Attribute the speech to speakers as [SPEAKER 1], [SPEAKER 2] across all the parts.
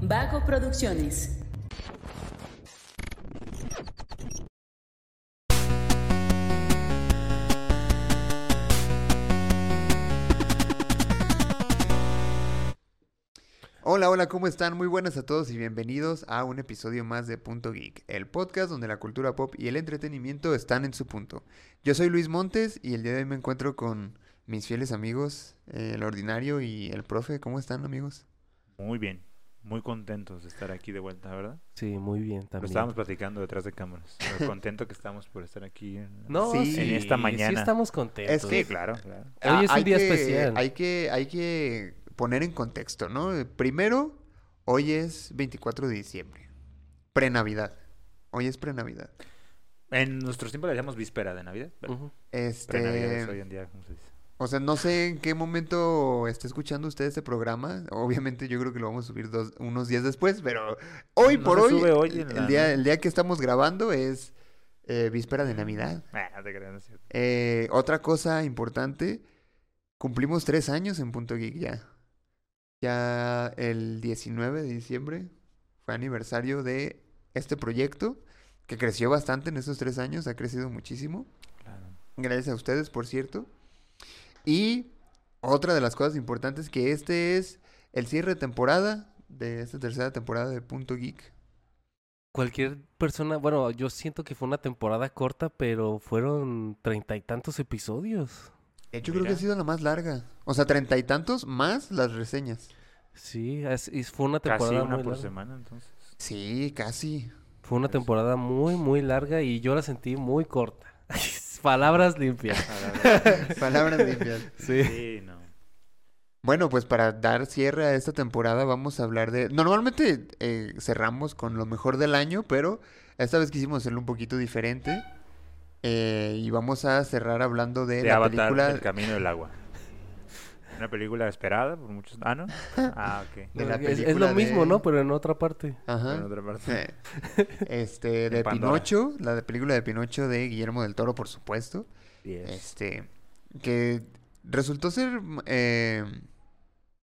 [SPEAKER 1] Vago Producciones.
[SPEAKER 2] Hola, hola, ¿cómo están? Muy buenas a todos y bienvenidos a un episodio más de Punto Geek, el podcast donde la cultura pop y el entretenimiento están en su punto. Yo soy Luis Montes y el día de hoy me encuentro con mis fieles amigos, eh, el ordinario y el profe. ¿Cómo están, amigos?
[SPEAKER 3] Muy bien, muy contentos de estar aquí de vuelta, ¿verdad?
[SPEAKER 4] Sí, muy bien
[SPEAKER 3] Lo
[SPEAKER 4] también.
[SPEAKER 3] estábamos platicando detrás de cámaras. Lo contento que estamos por estar aquí. en-
[SPEAKER 4] No,
[SPEAKER 2] Sí.
[SPEAKER 4] sí,
[SPEAKER 2] En
[SPEAKER 3] esta mañana.
[SPEAKER 4] Sí estamos contentos.
[SPEAKER 2] Es
[SPEAKER 3] Sí,
[SPEAKER 2] que-
[SPEAKER 3] claro, claro.
[SPEAKER 4] Hoy
[SPEAKER 2] Ah,
[SPEAKER 4] es un
[SPEAKER 2] hay
[SPEAKER 4] día
[SPEAKER 2] que-
[SPEAKER 4] especial.
[SPEAKER 2] Hay que, hay que poner en contexto, ¿no? Eh, Primero, hoy es 24 de diciembre, pre-Navidad. Hoy es pre-Navidad.
[SPEAKER 3] En nuestros tiempos le llamamos víspera de Navidad. pero
[SPEAKER 4] Ujú.
[SPEAKER 3] pre-Navidad es
[SPEAKER 2] Este,
[SPEAKER 3] hoy en día, ¿cómo se dice?
[SPEAKER 2] O sea, no sé en qué momento está escuchando usted este programa. Obviamente yo creo que lo vamos a subir dos- unos días después, pero hoy
[SPEAKER 3] No
[SPEAKER 2] por
[SPEAKER 3] se
[SPEAKER 2] hoy,
[SPEAKER 3] sube hoy en
[SPEAKER 2] el,
[SPEAKER 3] la
[SPEAKER 2] día,
[SPEAKER 3] noche.
[SPEAKER 2] el día que estamos grabando es eh, víspera de Navidad.
[SPEAKER 3] Ah, no te creas, no es cierto.
[SPEAKER 2] Eh, otra cosa importante, cumplimos tres años en Punto Geek ya. Ya el 19 de diciembre fue aniversario de este proyecto que creció bastante en estos tres años, ha crecido muchísimo.
[SPEAKER 3] Claro.
[SPEAKER 2] Gracias a ustedes, por cierto. Y otra de las cosas importantes que este es el cierre de temporada de esta tercera temporada de Punto Geek.
[SPEAKER 4] Cualquier persona, bueno, yo siento que fue una temporada corta, pero fueron treinta y tantos episodios.
[SPEAKER 2] De hecho, creo que
[SPEAKER 3] Mira.
[SPEAKER 2] ha sido la más larga. O sea, treinta y tantos más las reseñas.
[SPEAKER 4] Sí, es- es- fue una
[SPEAKER 3] Casi
[SPEAKER 4] temporada
[SPEAKER 3] una
[SPEAKER 4] muy
[SPEAKER 3] por
[SPEAKER 4] larga.
[SPEAKER 3] semana, entonces.
[SPEAKER 2] Sí, casi.
[SPEAKER 4] Fue una temporada muy, muy larga y yo la sentí muy corta. Palabras limpias.
[SPEAKER 3] A la verdad,
[SPEAKER 2] Palabras limpias.
[SPEAKER 4] Sí.
[SPEAKER 3] Ah, sí, no.
[SPEAKER 2] Bueno, pues para dar cierre a esta temporada vamos a hablar de... Normalmente eh, cerramos con lo mejor del año, pero esta vez quisimos hacerlo un poquito diferente. eh, y vamos a cerrar hablando de,
[SPEAKER 3] De
[SPEAKER 2] la
[SPEAKER 3] Avatar,
[SPEAKER 2] película
[SPEAKER 3] El Camino del Agua. Una película esperada por muchos... Ah, ¿no? Ah, ok.
[SPEAKER 2] De la
[SPEAKER 4] Es- es,
[SPEAKER 2] película
[SPEAKER 4] lo mismo,
[SPEAKER 2] de-
[SPEAKER 4] ¿no? Pero en otra parte.
[SPEAKER 2] Ajá.
[SPEAKER 3] En otra parte.
[SPEAKER 2] Eh, este, de
[SPEAKER 3] Pandora.
[SPEAKER 2] Pinocho, la de película de Pinocho de Guillermo del Toro, por supuesto.
[SPEAKER 3] Yes.
[SPEAKER 2] Este, que resultó ser. mm, eh,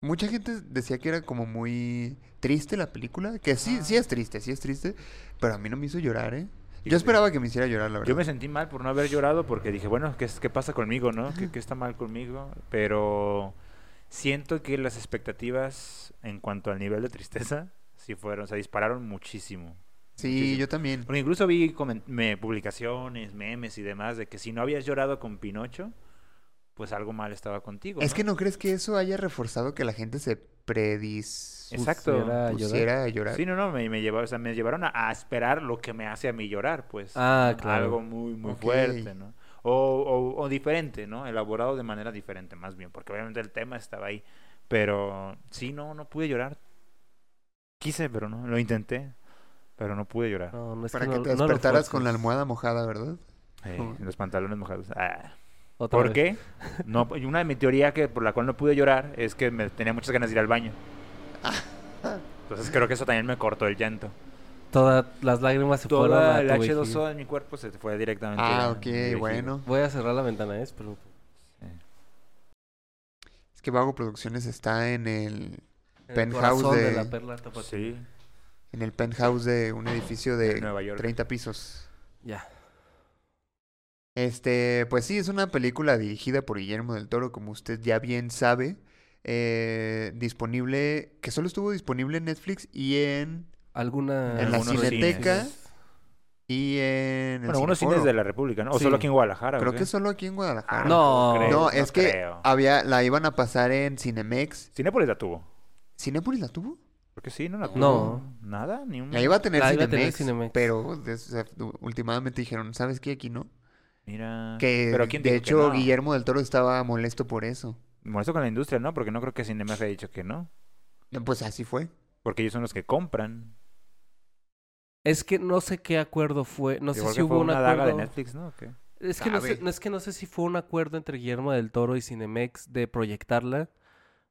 [SPEAKER 2] mucha gente decía que era como muy triste la película. Que sí, sí es triste, sí es triste. Pero a mí no me hizo llorar, ¿eh? Yo
[SPEAKER 3] Híjole.
[SPEAKER 2] esperaba que me hiciera llorar, la verdad.
[SPEAKER 3] Yo me sentí mal por no haber llorado porque dije, bueno, ¿qué, es- qué pasa conmigo, no? ¿Qué, qué está mal conmigo? Pero siento que las expectativas en cuanto al nivel de tristeza sí fueron, se dispararon muchísimo.
[SPEAKER 2] Sí,
[SPEAKER 3] muchísimo.
[SPEAKER 2] yo también.
[SPEAKER 3] Porque incluso vi comen- me- publicaciones, memes y demás de que si no habías llorado con Pinocho, pues algo mal estaba contigo.
[SPEAKER 2] Es que no crees que eso haya reforzado que la gente se predispusiera
[SPEAKER 3] Exacto.
[SPEAKER 4] Pusiera a llorar.
[SPEAKER 2] a llorar.
[SPEAKER 3] Sí, no, no, me, me llevaron, o sea, me llevaron a, a esperar lo que me hace a mí llorar, pues.
[SPEAKER 4] Ah,
[SPEAKER 3] ¿no?
[SPEAKER 4] claro.
[SPEAKER 3] Algo muy, muy
[SPEAKER 2] Ok.
[SPEAKER 3] fuerte, ¿no? O, o- o diferente, ¿no? Elaborado de manera diferente, más bien, porque obviamente el tema estaba ahí. Pero sí, no, no pude llorar. Quise, pero no, lo intenté, pero no pude llorar.
[SPEAKER 4] No, no es
[SPEAKER 2] Para
[SPEAKER 4] que,
[SPEAKER 2] que
[SPEAKER 4] no-
[SPEAKER 2] te
[SPEAKER 4] no lo
[SPEAKER 2] despertaras con la
[SPEAKER 4] fuerces.
[SPEAKER 2] almohada mojada, ¿verdad?
[SPEAKER 3] Eh,
[SPEAKER 2] Ujú.
[SPEAKER 3] los pantalones mojados. Ah.
[SPEAKER 4] Otra
[SPEAKER 3] ¿Por
[SPEAKER 4] vez.
[SPEAKER 3] qué? No, y una de mi teoría que por la cual no pude llorar es que me tenía muchas ganas de ir al baño. Entonces creo que eso también me cortó el llanto.
[SPEAKER 4] Todas las lágrimas se fueron
[SPEAKER 3] Toda
[SPEAKER 4] a
[SPEAKER 3] el
[SPEAKER 4] tu vejiga.
[SPEAKER 3] H2O de mi cuerpo se fue directamente. a
[SPEAKER 2] Ah,
[SPEAKER 3] mi vejiga.
[SPEAKER 2] ok, bueno.
[SPEAKER 4] Voy a cerrar la ventana, ¿eh? es, pero...
[SPEAKER 2] Es que Vago Producciones está en el,
[SPEAKER 4] en el
[SPEAKER 2] Penthouse
[SPEAKER 4] corazón de...
[SPEAKER 2] de-
[SPEAKER 4] la perla tapatía.
[SPEAKER 3] Sí.
[SPEAKER 2] en el penthouse de un edificio de
[SPEAKER 3] Pues, En Nueva York.
[SPEAKER 2] 30 pisos.
[SPEAKER 4] Ya.
[SPEAKER 2] Este, pues sí, es una película dirigida por Guillermo del Toro, como usted ya bien sabe. eh, disponible, que solo estuvo disponible en Netflix y en,
[SPEAKER 4] Alguna...
[SPEAKER 2] en la
[SPEAKER 3] algunos
[SPEAKER 2] Cineteca y en el
[SPEAKER 3] Bueno, unos
[SPEAKER 2] Cineforo.
[SPEAKER 3] cines de la República, ¿no? O
[SPEAKER 4] Sí.
[SPEAKER 3] solo aquí en Guadalajara.
[SPEAKER 2] Creo
[SPEAKER 3] ¿o qué?
[SPEAKER 2] que solo aquí en Guadalajara.
[SPEAKER 4] Ah, No.
[SPEAKER 3] creo,
[SPEAKER 2] No, es que
[SPEAKER 3] creo.
[SPEAKER 2] había, la iban a pasar en Cinemex.
[SPEAKER 3] Cinépolis la tuvo.
[SPEAKER 2] ¿Cinépolis la tuvo?
[SPEAKER 3] Porque sí, no la tuvo.
[SPEAKER 4] No.
[SPEAKER 3] Nada, ni un.
[SPEAKER 2] La iba a tener
[SPEAKER 4] La iba a
[SPEAKER 2] Cinemex,
[SPEAKER 4] tener Cinemex.
[SPEAKER 2] pero des- últimamente dijeron, ¿sabes qué? Aquí no.
[SPEAKER 3] Mira.
[SPEAKER 2] Que
[SPEAKER 3] Pero ¿quién
[SPEAKER 2] de
[SPEAKER 3] dijo que
[SPEAKER 2] hecho
[SPEAKER 3] no?
[SPEAKER 2] Guillermo del Toro estaba molesto por eso.
[SPEAKER 3] Molesto con la industria, ¿no? Porque no creo que Cinemex haya dicho que no.
[SPEAKER 2] No, Pues así fue.
[SPEAKER 3] Porque ellos son los que compran.
[SPEAKER 4] Es que no sé qué acuerdo fue, no sé
[SPEAKER 3] Igual
[SPEAKER 4] si
[SPEAKER 3] que
[SPEAKER 4] hubo
[SPEAKER 3] fue
[SPEAKER 4] un
[SPEAKER 3] una daga de
[SPEAKER 4] acuerdo.
[SPEAKER 3] Netflix, ¿no? ¿O qué?
[SPEAKER 4] Es que no sé,
[SPEAKER 2] Sabe.
[SPEAKER 4] no es que no sé si fue un acuerdo entre Guillermo del Toro y Cinemex de proyectarla,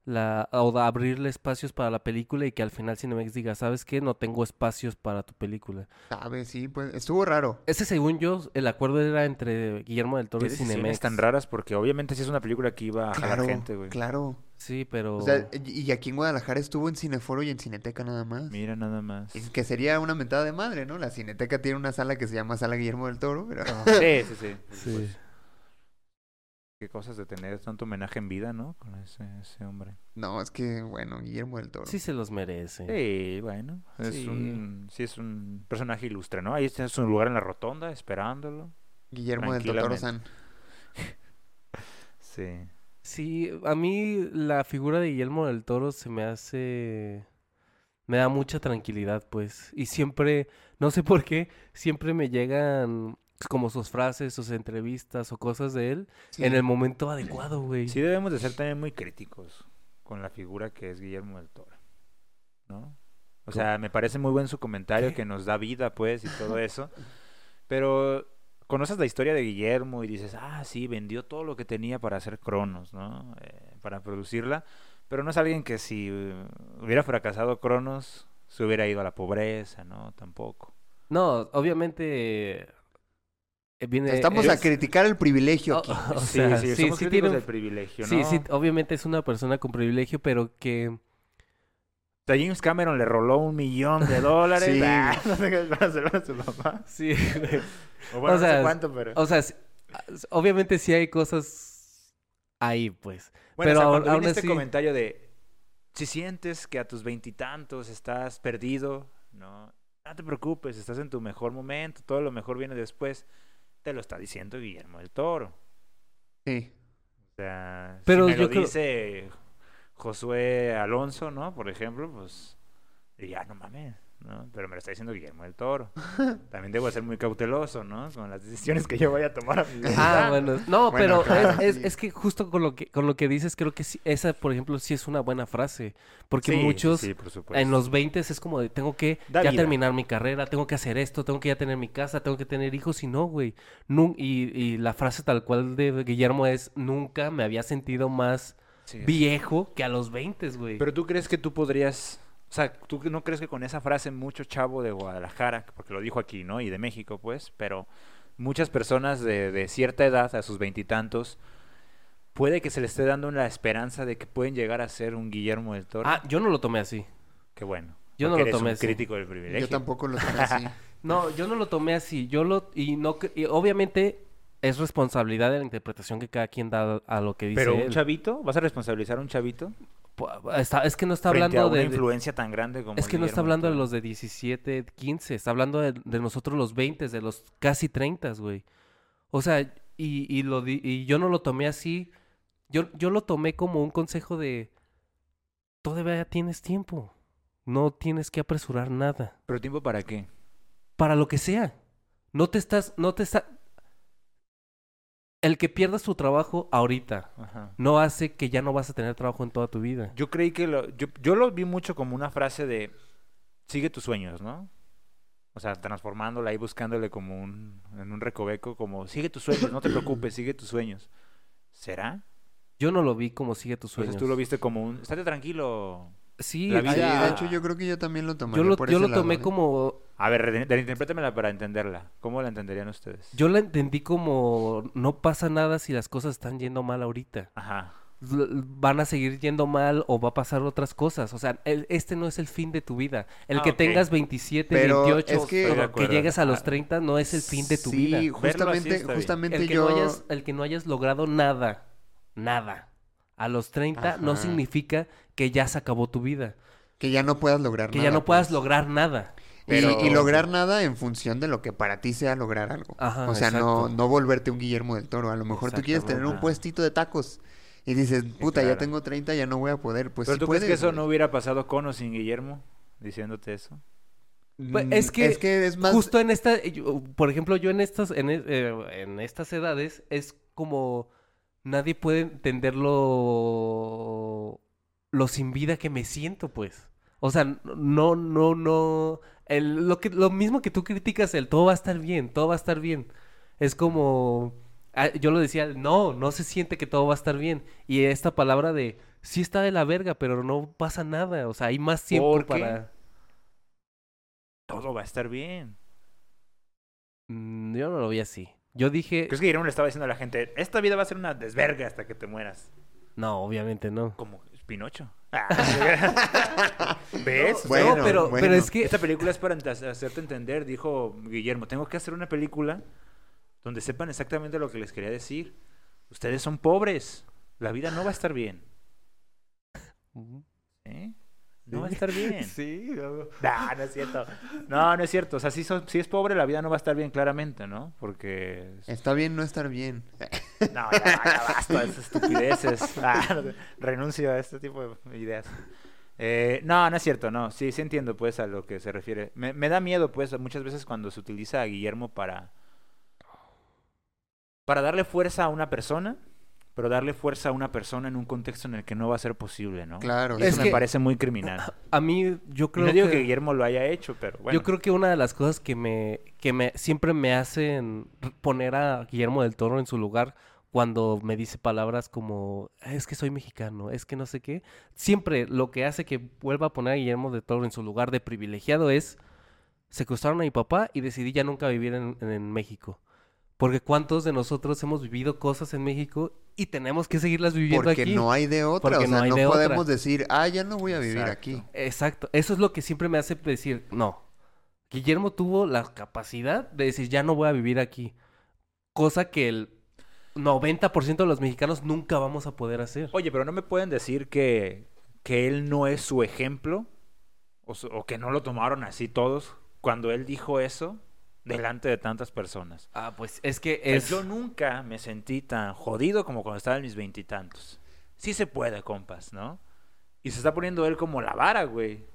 [SPEAKER 4] la o de abrirle espacios para la película y que al final Cinemex diga, ¿sabes qué? No tengo espacios para tu película.
[SPEAKER 2] Sabe, sí, pues estuvo raro.
[SPEAKER 4] Ese según yo el acuerdo era entre Guillermo del Toro
[SPEAKER 3] Qué
[SPEAKER 4] y
[SPEAKER 3] decisiones
[SPEAKER 4] Cinemex.
[SPEAKER 3] tan raras porque obviamente sí es una película que iba a jalar
[SPEAKER 2] Claro,
[SPEAKER 3] gente, güey. Oh.
[SPEAKER 2] claro.
[SPEAKER 4] Sí, pero...
[SPEAKER 2] O sea, y y aquí en Guadalajara estuvo en Cineforo y en Cineteca nada más.
[SPEAKER 3] Mira nada más.
[SPEAKER 2] Es que sería una mentada de madre, ¿no? La Cineteca tiene una sala que se llama Sala Guillermo del Toro, pero...
[SPEAKER 3] Sí, sí, sí. por
[SPEAKER 4] Sí.
[SPEAKER 3] supuesto. Qué cosas de tener tanto homenaje en vida, ¿no? Con ese, ese hombre.
[SPEAKER 2] No, es que, bueno, Guillermo del Toro.
[SPEAKER 4] Sí se los merece.
[SPEAKER 2] Eh,
[SPEAKER 3] Sí, bueno. Es
[SPEAKER 4] Sí.
[SPEAKER 3] un, sí, es un personaje ilustre, ¿no? Ahí está su lugar en la rotonda, esperándolo.
[SPEAKER 2] Guillermo del Toro San.
[SPEAKER 3] Sí.
[SPEAKER 4] Sí, a mí la figura de Guillermo del Toro se me hace... Me da mucha tranquilidad, pues. Y siempre, no sé por qué, siempre me llegan como sus frases, sus entrevistas o cosas de él en el momento adecuado, güey.
[SPEAKER 3] Sí debemos de ser también muy críticos con la figura que es Guillermo del Toro, ¿no? O sea, me parece muy buen su comentario que nos da vida, pues, y todo eso. Pero conoces la historia de Guillermo y dices, ah, sí, vendió todo lo que tenía para hacer Cronos, ¿no? Eh, para producirla. Pero no es alguien que si eh, hubiera fracasado Cronos, se hubiera ido a la pobreza, ¿no? Tampoco.
[SPEAKER 4] No, obviamente... eh, Viene,
[SPEAKER 2] Estamos
[SPEAKER 4] es-
[SPEAKER 2] a criticar el
[SPEAKER 3] Oh,
[SPEAKER 2] privilegio
[SPEAKER 4] o-
[SPEAKER 2] aquí.
[SPEAKER 4] o sea, sí,
[SPEAKER 3] somos
[SPEAKER 4] sí
[SPEAKER 3] críticos
[SPEAKER 4] tiene un-
[SPEAKER 3] del privilegio,
[SPEAKER 4] Sí,
[SPEAKER 3] ¿no?
[SPEAKER 4] sí, obviamente es una persona con privilegio, pero que...
[SPEAKER 3] A James Cameron le roló un millón de dólares.
[SPEAKER 2] Sí.
[SPEAKER 3] Ah, no sé qué para hacerlo a su papá.
[SPEAKER 4] Sí, güey.
[SPEAKER 3] O bueno, no
[SPEAKER 4] O sea,
[SPEAKER 3] sé cuánto, pero.
[SPEAKER 4] O sea, s- obviamente sí hay cosas ahí, pues.
[SPEAKER 3] bueno,
[SPEAKER 4] pero
[SPEAKER 3] o sea,
[SPEAKER 4] aún-
[SPEAKER 3] cuando viene
[SPEAKER 4] aún
[SPEAKER 3] este
[SPEAKER 4] así-
[SPEAKER 3] comentario de si sientes que a tus veintitantos estás perdido, no, no te preocupes, estás en tu mejor momento, todo lo mejor viene después. Te lo está diciendo Guillermo del Toro.
[SPEAKER 2] Sí.
[SPEAKER 3] O sea, si
[SPEAKER 4] Pero
[SPEAKER 3] me lo
[SPEAKER 4] yo creo-
[SPEAKER 3] dice Josué Alonso, ¿no? Por ejemplo, pues ya no mames, ¿no? Pero me lo está diciendo Guillermo del Toro. También debo ser muy cauteloso, ¿no? Con las decisiones que yo vaya a tomar a mi vida.
[SPEAKER 4] Ah, bueno. No,
[SPEAKER 2] Bueno,
[SPEAKER 4] pero
[SPEAKER 2] claro,
[SPEAKER 4] es, es-
[SPEAKER 2] sí.
[SPEAKER 4] es que justo con lo que, con lo que dices, creo que sí- esa, por ejemplo, sí es una buena frase. Porque
[SPEAKER 3] Sí, sí,
[SPEAKER 4] muchos
[SPEAKER 3] sí, pues. por supuesto.
[SPEAKER 4] en los 20 es como de, tengo que
[SPEAKER 3] Da
[SPEAKER 4] ya
[SPEAKER 3] vida.
[SPEAKER 4] terminar mi carrera, tengo que hacer esto, tengo que ya tener mi casa, tengo que tener hijos y no, güey. Nun- y, y la frase tal cual de Guillermo es, nunca me había sentido más
[SPEAKER 3] Sí.
[SPEAKER 4] viejo que a los 20, güey.
[SPEAKER 3] Pero tú crees que tú podrías, o sea, tú no crees que con esa frase mucho chavo de Guadalajara, porque lo dijo aquí, ¿no? Y de México, pues, pero muchas personas de, de cierta edad, a sus veintitantos, puede que se le esté dando la esperanza de que pueden llegar a ser un Guillermo del Toro.
[SPEAKER 4] Ah, yo no lo tomé así.
[SPEAKER 3] Qué bueno.
[SPEAKER 4] yo no
[SPEAKER 3] porque
[SPEAKER 4] lo
[SPEAKER 3] eres
[SPEAKER 4] tomé
[SPEAKER 3] un
[SPEAKER 4] así.
[SPEAKER 3] crítico del privilegio.
[SPEAKER 2] Yo tampoco lo tomé así.
[SPEAKER 4] No, yo no lo tomé así. Yo lo y no cre- y obviamente es responsabilidad de la interpretación que cada quien da a lo que dice
[SPEAKER 3] Pero un
[SPEAKER 4] él.
[SPEAKER 3] chavito, ¿vas a responsabilizar a un chavito?
[SPEAKER 4] Pu- está- es que no está
[SPEAKER 3] frente a
[SPEAKER 4] hablando
[SPEAKER 3] una
[SPEAKER 4] de de-
[SPEAKER 3] influencia tan grande como
[SPEAKER 4] es que no
[SPEAKER 3] Guillermo
[SPEAKER 4] está
[SPEAKER 3] del
[SPEAKER 4] hablando de
[SPEAKER 3] Toro?
[SPEAKER 4] los de 17, 15, está hablando de, de nosotros los 20, de los casi 30, güey. O sea, y, y lo di- y yo no lo tomé así. Yo, yo lo tomé como un consejo de todavía tienes tiempo. No tienes que apresurar nada.
[SPEAKER 3] ¿Pero tiempo para qué?
[SPEAKER 4] para lo que sea. No te estás, no te está. El que pierdas tu trabajo ahorita
[SPEAKER 3] Ajá.
[SPEAKER 4] no hace que ya no vas a tener trabajo en toda tu vida.
[SPEAKER 3] Yo creí que lo, yo, yo lo vi mucho como una frase de sigue tus sueños, ¿no? O sea, transformándola y buscándole como un en un recoveco como sigue tus sueños, no te preocupes, sigue tus sueños. ¿Será?
[SPEAKER 4] Yo no lo vi como sigue tus sueños.
[SPEAKER 3] Entonces Pues tú lo viste como un estate tranquilo.
[SPEAKER 4] Sí,
[SPEAKER 3] la
[SPEAKER 4] o
[SPEAKER 3] vida-
[SPEAKER 2] Sí,
[SPEAKER 4] sea,
[SPEAKER 2] de hecho, yo creo que yo también lo tomé
[SPEAKER 4] yo lo,
[SPEAKER 2] por
[SPEAKER 4] yo
[SPEAKER 2] ese
[SPEAKER 4] lo
[SPEAKER 2] lado,
[SPEAKER 4] tomé
[SPEAKER 2] ¿eh?
[SPEAKER 4] como.
[SPEAKER 3] A ver, re- reinterprétamela para entenderla. ¿Cómo la entenderían ustedes?
[SPEAKER 4] Yo la entendí como no pasa nada si las cosas están yendo mal ahorita.
[SPEAKER 3] Ajá.
[SPEAKER 4] L- van a seguir yendo mal o va a pasar otras cosas. O sea, el- este no es el fin de tu vida. El
[SPEAKER 3] Ah,
[SPEAKER 4] que
[SPEAKER 3] ok.
[SPEAKER 4] tengas 27,
[SPEAKER 2] Pero
[SPEAKER 4] 28,
[SPEAKER 2] es que-
[SPEAKER 4] o
[SPEAKER 2] Estoy de
[SPEAKER 4] que
[SPEAKER 3] acuerdo.
[SPEAKER 4] llegues a los
[SPEAKER 3] Ah.
[SPEAKER 4] 30 no es el fin de tu
[SPEAKER 2] sí,
[SPEAKER 4] vida.
[SPEAKER 3] Verlo así
[SPEAKER 2] justamente,
[SPEAKER 3] está bien.
[SPEAKER 2] justamente
[SPEAKER 4] El que,
[SPEAKER 2] yo...
[SPEAKER 4] no hayas, el que no hayas logrado nada, nada, a los 30 no
[SPEAKER 2] Ajá.
[SPEAKER 4] significa que ya se acabó tu vida,
[SPEAKER 2] Que ya no puedas lograr
[SPEAKER 4] que
[SPEAKER 2] nada. pues.
[SPEAKER 4] ya no puedas lograr nada.
[SPEAKER 2] Y-
[SPEAKER 3] Pero-
[SPEAKER 2] Y, lograr nada en función de lo que para ti sea lograr algo.
[SPEAKER 4] Ajá,
[SPEAKER 2] o sea, no,
[SPEAKER 4] exacto.
[SPEAKER 2] no volverte un Guillermo del Toro. A lo mejor tú quieres tener un
[SPEAKER 3] Exactamente.
[SPEAKER 2] puestito de tacos y dices, puta, ya
[SPEAKER 3] claro.
[SPEAKER 2] tengo 30, ya no voy a poder. Pues
[SPEAKER 3] ¿Pero
[SPEAKER 2] sí
[SPEAKER 3] tú
[SPEAKER 2] puedes,
[SPEAKER 3] crees que eso
[SPEAKER 2] güey.
[SPEAKER 3] no hubiera pasado con o sin Guillermo diciéndote eso?
[SPEAKER 4] Pues,
[SPEAKER 2] Mm,
[SPEAKER 4] es que
[SPEAKER 2] es que es más...
[SPEAKER 4] Justo en esta, eh, yo- por ejemplo, yo en estas, en, e- eh, en estas edades es como nadie puede entender lo, lo sin vida que me siento, pues. O sea, no, no, no. el- lo, que, lo mismo que tú criticas, el todo va a estar bien, todo va a estar bien. Es como, ah, yo lo decía, no, no se siente que todo va a estar bien. Y esta palabra de, sí está de la verga, pero no pasa nada. O sea, hay más tiempo
[SPEAKER 3] ¿Por qué?
[SPEAKER 4] para...
[SPEAKER 3] Todo va a estar bien.
[SPEAKER 4] Mm, Yo no lo vi así. Yo dije,
[SPEAKER 3] ¿Crees que Guillermo le estaba diciendo a la gente, esta vida va a ser una desverga hasta que te mueras?
[SPEAKER 4] no, obviamente no.
[SPEAKER 3] Como, Pinocho. Ah, ¿Ves?
[SPEAKER 4] No,
[SPEAKER 2] Bueno,
[SPEAKER 4] pero,
[SPEAKER 2] bueno.
[SPEAKER 4] pero es que
[SPEAKER 3] Esta película es para ent- hacerte entender, dijo Guillermo. Tengo que hacer una película donde sepan exactamente lo que les quería decir. Ustedes son pobres. La vida no va a estar bien. ¿Eh? No va a estar bien.
[SPEAKER 4] Sí, no,
[SPEAKER 3] No, no es cierto. No, no es cierto. O sea, si, son- si es pobre, la vida no va a estar bien, claramente, ¿no? Porque.
[SPEAKER 4] Eh,
[SPEAKER 2] Está bien no estar bien.
[SPEAKER 3] No, ya, ya basta de esas estupideces. Ah, no sé. renuncio a este tipo de ideas. Eh, no, no es cierto, no. Sí, sí entiendo, pues, a lo que se refiere. Me, me da miedo, pues, muchas veces cuando se utiliza a Guillermo para. para darle fuerza a una persona, pero darle fuerza a una persona en un contexto en el que no va a ser posible, ¿no?
[SPEAKER 2] Claro.
[SPEAKER 3] Y eso
[SPEAKER 4] Es
[SPEAKER 3] me
[SPEAKER 4] que-
[SPEAKER 3] parece muy criminal.
[SPEAKER 4] a mí yo
[SPEAKER 3] Y
[SPEAKER 4] creo
[SPEAKER 3] no digo
[SPEAKER 4] que,
[SPEAKER 3] que... Guillermo lo haya hecho, pero bueno.
[SPEAKER 4] yo creo que una de las cosas que me que me siempre me hacen poner a Guillermo del Toro en su lugar cuando me dice palabras como es que soy mexicano, es que no sé qué, siempre lo que hace que vuelva a poner a Guillermo del Toro en su lugar de privilegiado es secuestraron a mi papá y decidí ya nunca vivir en, en México. Porque cuántos de nosotros hemos vivido cosas en México y tenemos que seguirlas viviendo
[SPEAKER 2] Porque
[SPEAKER 4] aquí.
[SPEAKER 2] no hay de otra.
[SPEAKER 4] Porque
[SPEAKER 2] o sea,
[SPEAKER 4] no hay
[SPEAKER 2] no,
[SPEAKER 4] de
[SPEAKER 2] podemos
[SPEAKER 4] otra.
[SPEAKER 2] decir, ah, ya no voy a vivir
[SPEAKER 3] Exacto.
[SPEAKER 2] aquí.
[SPEAKER 4] Exacto, eso es lo que siempre me hace decir, no. Guillermo tuvo la capacidad de decir, ya no voy a vivir aquí. Cosa que el 90% de los mexicanos nunca vamos a poder hacer.
[SPEAKER 3] Oye, pero no me pueden decir que, que él no es su ejemplo o, su- o que no lo tomaron así todos cuando él dijo eso delante de tantas personas.
[SPEAKER 4] Ah, pues es que
[SPEAKER 3] Pues
[SPEAKER 4] es...
[SPEAKER 3] Yo nunca me sentí tan jodido como cuando estaba en mis veintitantos. Sí se puede, compas, ¿no? Y se está poniendo él como la vara, güey.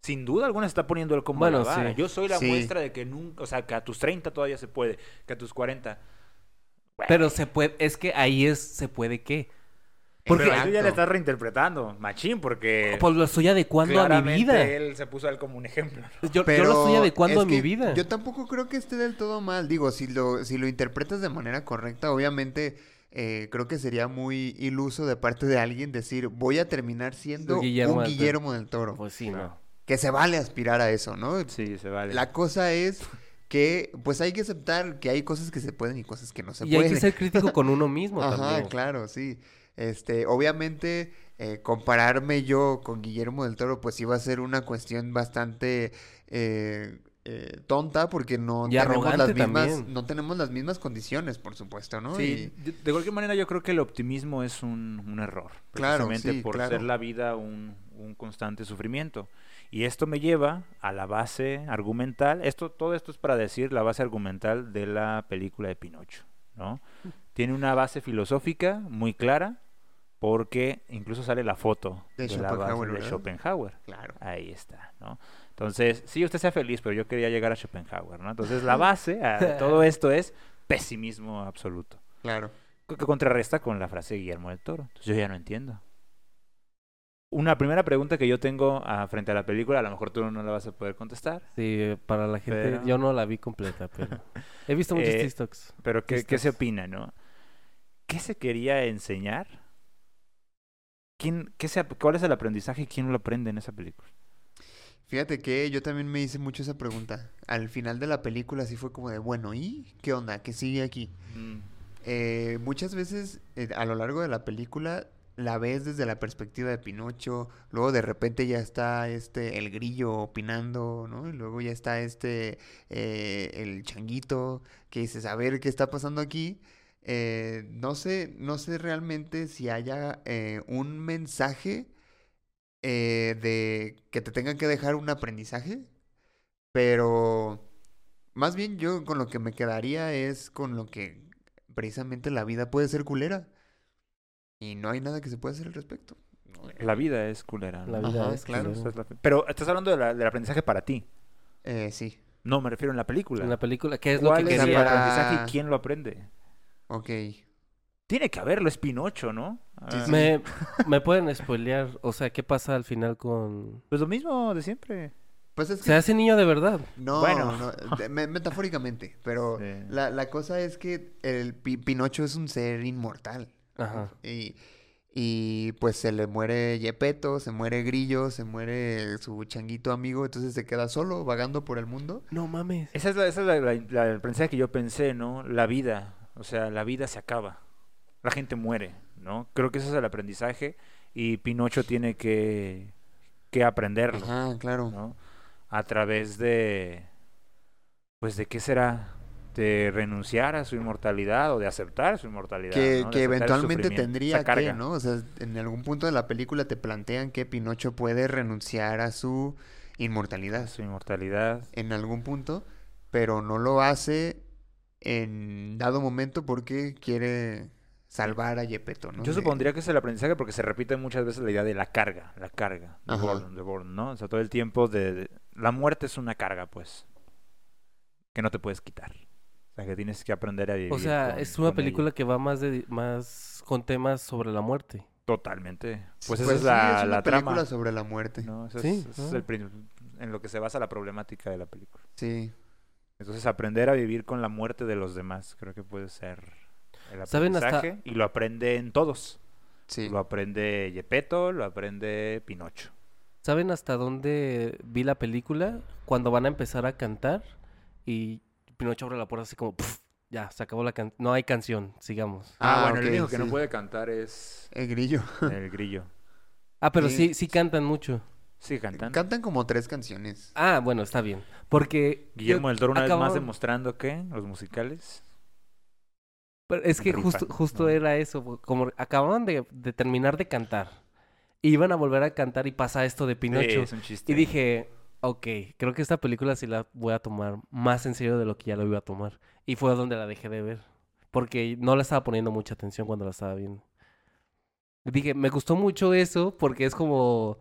[SPEAKER 3] Sin duda alguna se está poniendo él como
[SPEAKER 4] Bueno,
[SPEAKER 3] la vara.
[SPEAKER 4] sí.
[SPEAKER 3] Yo soy la
[SPEAKER 2] Sí.
[SPEAKER 3] muestra de que nunca, o sea, que a tus 30 todavía se puede, que a tus 40. güey,
[SPEAKER 4] Pero se puede, es que ahí es, se puede que. Porque-
[SPEAKER 3] pero tú ya le
[SPEAKER 2] Exacto.
[SPEAKER 3] estás reinterpretando, machín,
[SPEAKER 2] Eh,
[SPEAKER 3] porque...
[SPEAKER 4] Pues lo estoy adecuando a mi
[SPEAKER 3] Claramente
[SPEAKER 4] vida. Pues
[SPEAKER 3] él se puso a él como un ejemplo. ¿no?
[SPEAKER 4] Yo, yo
[SPEAKER 2] Pero
[SPEAKER 4] lo estoy adecuando
[SPEAKER 2] es
[SPEAKER 4] a mi
[SPEAKER 2] que
[SPEAKER 4] vida.
[SPEAKER 2] Yo tampoco creo que esté del todo mal. Digo, si lo, si lo interpretas de manera correcta, obviamente eh, creo que sería muy iluso de parte de alguien decir, voy a terminar siendo
[SPEAKER 4] Un Guillermo
[SPEAKER 2] un
[SPEAKER 4] del Toro".
[SPEAKER 2] Guillermo del Toro.
[SPEAKER 4] Pues sí, no.
[SPEAKER 2] Que se vale aspirar a eso, ¿no?
[SPEAKER 3] Sí, se vale.
[SPEAKER 2] La cosa es que, pues hay que aceptar que hay cosas que se pueden y cosas que no se
[SPEAKER 4] y
[SPEAKER 2] pueden.
[SPEAKER 4] hay que ser crítico con uno mismo
[SPEAKER 2] Ajá,
[SPEAKER 4] también.
[SPEAKER 2] claro, sí. Este, obviamente, eh, compararme yo con Guillermo del Toro, pues iba a ser una cuestión bastante eh, eh, tonta, porque no
[SPEAKER 4] Y
[SPEAKER 2] tenemos las
[SPEAKER 4] arrogante
[SPEAKER 2] mismas,
[SPEAKER 4] también.
[SPEAKER 2] no tenemos las mismas condiciones, por supuesto, ¿no?
[SPEAKER 3] Sí, de, de cualquier manera yo creo que el optimismo es un, un error.
[SPEAKER 2] Claro,
[SPEAKER 3] precisamente
[SPEAKER 2] sí,
[SPEAKER 3] por
[SPEAKER 2] claro.
[SPEAKER 3] ser la vida un, un constante sufrimiento. Y esto me lleva a la base argumental. Esto, todo esto es para decir la base argumental de la película de Pinocho, ¿no? Tiene una base filosófica muy clara, porque incluso sale la foto
[SPEAKER 2] De
[SPEAKER 3] la base
[SPEAKER 2] Schopenhauer,
[SPEAKER 3] de
[SPEAKER 2] ¿verdad?
[SPEAKER 3] Schopenhauer.
[SPEAKER 2] Y- claro.
[SPEAKER 3] Ahí está, ¿no? Entonces, sí, usted sea feliz, pero yo quería llegar a Schopenhauer, ¿no? Entonces, la base ah, de todo esto es pesimismo absoluto.
[SPEAKER 2] Claro.
[SPEAKER 3] Que que contrarresta con la frase de Guillermo del Toro. Entonces, yo ya no entiendo. Una primera pregunta que yo tengo ah, frente a la película, a lo mejor tú no la vas a poder contestar,
[SPEAKER 4] Sí, para la gente,
[SPEAKER 3] Pero-
[SPEAKER 4] yo no la vi completa, pero he visto muchos
[SPEAKER 3] Eh,
[SPEAKER 4] TikToks.
[SPEAKER 3] pero ¿qué, qué se
[SPEAKER 4] Estás-
[SPEAKER 3] opina, no? ¿Qué se quería enseñar? ¿Quién, qué se, ap- ¿Cuál es el aprendizaje y quién lo aprende en esa película?
[SPEAKER 2] Fíjate que yo también me hice mucho esa pregunta. Al final de la película sí fue como de, bueno, ¿y qué onda? ¿Qué sigue aquí?
[SPEAKER 4] Mm.
[SPEAKER 2] Eh, muchas veces eh, a lo largo de la película la ves desde la perspectiva de Pinocho, luego de repente ya está este el grillo opinando, ¿no? Y luego ya está este eh, el changuito que dices, a ver qué está pasando aquí. Eh, no sé, no sé realmente si haya eh, un mensaje eh, de que te tengan que dejar un aprendizaje, pero más bien yo con lo que me quedaría es con lo que precisamente la vida puede ser culera y no hay nada que se pueda hacer al respecto.
[SPEAKER 3] La vida es culera. ¿no?
[SPEAKER 4] La vida
[SPEAKER 2] Ajá,
[SPEAKER 4] es que
[SPEAKER 2] claro,
[SPEAKER 4] yo-
[SPEAKER 3] Esa es la- Pero estás hablando de la- del aprendizaje para ti.
[SPEAKER 2] Eh, sí,
[SPEAKER 3] No, me refiero en la película.
[SPEAKER 4] En la película, ¿qué es lo que
[SPEAKER 3] ¿Cuál es el
[SPEAKER 4] quería?
[SPEAKER 2] para-
[SPEAKER 3] aprendizaje y quién lo aprende?
[SPEAKER 2] ok.
[SPEAKER 3] Tiene que haberlo, es Pinocho, ¿no?
[SPEAKER 2] Sí,
[SPEAKER 3] Ah,
[SPEAKER 2] sí.
[SPEAKER 4] Me, me pueden spoilear, o sea, ¿qué pasa al final con...
[SPEAKER 3] Pues lo mismo de siempre.
[SPEAKER 2] Pues es que...
[SPEAKER 4] Se hace niño de verdad.
[SPEAKER 2] No,
[SPEAKER 3] bueno.
[SPEAKER 2] no, de- me- metafóricamente, pero
[SPEAKER 3] Sí.
[SPEAKER 2] la, la cosa es que el Pi- Pinocho es un ser inmortal.
[SPEAKER 3] Ah.
[SPEAKER 4] Ajá.
[SPEAKER 2] Y, y, pues se le muere Yepeto, se muere Grillo, se muere su changuito amigo, entonces se queda solo vagando por el mundo.
[SPEAKER 4] No mames.
[SPEAKER 3] Esa es, la, esa es la- la- la- el aprendizaje que yo pensé, ¿no? La vida. O sea, la vida se acaba. La gente muere, ¿no? Creo que ese es el aprendizaje. y Pinocho tiene que, que aprenderlo,
[SPEAKER 2] Ajá, claro.
[SPEAKER 3] ¿no? A través de, pues, ¿de qué será? De renunciar a su inmortalidad o de aceptar su inmortalidad.
[SPEAKER 2] que
[SPEAKER 3] ¿no? De
[SPEAKER 2] que
[SPEAKER 3] aceptar el
[SPEAKER 2] eventualmente
[SPEAKER 3] sufrimiento,
[SPEAKER 2] tendría
[SPEAKER 3] esa
[SPEAKER 2] que,
[SPEAKER 3] carga.
[SPEAKER 2] ¿no? O sea, en algún punto de la película te plantean que Pinocho puede renunciar a su inmortalidad
[SPEAKER 3] Su inmortalidad.
[SPEAKER 2] en algún punto, pero no lo hace en dado momento porque quiere salvar a Yepeto, ¿no?
[SPEAKER 3] Yo
[SPEAKER 2] De-
[SPEAKER 3] supondría que es el aprendizaje porque se repite muchas veces la idea de la carga, la carga, de
[SPEAKER 2] Ajá.
[SPEAKER 3] burden, the burden, ¿no? O sea, todo el tiempo de, de- La muerte es una carga, pues, que no te puedes quitar. O sea, que tienes que aprender a vivir
[SPEAKER 4] O sea,
[SPEAKER 3] con-
[SPEAKER 4] es una
[SPEAKER 3] con ella.
[SPEAKER 4] película que va más de más con temas sobre la muerte.
[SPEAKER 3] Totalmente. Pues, esa
[SPEAKER 2] Pues
[SPEAKER 3] es
[SPEAKER 2] sí,
[SPEAKER 3] la,
[SPEAKER 2] una
[SPEAKER 3] la
[SPEAKER 2] película
[SPEAKER 3] trama.
[SPEAKER 2] sobre la muerte.
[SPEAKER 3] ¿no? Ese es-
[SPEAKER 4] Sí,
[SPEAKER 3] ese es
[SPEAKER 4] ah.
[SPEAKER 3] el prin- en lo que se basa la problemática de la película.
[SPEAKER 2] Sí.
[SPEAKER 3] Entonces, aprender a vivir con la muerte de los demás creo que puede ser el
[SPEAKER 4] ¿Saben hasta-
[SPEAKER 3] aprendizaje. Y lo aprende en todos.
[SPEAKER 2] Sí.
[SPEAKER 3] Lo aprende Yepeto, lo aprende Pinocho.
[SPEAKER 4] ¿Saben hasta dónde vi la película? Cuando van a empezar a cantar y Pinocho abre la puerta así como, "Pf, ya, se acabó la canción. No hay canción, sigamos.
[SPEAKER 3] Ah, bueno,
[SPEAKER 2] ok,
[SPEAKER 3] el único que no
[SPEAKER 2] sí.
[SPEAKER 3] puede cantar es
[SPEAKER 2] El grillo.
[SPEAKER 3] el grillo.
[SPEAKER 4] Ah, pero
[SPEAKER 2] Sí.
[SPEAKER 4] sí, sí cantan mucho.
[SPEAKER 3] Sigue cantando.
[SPEAKER 2] Cantan como tres canciones.
[SPEAKER 4] Ah, bueno, está bien. Porque... yo
[SPEAKER 3] Guillermo del Toro una vez más
[SPEAKER 4] acababa-
[SPEAKER 3] demostrando que los musicales.
[SPEAKER 4] Pero es que
[SPEAKER 3] Rifa,
[SPEAKER 4] justo, justo
[SPEAKER 3] ¿no?
[SPEAKER 4] era eso, po- como acababan de, de terminar de cantar. Iban a volver a cantar y pasa esto de
[SPEAKER 3] Sí,
[SPEAKER 4] Pinocho.
[SPEAKER 3] es un chiste.
[SPEAKER 4] y dije, ok, creo que esta película sí la voy a tomar más en serio de lo que ya la iba a tomar. Y fue donde la dejé de ver. Porque no la estaba poniendo mucha atención cuando la estaba viendo. Dije, me gustó mucho eso porque es como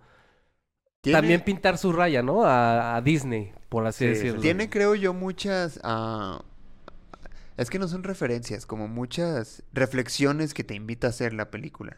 [SPEAKER 2] Tiene-
[SPEAKER 4] también pintar su raya, ¿no? A, a Disney, por
[SPEAKER 3] Sí,
[SPEAKER 4] así
[SPEAKER 3] sí,
[SPEAKER 4] decirlo.
[SPEAKER 2] Tiene, creo yo, muchas... ah, es que no son referencias, como muchas reflexiones que te invita a hacer la película.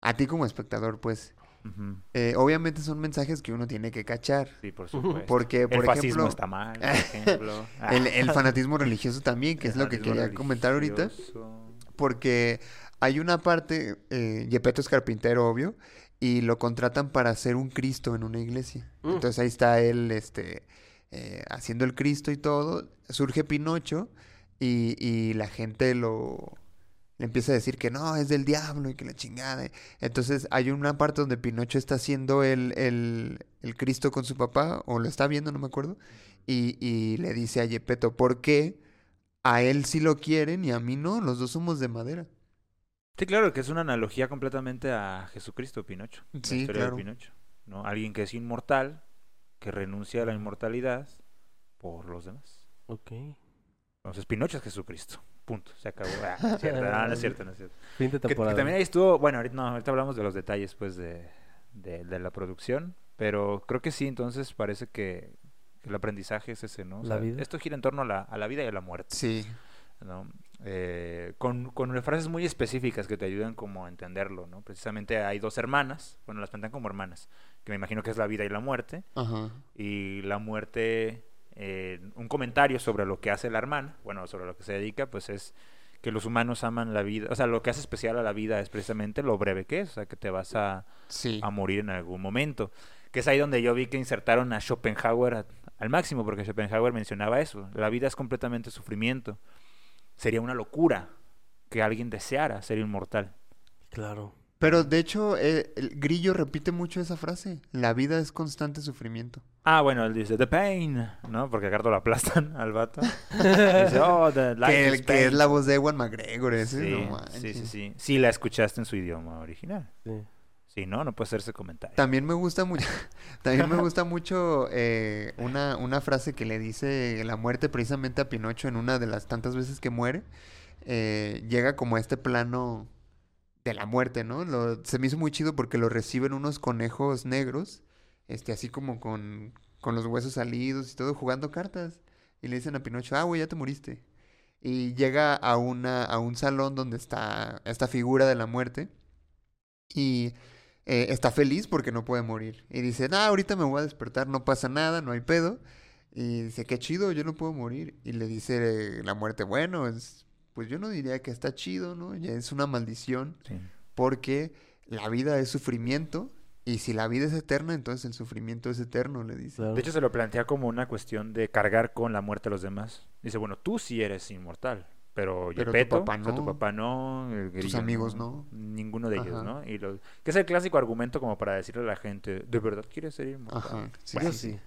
[SPEAKER 2] A ti como espectador, pues.
[SPEAKER 3] Ujú.
[SPEAKER 2] Eh, obviamente son mensajes que uno tiene que cachar.
[SPEAKER 3] Sí, por supuesto.
[SPEAKER 2] Porque, por
[SPEAKER 3] Este, el fascismo
[SPEAKER 2] ejemplo,
[SPEAKER 3] está mal, por ejemplo. Ah,
[SPEAKER 2] el, el fanatismo religioso también, que es lo que
[SPEAKER 3] fanatismo
[SPEAKER 2] quería comentar ahorita.
[SPEAKER 3] religioso.
[SPEAKER 2] Porque hay una parte, eh, Gepetto es carpintero, obvio, y lo contratan para hacer un Cristo en una iglesia.
[SPEAKER 4] Mm.
[SPEAKER 2] Entonces ahí está él este, eh, haciendo el Cristo y todo. Surge Pinocho y, y la gente lo le empieza a decir que no, es del diablo y que la chingada. Entonces hay una parte donde Pinocho está haciendo el, el, el Cristo con su papá, o lo está viendo, no me acuerdo, y, y le dice a Gepetto, ¿por qué? A él sí lo quieren y a mí no, los dos somos de madera.
[SPEAKER 3] Sí, claro, que es una analogía completamente a Jesucristo Pinocho. la
[SPEAKER 2] Sí,
[SPEAKER 3] historia de
[SPEAKER 2] claro.
[SPEAKER 3] Pinocho, ¿no? Alguien que es inmortal, que renuncia a la inmortalidad por los demás.
[SPEAKER 4] Ok.
[SPEAKER 3] Entonces, Pinocho es Jesucristo. Punto. Se acabó. Ah, no es cierto, no, no es cierto, no es cierto.
[SPEAKER 4] Fin
[SPEAKER 3] Que,
[SPEAKER 4] de
[SPEAKER 3] que
[SPEAKER 4] temporada.
[SPEAKER 3] también ahí estuvo. Bueno, ahorita, no, ahorita hablamos de los detalles, pues, de, de, de la producción. Pero creo que sí, entonces parece que el aprendizaje es ese, ¿no? O
[SPEAKER 4] La
[SPEAKER 3] sea,
[SPEAKER 4] vida.
[SPEAKER 3] Esto gira en torno a la, a la vida y a la muerte,
[SPEAKER 2] Sí,
[SPEAKER 3] ¿no? Eh, con, con frases muy específicas que te ayudan como a entenderlo, ¿no? Precisamente hay dos hermanas, bueno, las plantean como hermanas, que me imagino que es la vida y la muerte,
[SPEAKER 2] ajá.
[SPEAKER 3] y la muerte, eh, un comentario sobre lo que hace la hermana, bueno, sobre lo que se dedica, pues es que los humanos aman la vida, o sea, lo que hace especial a la vida es precisamente lo breve que es, o sea, que te vas a,
[SPEAKER 2] Sí.
[SPEAKER 3] a morir en algún momento, que es ahí donde yo vi que insertaron a Schopenhauer a- al máximo, porque Schopenhauer mencionaba eso, la vida es completamente sufrimiento, sería una locura que alguien deseara ser inmortal.
[SPEAKER 4] Claro.
[SPEAKER 2] Pero de hecho, eh, el Grillo repite mucho esa frase. La vida es constante sufrimiento.
[SPEAKER 3] Ah, bueno, él dice, The Pain, ¿no? Porque a Cardo lo aplastan al vato. Dice, oh, the life
[SPEAKER 2] Que,
[SPEAKER 3] is
[SPEAKER 2] el, que es
[SPEAKER 3] pain".
[SPEAKER 2] la voz de Ewan McGregor, ese,
[SPEAKER 3] Sí,
[SPEAKER 2] no
[SPEAKER 3] sí, sí,
[SPEAKER 2] manches.
[SPEAKER 3] sí. Sí la escuchaste en su idioma original.
[SPEAKER 4] Sí.
[SPEAKER 3] Si no, no puede hacerse comentario.
[SPEAKER 2] También me gusta mucho, también me gusta mucho eh, una, una frase que le dice la muerte precisamente a Pinocho en una de las tantas veces que muere. eh, llega como a este plano de la muerte, ¿no? Lo- se me hizo muy chido porque lo reciben unos conejos negros, este, así como con, con los huesos salidos y todo, jugando cartas. Y le dicen a Pinocho, ah, güey, ya te moriste. Y llega a, una, a un salón donde está esta figura de la muerte. Y eh, está feliz porque no puede morir. Y dice, ah, ahorita me voy a despertar, no pasa nada, no hay pedo. Y dice, qué chido, yo no puedo morir. Y le dice eh, la muerte, bueno, es- pues yo no diría que está chido, ¿no? Ya es una maldición
[SPEAKER 3] Sí.
[SPEAKER 2] porque la vida es sufrimiento y si la vida es eterna, entonces el sufrimiento es eterno, le dice.
[SPEAKER 4] claro.
[SPEAKER 3] De hecho, se lo plantea como una cuestión de cargar con la muerte a los demás. Dice, bueno, tú sí eres inmortal, Pero,
[SPEAKER 2] Pero tu
[SPEAKER 3] Gepetto,
[SPEAKER 2] papá
[SPEAKER 3] o sea, tu
[SPEAKER 2] no.
[SPEAKER 3] papá no, el grillo
[SPEAKER 2] amigos
[SPEAKER 3] Ninguno de ellos,
[SPEAKER 2] Ajá.
[SPEAKER 3] ¿no? Y los, que es el clásico argumento como para decirle a la gente, ¿de verdad quieres ser inmortal?
[SPEAKER 2] Ajá. Sí,
[SPEAKER 4] Pues
[SPEAKER 3] Bueno,
[SPEAKER 2] sí, sí.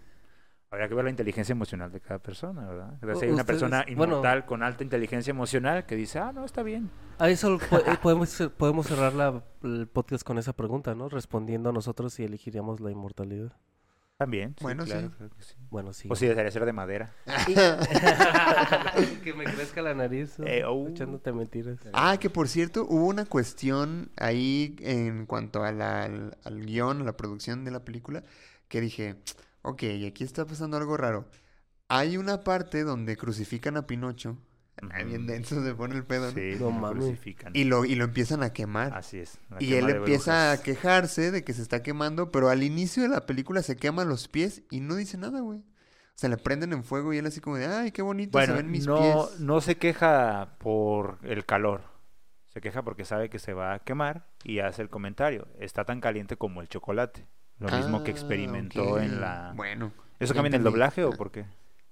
[SPEAKER 3] Habrá que ver la inteligencia emocional de cada persona, ¿verdad?
[SPEAKER 4] U-
[SPEAKER 3] Gracias hay una
[SPEAKER 4] ustedes-
[SPEAKER 3] persona
[SPEAKER 4] bueno.
[SPEAKER 3] inmortal con alta inteligencia emocional que dice, ah, no, está bien.
[SPEAKER 4] A eso po- eh, podemos, podemos cerrar la- el podcast con esa pregunta, ¿no? Respondiendo a nosotros si elegiríamos la inmortalidad.
[SPEAKER 3] También.
[SPEAKER 2] Bueno, sí.
[SPEAKER 3] claro que sí.
[SPEAKER 4] Bueno, sí.
[SPEAKER 3] O si desearía ser de madera.
[SPEAKER 4] que me crezca la nariz. ¿no?
[SPEAKER 3] Eh, oh.
[SPEAKER 4] Echándote mentiras.
[SPEAKER 2] Ah, que por cierto, hubo una cuestión ahí en cuanto a la- al, al guión, a la producción de la película, que dije, ok, aquí está pasando algo raro. Hay una parte donde crucifican a Pinocho, Ay, bien
[SPEAKER 3] Ujú.
[SPEAKER 2] denso se pone el pedo, ¿no?
[SPEAKER 3] Mm. Sí,
[SPEAKER 4] No
[SPEAKER 3] lo
[SPEAKER 4] mames.
[SPEAKER 3] crucifican.
[SPEAKER 2] Y lo, y lo empiezan a quemar.
[SPEAKER 3] Así es. la
[SPEAKER 2] Y
[SPEAKER 3] quema
[SPEAKER 2] él
[SPEAKER 3] de
[SPEAKER 2] empieza a
[SPEAKER 3] brujas.
[SPEAKER 2] quejarse de que se está quemando, pero al inicio de la película se quema los pies y no dice nada, güey. O sea, le prenden en fuego y él así como de, ay, qué bonito
[SPEAKER 3] Bueno,
[SPEAKER 2] se ven mis
[SPEAKER 3] no,
[SPEAKER 2] pies.
[SPEAKER 3] no se queja por el calor. Se queja porque sabe que se va a quemar y hace el comentario. Está tan caliente como el chocolate. Lo mismo que
[SPEAKER 2] Ah,
[SPEAKER 3] experimentó
[SPEAKER 2] ok.
[SPEAKER 3] en la...
[SPEAKER 2] Bueno,
[SPEAKER 3] ¿Eso
[SPEAKER 2] ya
[SPEAKER 3] cambia en el
[SPEAKER 2] entendí.
[SPEAKER 3] doblaje o por qué?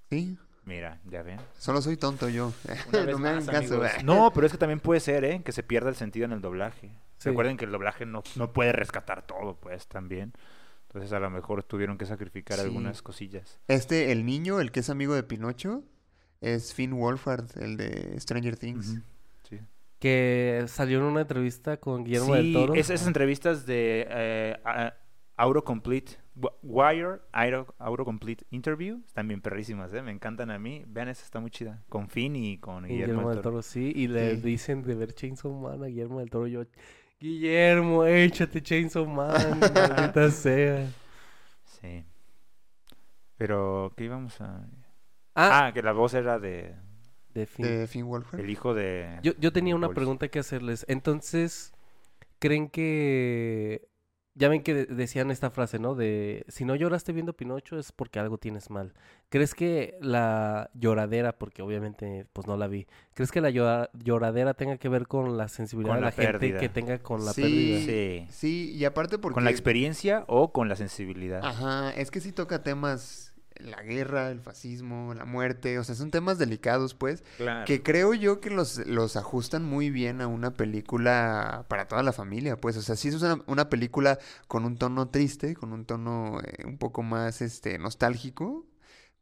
[SPEAKER 2] sí,
[SPEAKER 3] Mira, ya ven.
[SPEAKER 2] solo soy tonto yo.
[SPEAKER 3] Una vez
[SPEAKER 2] no me hagan
[SPEAKER 3] más,
[SPEAKER 2] caso.
[SPEAKER 3] amigos. No, pero es que también puede ser, ¿eh? Que se pierda el sentido en el doblaje.
[SPEAKER 4] Sí.
[SPEAKER 3] Recuerden que el doblaje no, no puede rescatar todo, pues, también. Entonces, a lo mejor tuvieron que sacrificar
[SPEAKER 2] Sí.
[SPEAKER 3] algunas cosillas.
[SPEAKER 2] Este, el niño, el que es amigo de Pinocho, es Finn Wolfhard, el de Stranger Things.
[SPEAKER 3] Ujú. Sí.
[SPEAKER 4] Que salió en una entrevista con Guillermo
[SPEAKER 3] Sí,
[SPEAKER 4] del Toro.
[SPEAKER 3] es- esas entrevistas de eh, a- Auto Complete, Wi- Wire, Auto, Auto Complete Interview, están bien perrísimas, ¿eh? Me encantan a mí. Vean, esa está muy chida. Con Finn y con
[SPEAKER 4] Y
[SPEAKER 3] Guillermo, del Toro.
[SPEAKER 4] sí. Y le
[SPEAKER 2] Sí.
[SPEAKER 4] dicen de ver Chainsaw Man a Guillermo del Toro. Yo, Guillermo, échate Chainsaw Man, maldita sea.
[SPEAKER 3] Sí. Pero, ¿qué íbamos a...?
[SPEAKER 4] Ah,
[SPEAKER 3] Ah, que la voz era de...
[SPEAKER 4] de fin.
[SPEAKER 2] De Finn Wolfhard.
[SPEAKER 3] El hijo de...
[SPEAKER 4] Yo, yo tenía una
[SPEAKER 3] Wolf.
[SPEAKER 4] pregunta que hacerles. Entonces, ¿creen que... Ya ven que de- decían esta frase, ¿no? De, si no lloraste viendo Pinocho es porque algo tienes mal. ¿Crees que la lloradera, porque obviamente pues no la vi, ¿crees que la llora- lloradera tenga que ver con la sensibilidad
[SPEAKER 3] Con
[SPEAKER 4] de
[SPEAKER 3] la
[SPEAKER 4] la, gente
[SPEAKER 3] pérdida.
[SPEAKER 4] que tenga con la
[SPEAKER 2] Sí.
[SPEAKER 4] pérdida?
[SPEAKER 3] Sí.
[SPEAKER 2] Sí, y aparte porque...
[SPEAKER 3] ¿Con la experiencia o con la sensibilidad?
[SPEAKER 2] Ajá, es que sí toca temas, la guerra, el fascismo, la muerte, o sea, son temas delicados, pues,
[SPEAKER 3] claro.
[SPEAKER 2] que creo yo que los, los ajustan muy bien a una película para toda la familia, pues, o sea, sí es una, una película con un tono triste, con un tono eh, un poco más, este, nostálgico,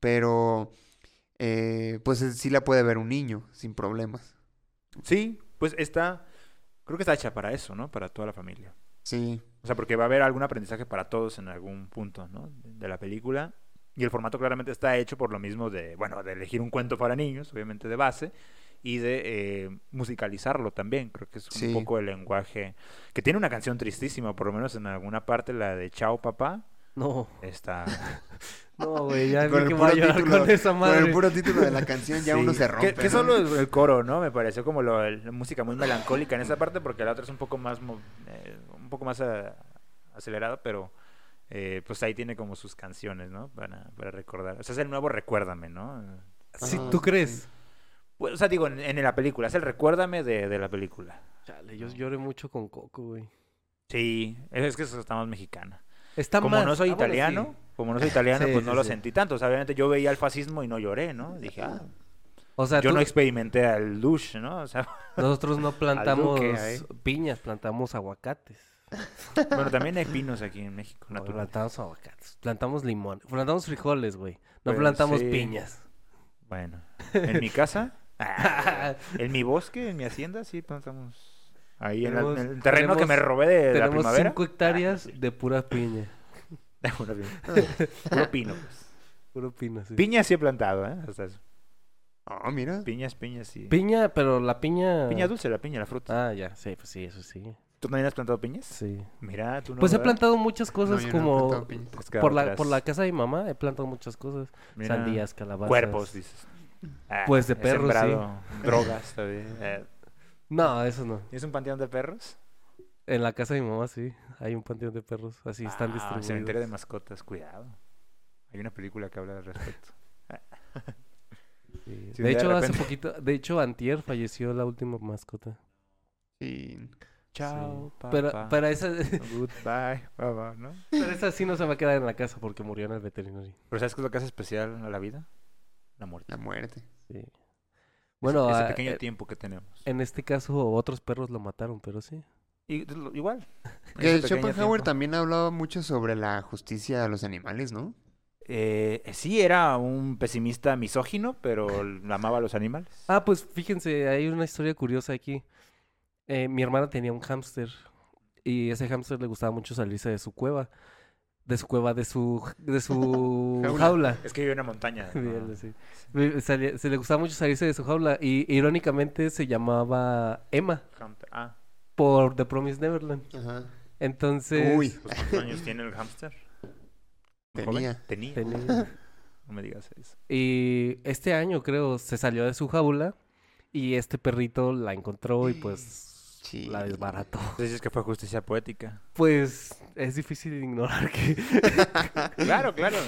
[SPEAKER 2] pero, eh, pues, eh, sí la puede ver un niño, sin problemas.
[SPEAKER 3] Sí, pues está... Creo que está hecha para eso, ¿no? Para toda la familia.
[SPEAKER 2] Sí,
[SPEAKER 3] O sea, porque va a haber algún aprendizaje para todos en algún punto, ¿no? De la película. Y el formato claramente está hecho por lo mismo de, bueno, de elegir un cuento para niños, obviamente de base, y de eh, musicalizarlo también. Creo que es un
[SPEAKER 2] Sí.
[SPEAKER 3] poco el lenguaje. Que tiene una canción tristísima, por lo menos en alguna parte, la de Chao Papá.
[SPEAKER 4] No,
[SPEAKER 3] Está.
[SPEAKER 4] no, güey, ya
[SPEAKER 2] Con
[SPEAKER 4] vi
[SPEAKER 2] el
[SPEAKER 4] que
[SPEAKER 2] puro
[SPEAKER 4] voy a llorar
[SPEAKER 2] título,
[SPEAKER 4] con esa
[SPEAKER 2] con el
[SPEAKER 4] madre.
[SPEAKER 2] puro título de la canción ya
[SPEAKER 3] Sí.
[SPEAKER 2] uno se
[SPEAKER 3] Que-
[SPEAKER 2] rompe,
[SPEAKER 3] Que,
[SPEAKER 2] ¿no?
[SPEAKER 3] solo el, el coro, ¿no? Me pareció como lo- el- la música muy melancólica en esa parte, porque la otra es un poco más, mo- eh, un poco más a- acelerada, pero eh, pues ahí tiene como sus canciones, ¿no? Para, para recordar. O sea, es el nuevo Recuérdame, ¿no?
[SPEAKER 4] Sí,
[SPEAKER 2] Ajá,
[SPEAKER 4] ¿tú
[SPEAKER 2] sí.
[SPEAKER 4] crees?
[SPEAKER 3] Pues, o sea, digo, en, en la película, es el Recuérdame de, de la película.
[SPEAKER 4] Chale, yo lloré mucho con Coco, güey.
[SPEAKER 3] Sí, es, es que eso está más mexicana.
[SPEAKER 4] Está
[SPEAKER 3] como
[SPEAKER 4] más-
[SPEAKER 3] no soy
[SPEAKER 4] ah, bueno, sí.
[SPEAKER 3] italiano, como no soy italiano,
[SPEAKER 4] Sí,
[SPEAKER 3] pues
[SPEAKER 4] sí,
[SPEAKER 3] no lo
[SPEAKER 4] sí.
[SPEAKER 3] sentí tanto. O sea, obviamente yo veía el fascismo y no lloré, ¿no? Dije, ah,
[SPEAKER 4] O sea,
[SPEAKER 3] yo
[SPEAKER 4] tú-
[SPEAKER 3] no experimenté al douche, ¿no? O sea,
[SPEAKER 4] nosotros no plantamos
[SPEAKER 3] Duque, ahí.
[SPEAKER 4] piñas, plantamos aguacates.
[SPEAKER 3] bueno, también hay pinos aquí en México,
[SPEAKER 4] No
[SPEAKER 3] natural.
[SPEAKER 4] plantamos aguacates, plantamos limón, plantamos frijoles, güey. No
[SPEAKER 3] Pues
[SPEAKER 4] plantamos
[SPEAKER 3] sí.
[SPEAKER 4] piñas.
[SPEAKER 3] Bueno, en mi casa, Ah, en mi bosque, en mi hacienda, sí plantamos. Ahí en, la- en
[SPEAKER 4] Tenemos-
[SPEAKER 3] el terreno que me
[SPEAKER 4] tenemos-
[SPEAKER 3] robé de la
[SPEAKER 4] Tenemos
[SPEAKER 3] primavera. Ah,
[SPEAKER 4] 5 hectáreas de puras piñas.
[SPEAKER 3] Puro pino. Puro pino, pues.
[SPEAKER 4] Puro pino, sí.
[SPEAKER 3] Piñas sí he plantado, ¿eh? O sea,
[SPEAKER 2] Ah, mira.
[SPEAKER 3] piñas, piñas sí.
[SPEAKER 4] Piña, pero la piña.
[SPEAKER 3] Piña dulce, la piña, la fruta.
[SPEAKER 4] Ah, ya, sí, pues sí, eso sí.
[SPEAKER 3] ¿Tú también has plantado piñas?
[SPEAKER 4] Sí.
[SPEAKER 3] Mira, tú no.
[SPEAKER 4] Pues he
[SPEAKER 3] ¿verdad?
[SPEAKER 4] plantado muchas
[SPEAKER 2] No,
[SPEAKER 4] cosas
[SPEAKER 2] yo no he
[SPEAKER 4] como.
[SPEAKER 2] plantado piñas.
[SPEAKER 3] Te has quedado
[SPEAKER 4] por, la,
[SPEAKER 3] atrás.
[SPEAKER 4] por la casa de mi mamá he plantado muchas cosas.
[SPEAKER 3] Mira,
[SPEAKER 4] Sandías, calabazas.
[SPEAKER 3] Cuerpos, dices. Ah,
[SPEAKER 4] Pues de
[SPEAKER 3] he
[SPEAKER 4] perros, sí.
[SPEAKER 3] sembrado Drogas también. Eh,
[SPEAKER 4] No, eso no.
[SPEAKER 3] ¿Tienes un panteón de perros?
[SPEAKER 4] En la casa de mi mamá sí. Hay un panteón de perros. Así están
[SPEAKER 3] Ah,
[SPEAKER 4] distribuidos.
[SPEAKER 3] Cementerio de mascotas, cuidado. Hay una película que habla al respecto.
[SPEAKER 4] Sí.
[SPEAKER 3] Si un
[SPEAKER 4] de
[SPEAKER 3] día de
[SPEAKER 4] hecho, hace
[SPEAKER 3] repente-
[SPEAKER 4] poquito, de hecho, antier falleció la última mascota.
[SPEAKER 2] Sí.
[SPEAKER 3] Chao, papá.
[SPEAKER 4] Pero, pero esa,
[SPEAKER 3] Goodbye, papá, ¿no?
[SPEAKER 4] pero esa sí no se va a quedar en la casa porque murió en el veterinario.
[SPEAKER 3] Pero ¿sabes qué es lo que hace especial a la vida? La muerte.
[SPEAKER 2] La muerte.
[SPEAKER 4] Sí. Bueno,
[SPEAKER 3] ese
[SPEAKER 4] ah,
[SPEAKER 3] pequeño
[SPEAKER 4] eh,
[SPEAKER 3] tiempo que tenemos.
[SPEAKER 4] en este caso otros perros lo mataron, pero sí.
[SPEAKER 3] Y- lo- igual.
[SPEAKER 2] Que
[SPEAKER 3] ese pequeño
[SPEAKER 2] Schopenhauer
[SPEAKER 3] tiempo.
[SPEAKER 2] también hablaba mucho sobre la justicia a los animales, ¿no?
[SPEAKER 3] Eh, sí, era un pesimista misógino, pero amaba a los animales.
[SPEAKER 4] Ah, pues fíjense, hay una historia curiosa aquí. Eh, mi hermana tenía un hámster y ese hámster le gustaba mucho salirse de su cueva, de su cueva, de su de su
[SPEAKER 2] Jaula.
[SPEAKER 4] jaula.
[SPEAKER 3] Es que vive en una montaña. ¿no?
[SPEAKER 4] Bien, sí. Vi- salía- se le gustaba mucho salirse de su jaula y irónicamente se llamaba Emma
[SPEAKER 3] Hamster. Ah,
[SPEAKER 4] por The Promised Neverland.
[SPEAKER 2] Ajá.
[SPEAKER 4] Entonces,
[SPEAKER 2] Uy,
[SPEAKER 3] pues, ¿cuántos años tiene el hámster? ¿Un pues, joven?
[SPEAKER 2] tenía.
[SPEAKER 3] Tenía.
[SPEAKER 4] tenía-
[SPEAKER 3] No me digas eso.
[SPEAKER 4] Y este año, creo, se salió de su jaula y este perrito la encontró y pues
[SPEAKER 2] Sí.
[SPEAKER 4] la desbarató.
[SPEAKER 3] Entonces dices que fue justicia poética.
[SPEAKER 4] Pues es difícil ignorar que...
[SPEAKER 3] Claro, claro.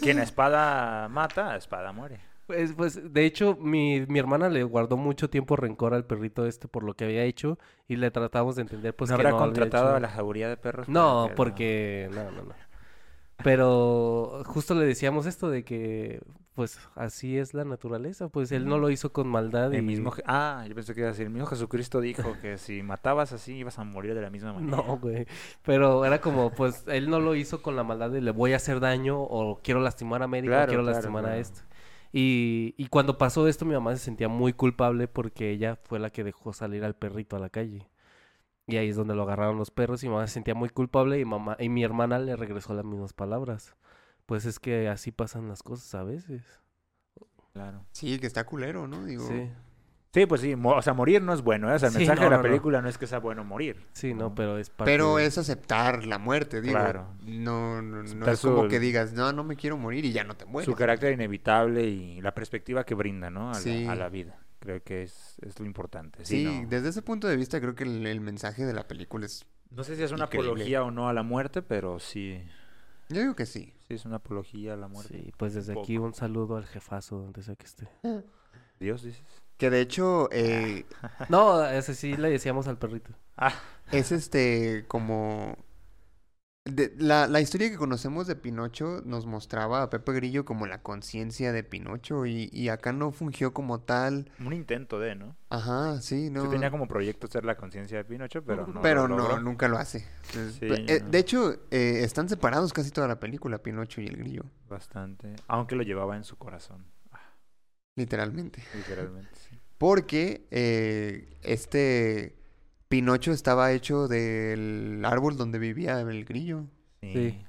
[SPEAKER 3] Quien a espada mata, a espada muere.
[SPEAKER 4] Pues, pues de hecho, mi, mi hermana le guardó mucho tiempo rencor al perrito este por lo que había hecho y le tratamos de entender pues
[SPEAKER 3] ¿No
[SPEAKER 4] que
[SPEAKER 3] habrá
[SPEAKER 4] no había
[SPEAKER 3] contratado
[SPEAKER 4] hecho-
[SPEAKER 3] a la jauría de perros?
[SPEAKER 4] No,
[SPEAKER 3] para que
[SPEAKER 4] porque... No, no, no. Pero justo le decíamos esto de que pues así es la naturaleza, pues él no lo hizo con maldad
[SPEAKER 3] El
[SPEAKER 4] y-
[SPEAKER 3] mismo... Je- Ah, yo pensé que iba a decir, el mismo Jesucristo dijo que si matabas así ibas a morir de la misma manera.
[SPEAKER 4] No, güey. Pero era como, pues, él no lo hizo con la maldad de le voy a hacer daño o quiero lastimar a América
[SPEAKER 3] Claro,
[SPEAKER 4] o quiero
[SPEAKER 3] claro,
[SPEAKER 4] lastimar a
[SPEAKER 3] claro.
[SPEAKER 4] esto. Y, y cuando pasó esto, mi mamá se sentía muy culpable porque ella fue la que dejó salir al perrito a la calle. Y ahí es donde lo agarraron los perros y mi mamá se sentía muy culpable y, mamá, y mi hermana le regresó las mismas palabras. Pues es que así pasan las cosas a veces.
[SPEAKER 3] Claro.
[SPEAKER 2] Sí, que está culero, ¿no? Digo,
[SPEAKER 4] Sí,
[SPEAKER 3] Sí, pues sí, mo- o sea, morir no es bueno, ¿eh? O sea, el
[SPEAKER 4] Sí,
[SPEAKER 3] mensaje
[SPEAKER 4] no,
[SPEAKER 3] de la
[SPEAKER 4] no, no.
[SPEAKER 3] película no. es que sea bueno morir. Mm.
[SPEAKER 4] sí, no,
[SPEAKER 3] No.
[SPEAKER 4] pero es parte
[SPEAKER 2] Pero
[SPEAKER 4] de-
[SPEAKER 2] es aceptar la muerte, digo.
[SPEAKER 3] Claro.
[SPEAKER 2] No, no, no
[SPEAKER 3] Aceptar
[SPEAKER 2] es como
[SPEAKER 3] su-
[SPEAKER 2] que digas, no, no me quiero morir y ya no te mueres.
[SPEAKER 3] Su carácter inevitable y la perspectiva que brinda, ¿no? A, la-
[SPEAKER 2] Sí.
[SPEAKER 3] a la, vida. Creo que es, es lo importante. Sí,
[SPEAKER 2] Sí,
[SPEAKER 3] no.
[SPEAKER 2] desde ese punto de vista creo que el, el mensaje de la película es...
[SPEAKER 3] No sé si es una
[SPEAKER 2] Increíble.
[SPEAKER 3] apología o no a la muerte, pero sí,
[SPEAKER 2] Yo digo que sí.
[SPEAKER 3] sí es una apología a la muerte.
[SPEAKER 4] Sí, pues desde aquí un saludo al jefazo, donde sea que esté.
[SPEAKER 3] Dios, dices.
[SPEAKER 2] Que de hecho eh,
[SPEAKER 4] No, ese sí le decíamos al perrito.
[SPEAKER 3] Ah,
[SPEAKER 2] es este como... de- la, la historia que conocemos de Pinocho nos mostraba a Pepe Grillo como la conciencia de Pinocho y, y acá no fungió como tal.
[SPEAKER 3] un intento de, ¿no?
[SPEAKER 2] Ajá, sí, no.
[SPEAKER 3] Yo tenía como proyecto ser la conciencia de Pinocho, pero no. lo
[SPEAKER 2] Pero no,
[SPEAKER 3] logró.
[SPEAKER 2] nunca lo hace. Entonces,
[SPEAKER 3] Sí,
[SPEAKER 2] pe- eh,
[SPEAKER 3] no.
[SPEAKER 2] De hecho, eh, están separados casi toda la película, Pinocho y el Grillo,
[SPEAKER 3] Bastante. Aunque lo llevaba en su corazón,
[SPEAKER 2] literalmente.
[SPEAKER 3] literalmente. sí.
[SPEAKER 2] Porque eh, este Pinocho estaba hecho del árbol donde vivía el grillo.
[SPEAKER 4] Sí.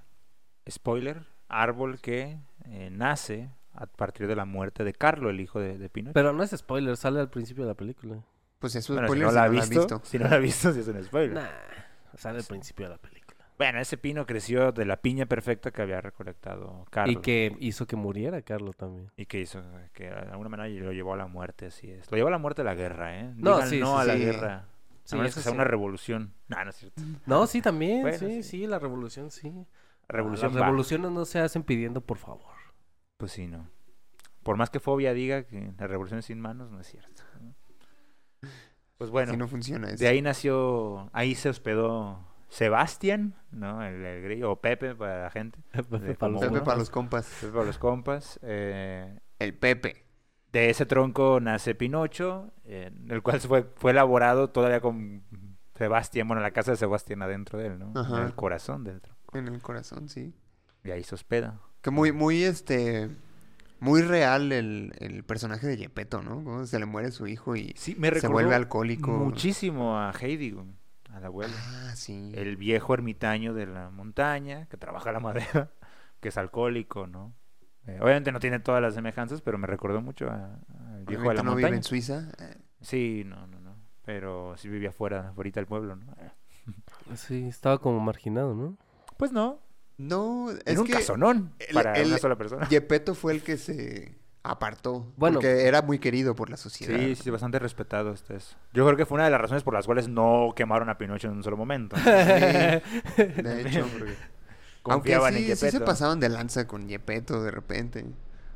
[SPEAKER 3] Y, Spoiler: árbol que eh, nace a partir de la muerte de Carlo, el hijo de, de Pinocho.
[SPEAKER 4] Pero no es spoiler, sale al principio de la película.
[SPEAKER 2] Pues eso
[SPEAKER 3] Bueno,
[SPEAKER 2] es
[SPEAKER 3] si
[SPEAKER 2] spoiler
[SPEAKER 3] no
[SPEAKER 2] si
[SPEAKER 3] la ha
[SPEAKER 2] no
[SPEAKER 3] visto,
[SPEAKER 2] visto.
[SPEAKER 3] si no la ha visto, sí es un spoiler.
[SPEAKER 4] Nah, sale al principio de la película.
[SPEAKER 3] Bueno, ese pino creció de la piña perfecta que había recolectado Carlo.
[SPEAKER 4] Y que hizo que muriera Carlos también.
[SPEAKER 3] Y que hizo que de alguna manera lo llevó a la muerte, así es. Lo llevó a la muerte a la guerra, ¿eh?
[SPEAKER 4] No,
[SPEAKER 3] Digan
[SPEAKER 4] sí,
[SPEAKER 3] no
[SPEAKER 4] sí,
[SPEAKER 3] a la
[SPEAKER 2] sí.
[SPEAKER 3] guerra.
[SPEAKER 4] Sí,
[SPEAKER 3] a menos
[SPEAKER 4] eso
[SPEAKER 3] que sea
[SPEAKER 4] sí.
[SPEAKER 3] una revolución. No, no es cierto.
[SPEAKER 4] No, sí, también,
[SPEAKER 3] Bueno,
[SPEAKER 4] sí,
[SPEAKER 3] sí.
[SPEAKER 4] sí, la revolución, sí.
[SPEAKER 3] Revolución
[SPEAKER 4] Las
[SPEAKER 3] va.
[SPEAKER 4] revoluciones no se hacen pidiendo, por favor.
[SPEAKER 3] Pues sí, no. Por más que Fobia diga que la revolución es sin manos, no es cierto. ¿no? Pues bueno,
[SPEAKER 2] si no funciona eso.
[SPEAKER 3] de ahí nació, ahí se hospedó Sebastián, ¿no? El, el grillo, o Pepe para la gente.
[SPEAKER 4] Pepe
[SPEAKER 3] como
[SPEAKER 2] Pepe
[SPEAKER 3] uno.
[SPEAKER 4] Palomero.
[SPEAKER 2] para los compas.
[SPEAKER 3] Pepe para los compas. Eh,
[SPEAKER 2] El Pepe.
[SPEAKER 3] De ese tronco nace Pinocho, eh, el cual se fue, fue elaborado todavía con Sebastián, bueno, la casa de Sebastián adentro de él, ¿no? En
[SPEAKER 2] Ajá.
[SPEAKER 3] el corazón del tronco.
[SPEAKER 2] En el corazón, sí.
[SPEAKER 3] Y ahí se hospeda.
[SPEAKER 2] Que muy, muy, este... Muy real el, el personaje de Yepeto, ¿no? Cómo se le muere su hijo y
[SPEAKER 3] Sí, me
[SPEAKER 2] se
[SPEAKER 3] recordó
[SPEAKER 2] vuelve alcohólico.
[SPEAKER 3] muchísimo a Heidi, güey, a la abuela.
[SPEAKER 2] Ah, sí.
[SPEAKER 3] El viejo ermitaño de la montaña, que trabaja la madera, que es alcohólico, ¿no? Eh, obviamente no tiene todas las semejanzas, pero me recordó mucho a- al viejo de
[SPEAKER 2] Obviamente
[SPEAKER 3] la
[SPEAKER 2] no vive
[SPEAKER 3] montaña.
[SPEAKER 2] en Suiza. eh,
[SPEAKER 3] Sí, no, no, no. Pero sí vivía fuera, ahorita del pueblo, ¿no? Eh,
[SPEAKER 4] Sí, estaba como marginado, ¿no?
[SPEAKER 3] Pues no,
[SPEAKER 2] No,
[SPEAKER 3] es
[SPEAKER 2] es
[SPEAKER 3] un
[SPEAKER 2] que...
[SPEAKER 3] casonón
[SPEAKER 2] el-
[SPEAKER 3] para
[SPEAKER 2] el-
[SPEAKER 3] una sola persona.
[SPEAKER 2] Yepeto fue el que se apartó.
[SPEAKER 4] Bueno.
[SPEAKER 2] Porque era muy querido por la sociedad.
[SPEAKER 3] Sí, sí, bastante respetado este es. Yo creo que fue una de las razones por las cuales no quemaron a Pinocho en un solo momento.
[SPEAKER 2] De hecho,
[SPEAKER 3] Porque
[SPEAKER 2] aunque
[SPEAKER 3] confiaban en
[SPEAKER 2] sí, sí se
[SPEAKER 3] Gepetto.
[SPEAKER 2] pasaban de lanza con Yepeto de repente.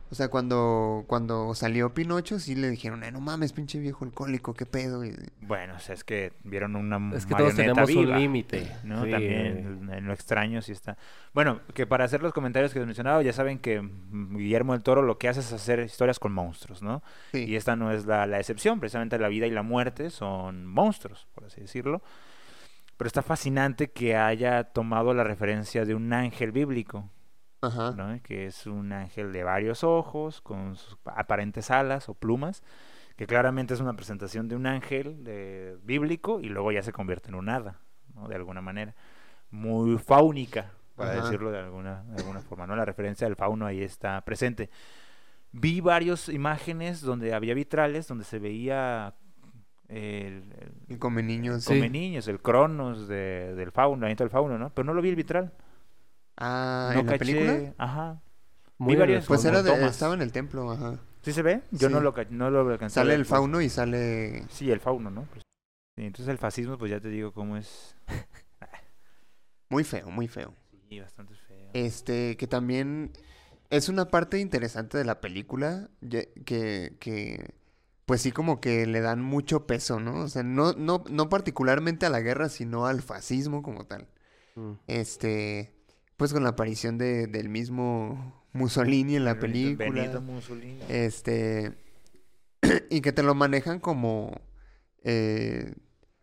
[SPEAKER 2] O sea, cuando, cuando salió Pinocho, sí le dijeron, "Ay, no mames, pinche viejo alcohólico, qué pedo. Y-
[SPEAKER 3] Bueno, o sea, es que vieron una
[SPEAKER 4] Es que todos
[SPEAKER 3] marioneta
[SPEAKER 4] tenemos
[SPEAKER 3] viva.
[SPEAKER 4] un límite.
[SPEAKER 3] ¿no?
[SPEAKER 4] Sí, güey.
[SPEAKER 3] También en lo extraño sí está. Bueno, que para hacer los comentarios que les mencionaba, ya saben que mm, Guillermo del Toro lo que hace es hacer historias con monstruos, ¿no?
[SPEAKER 2] Sí.
[SPEAKER 3] Y esta no es la, la excepción, precisamente la vida y la muerte son monstruos, por así decirlo. Pero está fascinante que haya tomado la referencia de un ángel bíblico,
[SPEAKER 2] Ajá.
[SPEAKER 3] ¿no? que es un ángel de varios ojos, con sus aparentes alas o plumas, que claramente es una presentación de un ángel de- bíblico y luego ya se convierte en un hada, ¿no? de alguna manera. Muy fáunica, para
[SPEAKER 2] Ajá.
[SPEAKER 3] decirlo de alguna, de alguna forma. ¿no? La referencia del fauno ahí está presente. Vi varias imágenes donde había vitrales, donde se veía el, el
[SPEAKER 2] Y come niños.
[SPEAKER 4] Sí.
[SPEAKER 3] come niños, el cronos de- del fauno, la neta del fauno, ¿no? Pero no lo vi el vitral.
[SPEAKER 2] Ah,
[SPEAKER 3] no
[SPEAKER 2] ¿en la película?
[SPEAKER 3] caché, Pues Ajá.
[SPEAKER 4] Muy
[SPEAKER 3] Vi varios-
[SPEAKER 4] en
[SPEAKER 2] Pues
[SPEAKER 4] el
[SPEAKER 2] era
[SPEAKER 4] fondo.
[SPEAKER 2] de,
[SPEAKER 3] tomas.
[SPEAKER 2] estaba en el templo, ajá.
[SPEAKER 3] ¿Sí se ve? Yo no
[SPEAKER 2] Sí.
[SPEAKER 3] lo, ca- no lo alcancé. a
[SPEAKER 2] Sale
[SPEAKER 3] ver,
[SPEAKER 2] el
[SPEAKER 3] pues.
[SPEAKER 2] fauno y sale...
[SPEAKER 3] Sí, el fauno, ¿no? Pues, sí, entonces el fascismo, pues ya te digo cómo es.
[SPEAKER 2] Muy feo, muy feo.
[SPEAKER 3] Sí, bastante feo.
[SPEAKER 2] Este, que también es una parte interesante de la película ye- que, que, pues sí, como que le dan mucho peso, ¿no? O sea, no, no, no particularmente a la guerra, sino al fascismo como tal.
[SPEAKER 4] Mm.
[SPEAKER 2] Este, pues con la aparición de, del mismo Mussolini en la
[SPEAKER 3] Benito-
[SPEAKER 2] película.
[SPEAKER 3] Benito Mussolini.
[SPEAKER 2] Este. Y que te lo manejan como. eh,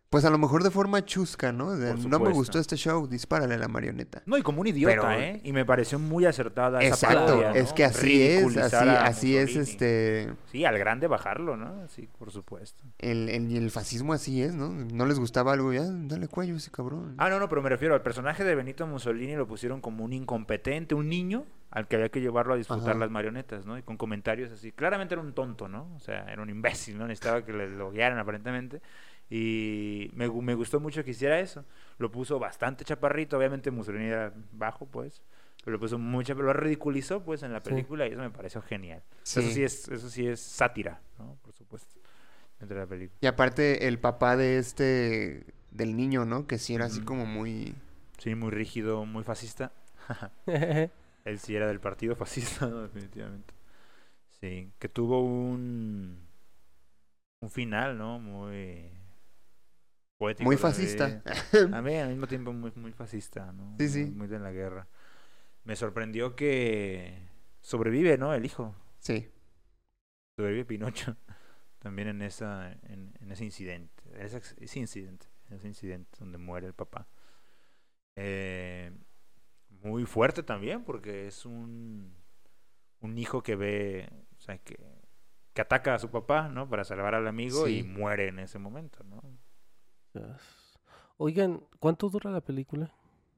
[SPEAKER 2] pues a lo mejor de forma chusca, ¿no? De,
[SPEAKER 3] Por
[SPEAKER 2] no me
[SPEAKER 3] supuesto.
[SPEAKER 2] gustó este show, dispárale a la marioneta.
[SPEAKER 3] No, y como un idiota,
[SPEAKER 2] Pero-
[SPEAKER 3] ¿eh? Y me pareció muy acertada esa
[SPEAKER 2] Exacto,
[SPEAKER 3] parodia,
[SPEAKER 2] es
[SPEAKER 3] ¿no?
[SPEAKER 2] que así es, así,
[SPEAKER 3] Ridiculizar a
[SPEAKER 2] así es
[SPEAKER 3] Mussolini.
[SPEAKER 2] este.
[SPEAKER 3] Sí, al grande bajarlo, ¿no? Sí, por supuesto.
[SPEAKER 2] El, el, y el fascismo así es, ¿no? No les gustaba algo, ya, dale cuello a ese cabrón.
[SPEAKER 3] Ah, no, no, pero me refiero al personaje de Benito Mussolini lo pusieron como un incompetente, un niño al que había que llevarlo a disfrutar
[SPEAKER 2] Ajá.
[SPEAKER 3] las marionetas, ¿no? Y con comentarios así. Claramente era un tonto, ¿no? O sea, era un imbécil, ¿no? Necesitaba que le- lo guiaran aparentemente. Y me, gu- me gustó mucho que hiciera eso. Lo puso bastante chaparrito, obviamente Mussolini era bajo, pues. Pero lo puso mucha, lo ridiculizó, pues, en la
[SPEAKER 4] Sí.
[SPEAKER 3] película y eso me pareció genial.
[SPEAKER 2] Sí.
[SPEAKER 3] Eso sí es, eso sí es sátira, ¿no? Por supuesto. Entre la película.
[SPEAKER 2] Y aparte, el papá de este. del niño, ¿no? Que sí era así
[SPEAKER 3] Ujú.
[SPEAKER 2] como muy.
[SPEAKER 3] Sí, muy rígido, muy fascista. Él sí era del partido fascista, ¿no? definitivamente. Sí, que tuvo un un final, ¿no? Muy poético.
[SPEAKER 2] muy
[SPEAKER 3] también.
[SPEAKER 2] fascista. Ah,
[SPEAKER 3] También, al mismo tiempo muy, muy fascista, ¿no?
[SPEAKER 2] Sí, sí.
[SPEAKER 3] Muy de la guerra. Me sorprendió que sobrevive, ¿no? El hijo.
[SPEAKER 2] sí.
[SPEAKER 3] Sobrevive Pinocho. También en esa en, en ese incidente. En ese, ex- ese incidente. En ese incidente donde muere el papá. Eh, muy fuerte también, porque es un, un hijo que ve, o sea, que, que ataca a su papá, ¿no? Para salvar al amigo y
[SPEAKER 2] Sí.
[SPEAKER 3] muere en ese momento, ¿no?
[SPEAKER 4] Oigan, ¿cuánto dura la película?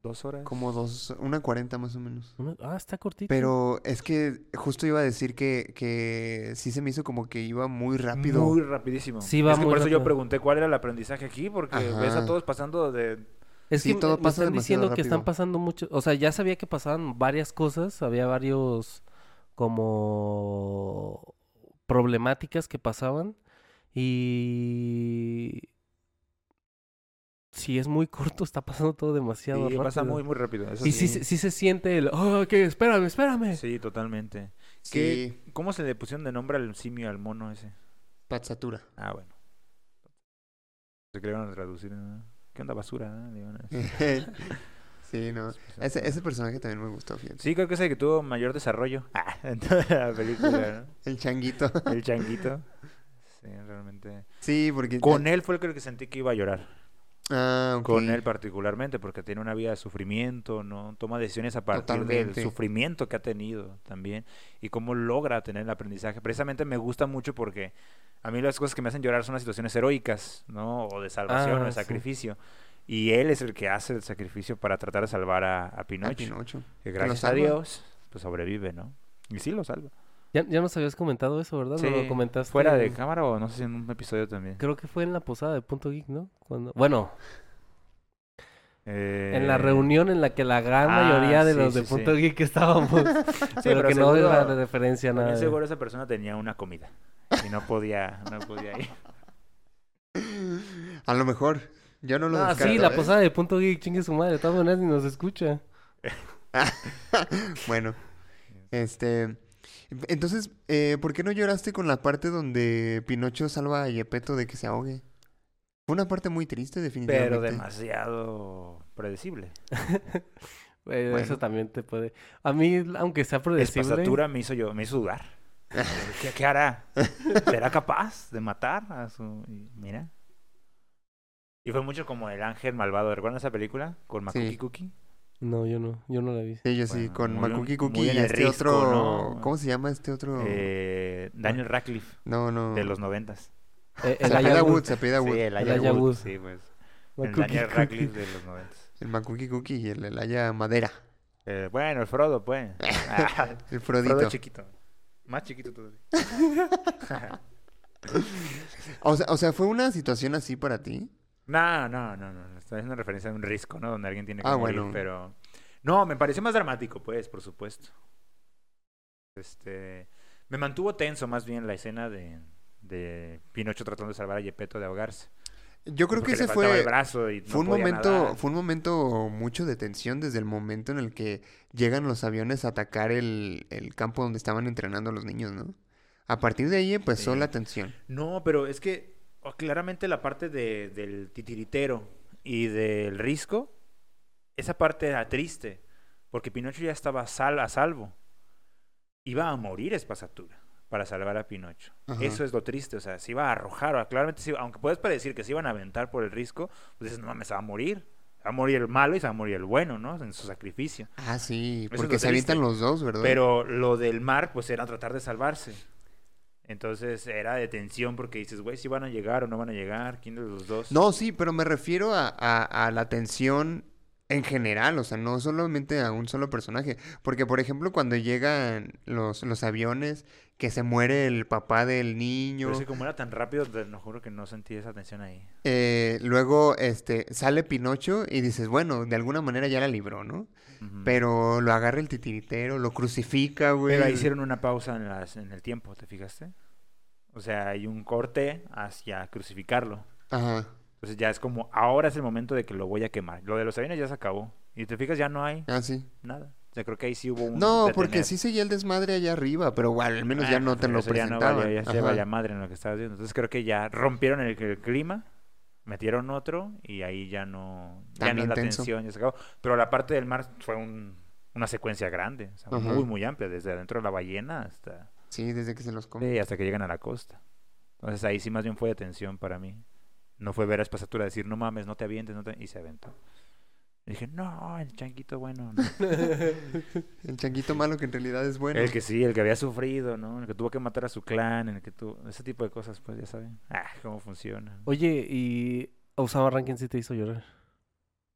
[SPEAKER 3] Dos horas.
[SPEAKER 2] Como dos. una cuarenta más o menos.
[SPEAKER 4] Una- Ah, está cortita.
[SPEAKER 2] Pero es que justo iba a decir que, que sí se me hizo como que iba muy rápido.
[SPEAKER 3] Muy rapidísimo.
[SPEAKER 4] Sí, va
[SPEAKER 3] es que
[SPEAKER 4] muy
[SPEAKER 3] por eso yo
[SPEAKER 4] rápido.
[SPEAKER 3] pregunté cuál era el aprendizaje aquí, porque ves a
[SPEAKER 2] Ajá.
[SPEAKER 3] todos pasando de...
[SPEAKER 4] Es
[SPEAKER 2] Sí,
[SPEAKER 4] que
[SPEAKER 2] todo
[SPEAKER 4] me
[SPEAKER 2] pasa
[SPEAKER 4] están
[SPEAKER 2] demasiado
[SPEAKER 4] diciendo que
[SPEAKER 2] rápido.
[SPEAKER 4] están pasando mucho, o sea, ya sabía que pasaban varias cosas, había varios como problemáticas que pasaban y si es muy corto está pasando todo demasiado
[SPEAKER 3] Y
[SPEAKER 4] rápido.
[SPEAKER 3] pasa muy, muy rápido. eso
[SPEAKER 4] y sí, se- sí se siente el, oh, que espérame, espérame.
[SPEAKER 3] Sí, totalmente. ¿Qué-
[SPEAKER 2] Sí,
[SPEAKER 3] ¿Cómo se le pusieron de nombre al simio, al mono ese?
[SPEAKER 2] patsatura.
[SPEAKER 3] Ah, bueno. Se que le iban a traducir. ¿no? ¿Qué onda basura? no? Le iban a decir.
[SPEAKER 2] sí, no. Ese, ese personaje también me gustó, fíjate.
[SPEAKER 3] Sí, creo que es el que tuvo mayor desarrollo ah, en toda la película,
[SPEAKER 2] El changuito.
[SPEAKER 3] ¿no? El changuito. Sí, realmente.
[SPEAKER 2] sí, porque...
[SPEAKER 3] Con él fue el que sentí que iba a llorar.
[SPEAKER 2] Ah, ok.
[SPEAKER 3] Con él particularmente, porque tiene una vida de sufrimiento, ¿no? Toma decisiones a partir
[SPEAKER 2] Totalmente.
[SPEAKER 3] del sufrimiento que ha tenido también. Y cómo logra tener el aprendizaje. Precisamente me gusta mucho porque a mí las cosas que me hacen llorar son las situaciones heroicas, ¿no? O de salvación, o
[SPEAKER 4] Ah,
[SPEAKER 3] de
[SPEAKER 4] sí.
[SPEAKER 3] sacrificio. Y él es el que hace el sacrificio para tratar de salvar a, a
[SPEAKER 2] Ah,
[SPEAKER 3] Pinocho.
[SPEAKER 2] Pinocho.
[SPEAKER 3] Que
[SPEAKER 2] lo
[SPEAKER 3] gracias a
[SPEAKER 2] salva.
[SPEAKER 3] Dios, pues sobrevive, ¿no? Y sí lo salva.
[SPEAKER 4] Ya, ya nos habías comentado eso, ¿verdad? ¿No
[SPEAKER 3] Sí,
[SPEAKER 4] lo comentaste.
[SPEAKER 3] Fuera de
[SPEAKER 4] en-
[SPEAKER 3] cámara o no sé si en un episodio también.
[SPEAKER 4] Creo que fue en la posada de Punto Geek, ¿no? Cuando... Bueno,
[SPEAKER 3] Eh,
[SPEAKER 4] en la reunión en la que la gran
[SPEAKER 3] Ah,
[SPEAKER 4] mayoría de
[SPEAKER 3] sí,
[SPEAKER 4] los de
[SPEAKER 3] sí, sí.
[SPEAKER 4] Punto Geek estábamos.
[SPEAKER 3] Sí,
[SPEAKER 4] pero, que no es
[SPEAKER 3] seguro-
[SPEAKER 4] la de referencia nada.
[SPEAKER 3] También
[SPEAKER 4] de-
[SPEAKER 3] seguro esa persona tenía una comida y no podía, no podía ir.
[SPEAKER 2] A lo mejor. Yo no lo
[SPEAKER 4] Ah,
[SPEAKER 2] descarto,
[SPEAKER 4] sí, la
[SPEAKER 2] ¿eh?
[SPEAKER 4] posada de Punto Geek, chingue su madre, de todas maneras ni nos escucha.
[SPEAKER 2] Bueno. ¿eh? Este... Entonces, eh, ¿por qué no lloraste con la parte donde Pinocho salva a Yepeto de que se ahogue? Fue una parte muy triste, definitivamente.
[SPEAKER 3] Pero demasiado predecible.
[SPEAKER 4] Eh,
[SPEAKER 2] Bueno.
[SPEAKER 4] Eso también te puede. A mí, aunque sea predecible.
[SPEAKER 3] Espasatura me hizo yo, me hizo dudar. ¿Qué, qué hará? ¿Será capaz de matar a su y mira? Y fue mucho como el ángel malvado. ¿Recuerdan esa película? Con Makuki
[SPEAKER 2] Sí.
[SPEAKER 3] Kuki.
[SPEAKER 4] No, yo no. Yo no la vi.
[SPEAKER 2] Sí, yo sí,
[SPEAKER 3] Bueno,
[SPEAKER 2] con
[SPEAKER 3] muy en-
[SPEAKER 2] Makuki
[SPEAKER 3] muy
[SPEAKER 2] Kuki y
[SPEAKER 3] en el
[SPEAKER 2] este
[SPEAKER 3] risco,
[SPEAKER 2] otro...
[SPEAKER 3] ¿no?
[SPEAKER 2] ¿Cómo se llama este otro?
[SPEAKER 3] Eh, Daniel Radcliffe,
[SPEAKER 2] no, no.
[SPEAKER 3] de los noventas.
[SPEAKER 4] Eh,
[SPEAKER 2] Se apela
[SPEAKER 4] Elijah
[SPEAKER 2] Wood,
[SPEAKER 4] Wood,
[SPEAKER 2] se apela Wood.
[SPEAKER 3] Sí, el
[SPEAKER 4] El
[SPEAKER 3] Aya
[SPEAKER 4] Aya
[SPEAKER 3] Wood,
[SPEAKER 4] Wood.
[SPEAKER 3] Sí, pues. El
[SPEAKER 4] Macaulay
[SPEAKER 3] Daniel
[SPEAKER 4] Culkin.
[SPEAKER 3] Radcliffe de los noventas.
[SPEAKER 2] El Makuki Kuki y el Elaya Madera.
[SPEAKER 3] Eh, bueno, el Frodo, pues. Ah,
[SPEAKER 2] El Frodito.
[SPEAKER 3] Frodo chiquito. Más chiquito todavía.
[SPEAKER 2] O sea, o sea, ¿fue una situación así para ti?
[SPEAKER 3] No, no, no, no. no, Está haciendo referencia a un risco, ¿no? Donde alguien tiene que
[SPEAKER 2] Ah,
[SPEAKER 3] morir,
[SPEAKER 2] bueno.
[SPEAKER 3] pero... No, me pareció más dramático, pues, por supuesto. Este... Me mantuvo tenso más bien la escena de, de Pinocho tratando de salvar a Gepetto de ahogarse.
[SPEAKER 2] Yo creo
[SPEAKER 3] Porque
[SPEAKER 2] que ese
[SPEAKER 3] le faltaba
[SPEAKER 2] fue...
[SPEAKER 3] el brazo y no
[SPEAKER 2] Fue un,
[SPEAKER 3] podía
[SPEAKER 2] momento,
[SPEAKER 3] nadar.
[SPEAKER 2] fue un momento mucho de tensión desde el momento en el que llegan los aviones a atacar el, el campo donde estaban entrenando a los niños, ¿no? A partir de ahí empezó
[SPEAKER 3] Sí.
[SPEAKER 2] la tensión.
[SPEAKER 3] No, pero es que oh, claramente la parte de- del titiritero y del risco, esa parte era triste, porque Pinocho ya estaba sal- a salvo. Iba a morir Espasatura para salvar a Pinocho.
[SPEAKER 2] Ajá.
[SPEAKER 3] Eso es lo triste, o sea, se iba a arrojar, o claramente, se iba- aunque puedes predecir que se iban a aventar por el risco, pues dices, no mames, se va a morir. Se Va a morir el malo y se va a morir el bueno, ¿no? En su sacrificio.
[SPEAKER 2] Ah, sí,
[SPEAKER 3] Eso es
[SPEAKER 2] porque
[SPEAKER 3] lo
[SPEAKER 2] se avientan
[SPEAKER 3] triste.
[SPEAKER 2] los dos, ¿verdad?
[SPEAKER 3] Pero lo del mar, pues era tratar de salvarse. Entonces era de tensión porque dices, güey, si van a llegar o no van a llegar, ¿quién de los dos?
[SPEAKER 2] No, sí, pero me refiero a, a- a la tensión en general, o sea, no solamente a un solo personaje. Porque, por ejemplo, cuando llegan los, los aviones, que se muere el papá del niño,
[SPEAKER 3] Pero es que como era tan rápido, te lo juro que no sentí esa tensión ahí.
[SPEAKER 2] eh, luego este, sale Pinocho y dices, bueno, de alguna manera ya la libró, ¿no?
[SPEAKER 3] Ujú.
[SPEAKER 2] Pero lo agarra el titiritero, lo crucifica, güey.
[SPEAKER 3] Pero ahí hicieron una pausa en, las- en el tiempo, ¿te fijaste? O sea, hay un corte hacia crucificarlo.
[SPEAKER 2] Ajá.
[SPEAKER 3] Entonces ya es como, ahora es el momento de que lo voy a quemar. Lo de los aviones ya se acabó. Y te fijas, ya no hay
[SPEAKER 2] Ah, sí.
[SPEAKER 3] nada. O sea, creo que ahí sí hubo un
[SPEAKER 2] No, porque
[SPEAKER 3] detener.
[SPEAKER 2] sí seguía el desmadre allá arriba, pero bueno, al menos ya
[SPEAKER 3] Ah,
[SPEAKER 2] no te
[SPEAKER 3] pero
[SPEAKER 2] lo
[SPEAKER 3] eso ya no
[SPEAKER 2] presentaban.
[SPEAKER 3] valía- ya se
[SPEAKER 2] Ajá.
[SPEAKER 3] valía madre en lo que estabas viendo. Entonces creo que ya rompieron el, el clima, metieron otro y ahí ya no. Ya no
[SPEAKER 2] También
[SPEAKER 3] es la
[SPEAKER 2] tenso.
[SPEAKER 3] tensión, ya se acabó. Pero la parte del mar fue un- una secuencia grande, o sea,
[SPEAKER 2] Ajá.
[SPEAKER 3] muy, muy amplia, desde adentro de la ballena hasta,
[SPEAKER 2] Sí, desde que se los come.
[SPEAKER 3] sí, hasta que llegan a la costa. Entonces ahí sí más bien fue de tensión para mí. No fue ver a Espasatura decir, no mames, no te avientes, no te-", y se aventó. Y dije, no, el chanquito bueno. no".
[SPEAKER 2] El changuito malo que en realidad es bueno.
[SPEAKER 3] El que sí, el que había sufrido, ¿no? El que tuvo que matar a su clan, el que tuvo... Ese tipo de cosas, pues, ya saben. Ah, cómo funciona.
[SPEAKER 4] Oye, ¿y Osama Rankin sí te hizo llorar?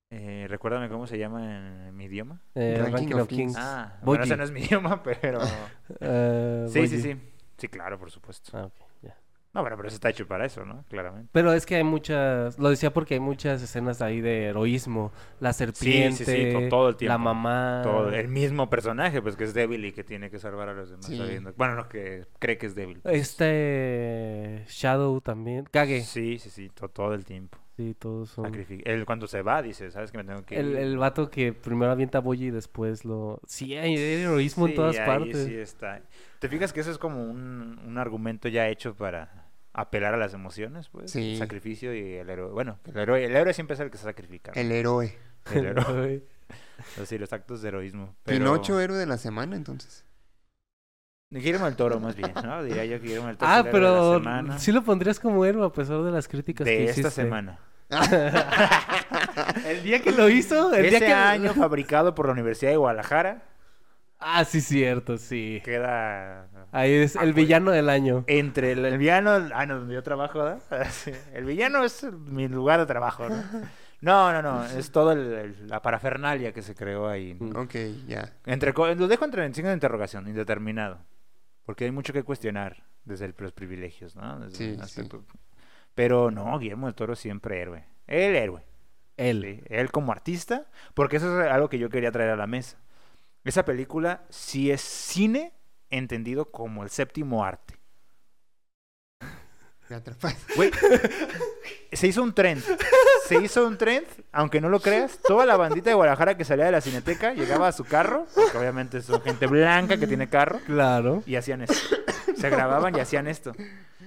[SPEAKER 3] Eh, recuérdame cómo se llama en, en mi idioma.
[SPEAKER 4] Eh,
[SPEAKER 2] Ranking
[SPEAKER 4] Ranking,
[SPEAKER 2] of
[SPEAKER 4] of Kings.
[SPEAKER 3] Ah,
[SPEAKER 4] Boyi.
[SPEAKER 3] bueno, ese no es mi idioma, pero...
[SPEAKER 4] Ah, Eh,
[SPEAKER 3] sí, sí,
[SPEAKER 4] Boyi.
[SPEAKER 3] sí. Sí, claro, por supuesto.
[SPEAKER 4] Ah, ok, ya.
[SPEAKER 3] No, pero, pero eso está hecho para eso, ¿no? Claramente.
[SPEAKER 4] Pero es que hay muchas, lo decía porque hay muchas escenas ahí de heroísmo, la
[SPEAKER 3] Sí,
[SPEAKER 4] serpiente,
[SPEAKER 3] sí, sí, to- todo el tiempo.
[SPEAKER 4] la mamá,
[SPEAKER 3] Todo, el mismo personaje, pues, que es débil y que tiene que salvar a los demás.
[SPEAKER 2] Sí.
[SPEAKER 3] sabiendo- Bueno, no, que cree que es débil.
[SPEAKER 4] este Shadow también, Kage, sí,
[SPEAKER 3] Sí, sí, sí, to- todo el tiempo.
[SPEAKER 4] todos son.
[SPEAKER 3] Sacrific- Él cuando se va dice, ¿sabes que me tengo que
[SPEAKER 4] El,
[SPEAKER 3] ir"?
[SPEAKER 4] el vato que primero avienta a Boyi y después lo... Sí, hay heroísmo en
[SPEAKER 3] Sí,
[SPEAKER 4] todas
[SPEAKER 3] ahí
[SPEAKER 4] partes.
[SPEAKER 3] sí está. ¿Te fijas que eso es como un, un argumento ya hecho para apelar a las emociones, pues?
[SPEAKER 2] Sí.
[SPEAKER 3] El sacrificio y el héroe. Bueno, el héroe, el héroe siempre es el que se sacrifica. ¿no?
[SPEAKER 2] El héroe.
[SPEAKER 3] El héroe.
[SPEAKER 4] Ay,
[SPEAKER 3] O sea, los actos de heroísmo. Pero...
[SPEAKER 2] Pinocho, héroe de la semana, entonces.
[SPEAKER 3] Guillermo del Toro, más bien, ¿no? Diría yo que Guillermo del Toro
[SPEAKER 4] Ah,
[SPEAKER 3] es el héroe de la
[SPEAKER 4] pero
[SPEAKER 3] semana.
[SPEAKER 4] sí lo pondrías como héroe a pesar de las críticas que
[SPEAKER 3] de
[SPEAKER 4] hiciste.
[SPEAKER 3] esta semana.
[SPEAKER 2] Ah,
[SPEAKER 4] El día que lo hizo, el
[SPEAKER 3] Ese
[SPEAKER 4] día que...
[SPEAKER 3] año fabricado por la Universidad de Guadalajara
[SPEAKER 4] Ah, sí, cierto, sí.
[SPEAKER 3] queda
[SPEAKER 4] Ahí es
[SPEAKER 3] Ah,
[SPEAKER 4] el
[SPEAKER 3] pues.
[SPEAKER 4] villano del año.
[SPEAKER 3] Entre el, el villano, ah, no, donde yo trabajo, ¿verdad? Sí. El villano es mi lugar de trabajo, ¿no? No, no, no, es toda la parafernalia que se creó ahí. ¿no?
[SPEAKER 4] Mm.
[SPEAKER 2] Ok, ya.
[SPEAKER 3] Entre, co- lo dejo entre en signo de interrogación, indeterminado, porque hay mucho que cuestionar desde el- los privilegios, ¿no? Desde
[SPEAKER 2] Sí,
[SPEAKER 3] el
[SPEAKER 2] sí.
[SPEAKER 3] aspecto- Pero no, Guillermo del Toro siempre héroe. El héroe.
[SPEAKER 4] Él.
[SPEAKER 3] Sí, él como artista, porque eso es algo que yo quería traer a la mesa. Esa película sí es cine entendido como el séptimo arte.
[SPEAKER 2] Me atrapaste.
[SPEAKER 3] Güey, se hizo un trend. Se hizo un trend, aunque no lo creas, toda la bandita de Guadalajara que salía de la cineteca llegaba a su carro, porque obviamente son gente blanca que tiene carro,
[SPEAKER 4] Claro.
[SPEAKER 3] y hacían esto. Se grababan y hacían esto.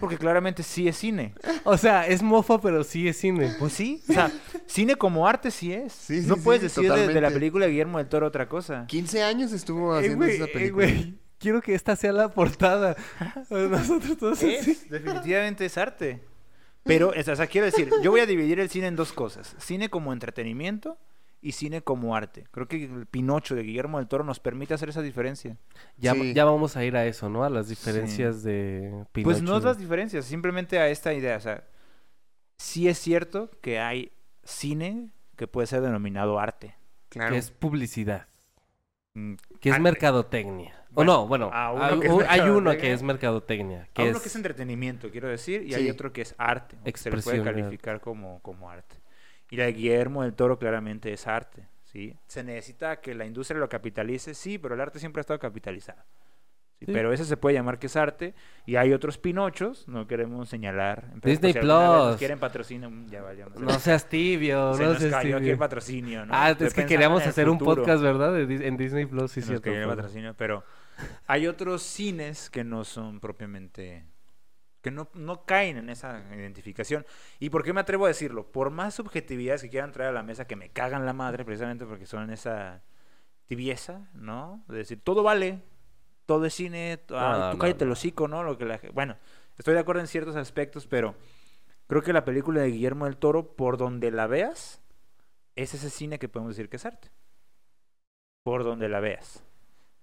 [SPEAKER 3] Porque claramente sí es cine.
[SPEAKER 4] O sea, es mofa, pero sí es cine.
[SPEAKER 3] Pues sí, o sea, cine como arte sí es.
[SPEAKER 2] Sí, sí,
[SPEAKER 3] no
[SPEAKER 2] sí,
[SPEAKER 3] puedes decir de- de, la
[SPEAKER 2] totalmente.
[SPEAKER 3] película de Guillermo del Toro otra cosa.
[SPEAKER 2] 15 años estuvo
[SPEAKER 4] Eh,
[SPEAKER 2] haciendo
[SPEAKER 4] güey,
[SPEAKER 2] esa
[SPEAKER 4] eh,
[SPEAKER 2] película.
[SPEAKER 4] güey, quiero que esta sea la portada. Nosotros todos así.
[SPEAKER 3] Es, definitivamente es arte. Pero, es- o sea, quiero decir, yo voy a dividir el cine en dos cosas. Cine como entretenimiento y cine como arte. Creo que el Pinocho de Guillermo del Toro nos permite hacer esa diferencia.
[SPEAKER 4] Ya,
[SPEAKER 2] Sí.
[SPEAKER 4] ya vamos a ir a eso, ¿no? A las diferencias de Pinocho.
[SPEAKER 3] Pues no es las diferencias, simplemente a esta idea. O sea, sí es cierto que hay cine que puede ser denominado arte.
[SPEAKER 2] Claro.
[SPEAKER 4] Que es publicidad.
[SPEAKER 3] Mm,
[SPEAKER 4] Que es
[SPEAKER 3] Arte.
[SPEAKER 4] mercadotecnia.
[SPEAKER 3] Bueno,
[SPEAKER 4] o no, bueno.
[SPEAKER 3] a uno
[SPEAKER 4] hay,
[SPEAKER 3] que es
[SPEAKER 4] un- hay uno
[SPEAKER 3] mercadotecnia.
[SPEAKER 4] que es mercadotecnia. Que
[SPEAKER 3] Hay
[SPEAKER 4] es...
[SPEAKER 3] uno que es entretenimiento, quiero decir, y
[SPEAKER 2] Sí.
[SPEAKER 3] hay otro que es arte, o que se le puede
[SPEAKER 4] Expresión de arte.
[SPEAKER 3] calificar como, como arte. Y la de Guillermo del Toro claramente es arte, ¿sí? Se necesita que la industria lo capitalice, sí, pero el arte siempre ha estado capitalizado. ¿sí?
[SPEAKER 4] Sí.
[SPEAKER 3] Pero ese se puede llamar que es arte, y hay otros pinochos, no queremos señalar. pero
[SPEAKER 4] Disney
[SPEAKER 3] si alguna vez nos
[SPEAKER 4] Plus.
[SPEAKER 3] quieren patrocinio, mm, ya valió.
[SPEAKER 4] No seas tibio,
[SPEAKER 3] se
[SPEAKER 4] no
[SPEAKER 3] nos
[SPEAKER 4] seas
[SPEAKER 3] cayó aquí
[SPEAKER 4] tibio.
[SPEAKER 3] el patrocinio, ¿no?
[SPEAKER 4] Ah,
[SPEAKER 3] Estoy
[SPEAKER 4] es que
[SPEAKER 3] pensando
[SPEAKER 4] queríamos
[SPEAKER 3] en el
[SPEAKER 4] hacer un
[SPEAKER 3] futuro.
[SPEAKER 4] podcast, ¿verdad? De Dis- en Disney Plus,
[SPEAKER 3] Se
[SPEAKER 4] sí,
[SPEAKER 3] nos
[SPEAKER 4] cierto.
[SPEAKER 3] cayó el
[SPEAKER 4] fue.
[SPEAKER 3] patrocinio, pero hay otros cines que no son propiamente que no, no caen en esa identificación. ¿Y por qué me atrevo a decirlo? Por más subjetividades que quieran traer a la mesa, que me cagan la madre precisamente porque son esa tibieza, ¿no? De decir, todo vale, todo es cine, to- ah,
[SPEAKER 4] No,
[SPEAKER 3] tú
[SPEAKER 4] no,
[SPEAKER 3] cállate
[SPEAKER 4] no.
[SPEAKER 3] el hocico, ¿no? Lo que la... ge- Bueno, estoy de acuerdo en ciertos aspectos, pero creo que la película de Guillermo del Toro, por donde la veas, es ese cine que podemos decir que es arte. Por donde la veas.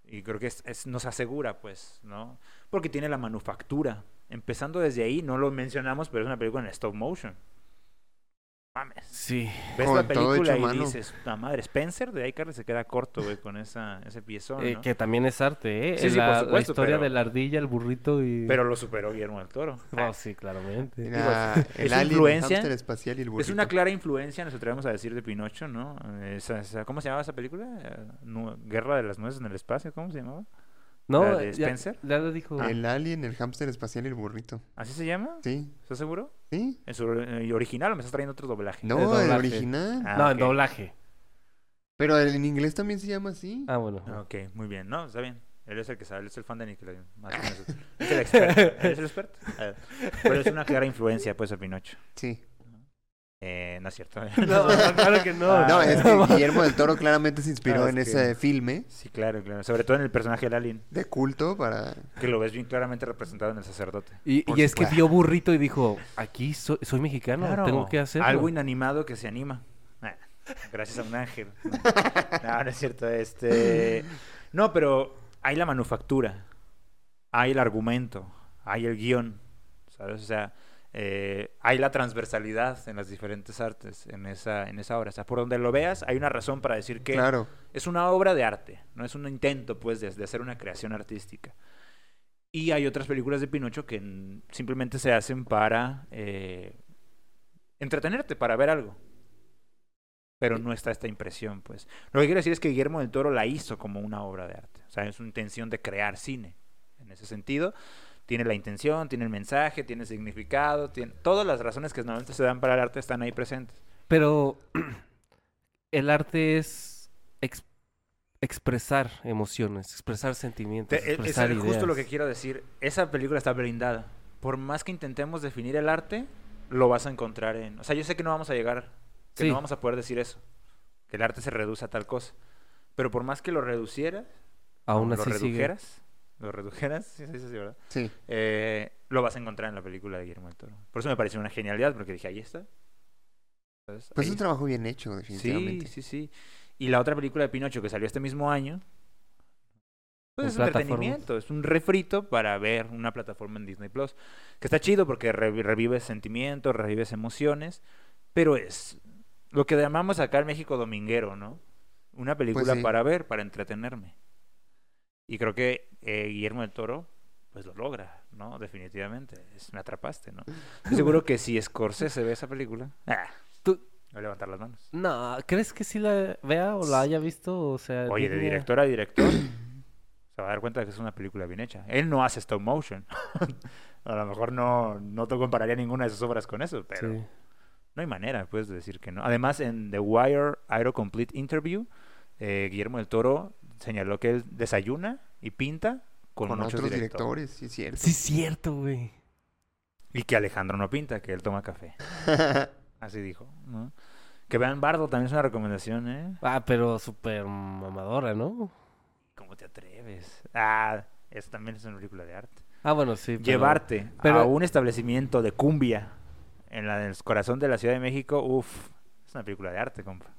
[SPEAKER 3] Y creo que es- es- nos asegura, pues, ¿no? Porque tiene la manufactura. Empezando desde ahí, no lo mencionamos, pero es una película en stop motion. Mames.
[SPEAKER 4] Sí.
[SPEAKER 3] Ves
[SPEAKER 2] Con
[SPEAKER 3] la
[SPEAKER 2] todo hecho
[SPEAKER 3] película
[SPEAKER 2] a
[SPEAKER 3] y
[SPEAKER 2] mano.
[SPEAKER 3] dices, la madre, Spencer de iCarly se queda corto, güey, con esa, ese piezón,
[SPEAKER 4] Eh,
[SPEAKER 3] ¿no?
[SPEAKER 4] que también es arte, ¿eh?
[SPEAKER 3] Sí, sí,
[SPEAKER 4] la,
[SPEAKER 3] por
[SPEAKER 4] la
[SPEAKER 3] supuesto,
[SPEAKER 4] historia
[SPEAKER 3] pero-
[SPEAKER 4] de la ardilla, el burrito y...
[SPEAKER 3] Pero ah, lo superó Guillermo del Toro.
[SPEAKER 4] Oh, sí, claramente.
[SPEAKER 2] Era
[SPEAKER 3] digo,
[SPEAKER 2] el
[SPEAKER 3] es
[SPEAKER 2] alien,
[SPEAKER 3] influencia.
[SPEAKER 2] el hámster espacial y el burrito.
[SPEAKER 3] Es una clara influencia, nos atrevemos a decir, de Pinocho, ¿no? Esa- esa- ¿Cómo se llamaba esa película? Eh, nu- Guerra de las Nueces en el Espacio, ¿cómo se llamaba?
[SPEAKER 4] ¿No?
[SPEAKER 3] ¿La de
[SPEAKER 4] ya-
[SPEAKER 3] Spencer? Ah,
[SPEAKER 4] Ya, lo dijo.
[SPEAKER 2] El alien, el hámster espacial y el burrito.
[SPEAKER 3] ¿Así se llama?
[SPEAKER 2] Sí,
[SPEAKER 3] ¿Estás seguro?
[SPEAKER 2] sí.
[SPEAKER 3] ¿En su eh, original o me estás trayendo otro doblaje?
[SPEAKER 2] No,
[SPEAKER 4] El
[SPEAKER 2] el,
[SPEAKER 4] doblaje.
[SPEAKER 2] original.
[SPEAKER 3] Ah,
[SPEAKER 4] no,
[SPEAKER 3] ok.
[SPEAKER 4] en doblaje.
[SPEAKER 2] Pero en inglés también se llama así.
[SPEAKER 4] Ah, bueno.
[SPEAKER 3] Ok, muy bien. No, está bien. Él es el que sabe, él es el fan de Nickelodeon. más que nosotros. es el experto. Él es el experto. Eh, Pero es una clara influencia, pues, a Pinocho.
[SPEAKER 2] Sí.
[SPEAKER 3] Eh, no es cierto.
[SPEAKER 4] No, no, claro que no.
[SPEAKER 3] Ah.
[SPEAKER 2] No, es que Guillermo del Toro claramente se inspiró
[SPEAKER 3] Claro,
[SPEAKER 2] en
[SPEAKER 3] es que-
[SPEAKER 2] ese filme
[SPEAKER 3] Sí, claro, claro. Sobre todo en el personaje del alien,
[SPEAKER 2] de culto para...
[SPEAKER 3] que lo ves bien claramente representado en el sacerdote.
[SPEAKER 4] Y,
[SPEAKER 2] Por
[SPEAKER 4] y es que
[SPEAKER 2] supuesto.
[SPEAKER 4] vio burrito y dijo, aquí soy, soy mexicano, tengo que hacerlo.
[SPEAKER 3] Algo inanimado que se anima. Ah, Gracias a un ángel. No, no es cierto. Este... No, pero hay la manufactura, hay el argumento, hay el guión, ¿sabes? O sea, eh, hay la transversalidad en las diferentes artes, en esa, en esa obra. O sea, por donde lo veas, hay una razón para decir que
[SPEAKER 2] Claro.
[SPEAKER 3] es una obra de arte, no es un intento, pues, de, de hacer una creación artística. Y hay otras películas de Pinocho que mm, simplemente se hacen para eh, entretenerte, para ver algo. Pero no está esta impresión, pues. Lo que quiero decir es que Guillermo del Toro la hizo como una obra de arte. O sea, es su intención de crear cine. En ese sentido, tiene la intención, tiene el mensaje, tiene el significado, tiene... todas las razones que normalmente se dan para el arte están ahí presentes.
[SPEAKER 4] Pero el arte es ex- expresar emociones, expresar
[SPEAKER 3] Te-
[SPEAKER 4] sentimientos,
[SPEAKER 3] e, es- es
[SPEAKER 4] expresar ideas.
[SPEAKER 3] justo lo que quiero decir. Esa película está blindada. Por más que intentemos definir el arte, lo vas a encontrar en... O sea, yo sé que no vamos a llegar, que
[SPEAKER 4] Sí.
[SPEAKER 3] no vamos a poder decir eso. Que el arte se reduce a tal cosa. Pero por más que lo reducieras,
[SPEAKER 4] Aún
[SPEAKER 3] lo
[SPEAKER 4] así sigue.
[SPEAKER 3] redujeras, lo redujeras, sí, sí, sí, sí, ¿verdad?
[SPEAKER 2] Sí.
[SPEAKER 3] Eh, lo vas a encontrar en la película de Guillermo del Toro. Por eso me pareció una genialidad, porque dije, ahí está. Entonces,
[SPEAKER 2] Pues es
[SPEAKER 3] ahí
[SPEAKER 2] un trabajo bien hecho,
[SPEAKER 3] Sí,
[SPEAKER 2] definitivamente.
[SPEAKER 3] sí, sí. Y la otra película de Pinocho que salió este mismo año. Pues
[SPEAKER 4] En
[SPEAKER 3] es
[SPEAKER 4] plataformas.
[SPEAKER 3] entretenimiento, es un refrito para ver una plataforma en Disney Plus. Que está chido porque re- revives sentimientos, revives emociones. Pero es lo que llamamos acá en México dominguero, ¿no? Una película
[SPEAKER 2] sí.
[SPEAKER 3] para ver, para entretenerme. Y creo que eh, Guillermo del Toro, pues lo logra, ¿no? Definitivamente. Es, me atrapaste, ¿no? Estoy seguro que si Scorsese ve esa película. ¡ah!
[SPEAKER 4] Tú-
[SPEAKER 3] voy a levantar las manos.
[SPEAKER 4] No, ¿crees que sí la vea o la haya visto? O sea,
[SPEAKER 3] Oye, de
[SPEAKER 4] diría-
[SPEAKER 3] director a director. se va a dar cuenta de que es una película bien hecha. Él no hace stop motion. a lo mejor no, no te compararía ninguna de sus obras con eso, pero
[SPEAKER 4] Sí.
[SPEAKER 3] no hay manera, puedes decir que no. Además, en The Wire Aero Complete Interview, eh, Guillermo del Toro señaló que él desayuna y pinta con,
[SPEAKER 2] Con,
[SPEAKER 3] muchos
[SPEAKER 2] otros directores,
[SPEAKER 3] directores.
[SPEAKER 2] sí es cierto.
[SPEAKER 4] Sí, es cierto, güey.
[SPEAKER 3] Y que Alejandro no pinta, que él toma café. Así dijo. ¿no? Que vean Bardo también es una recomendación, ¿eh?
[SPEAKER 4] Ah, pero súper mamadora, ¿no?
[SPEAKER 3] ¿Cómo te atreves? Ah, eso también es una película de arte.
[SPEAKER 4] Ah, bueno, sí. pero-
[SPEAKER 3] Llevarte a
[SPEAKER 4] pero-
[SPEAKER 3] un establecimiento de cumbia en, la, en el corazón de la Ciudad de México, uff, es una película de arte, compa.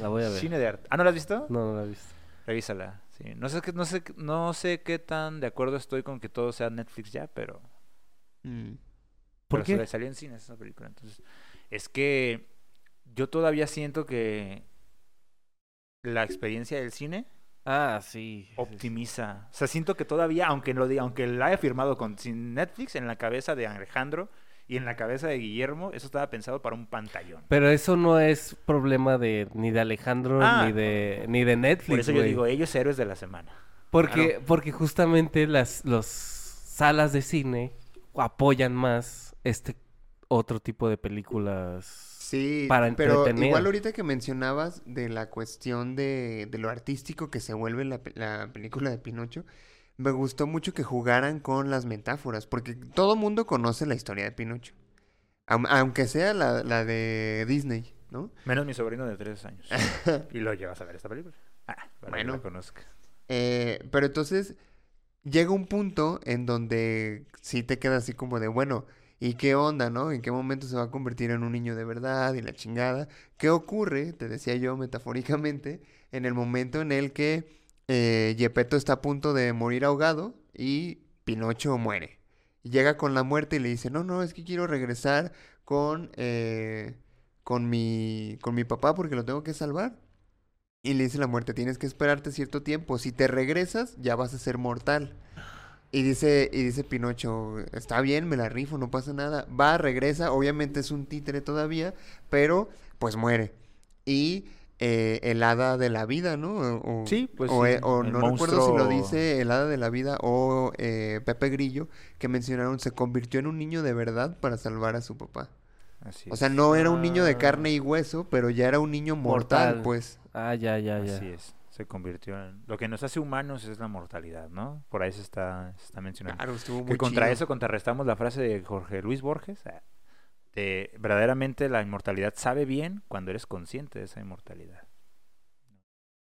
[SPEAKER 4] La voy a ver.
[SPEAKER 3] Cine de arte. ¿Ah, no la has visto?
[SPEAKER 4] No, no la he visto.
[SPEAKER 3] Revísala. sí. No, sé, qué- no, sé, no sé qué tan de acuerdo estoy con que todo sea Netflix ya, pero
[SPEAKER 2] Mm.
[SPEAKER 4] ¿Por
[SPEAKER 3] Pero se
[SPEAKER 4] qué?
[SPEAKER 3] le salió en cines esa película. Entonces, es que yo todavía siento que la experiencia del cine
[SPEAKER 4] Ah, sí.
[SPEAKER 3] optimiza. O sea, siento que todavía, aunque lo diga, aunque la haya firmado con sin Netflix en la cabeza de Alejandro y en la cabeza de Guillermo, eso estaba pensado para un pantallón.
[SPEAKER 4] Pero eso no es problema de ni de Alejandro
[SPEAKER 3] Ah.
[SPEAKER 4] ni de ni de Netflix,
[SPEAKER 3] Por eso yo
[SPEAKER 4] güey.
[SPEAKER 3] digo, ellos héroes de la semana.
[SPEAKER 4] Porque,
[SPEAKER 3] Claro.
[SPEAKER 4] porque justamente las los salas de cine apoyan más este otro tipo de películas.
[SPEAKER 2] Sí,
[SPEAKER 4] para
[SPEAKER 2] pero
[SPEAKER 4] entretener.
[SPEAKER 2] igual ahorita que mencionabas de la cuestión de, de lo artístico que se vuelve la, pe- la película de Pinocho, me gustó mucho que jugaran con las metáforas, porque todo mundo conoce la historia de Pinocho, Aun- aunque sea la, la de Disney, ¿no?
[SPEAKER 3] Menos mi sobrino de tres años. y lo llevas a ver esta película. Ah, para que
[SPEAKER 2] Bueno.
[SPEAKER 3] la conozca.
[SPEAKER 2] Eh, pero entonces llega un punto en donde sí te queda así como de, bueno, ¿y qué onda, no? ¿En qué momento se va a convertir en un niño de verdad y la chingada? ¿Qué ocurre, te decía yo metafóricamente, en el momento en el que eh, Gepetto está a punto de morir ahogado y Pinocho muere? Y Llega con la muerte y le dice, no, no, es que quiero regresar con, eh, con, mi, con mi papá porque lo tengo que salvar. Y le dice la muerte, tienes que esperarte cierto tiempo. Si te regresas, ya vas a ser mortal. Y dice, y dice Pinocho, está bien, me la rifo, no pasa nada. Va, regresa, obviamente es un títere todavía, pero pues muere. Y eh, el hada de la vida, ¿no? O, o-
[SPEAKER 3] Sí, pues
[SPEAKER 2] O,
[SPEAKER 3] sí,
[SPEAKER 2] eh, o
[SPEAKER 3] el
[SPEAKER 2] no recuerdo si lo
[SPEAKER 3] monstruo-
[SPEAKER 2] dice el hada de la vida o eh, Pepe Grillo, que mencionaron, se convirtió en un niño de verdad para salvar a su papá.
[SPEAKER 3] Así
[SPEAKER 2] O sea,
[SPEAKER 3] es.
[SPEAKER 2] no era un niño de
[SPEAKER 4] Ah.
[SPEAKER 2] carne y hueso, pero ya era un niño mortal,
[SPEAKER 4] Mortal.
[SPEAKER 2] pues.
[SPEAKER 4] Ah, ya, ya, ya.
[SPEAKER 3] Así es. Se convirtió en... Lo que nos hace humanos es la mortalidad, ¿no? Por ahí se está, se está mencionando.
[SPEAKER 2] Claro, estuvo muy
[SPEAKER 3] que contra
[SPEAKER 2] chido.
[SPEAKER 3] eso contrarrestamos la frase de Jorge Luis Borges. ah, de, verdaderamente la inmortalidad sabe bien cuando eres consciente de esa inmortalidad.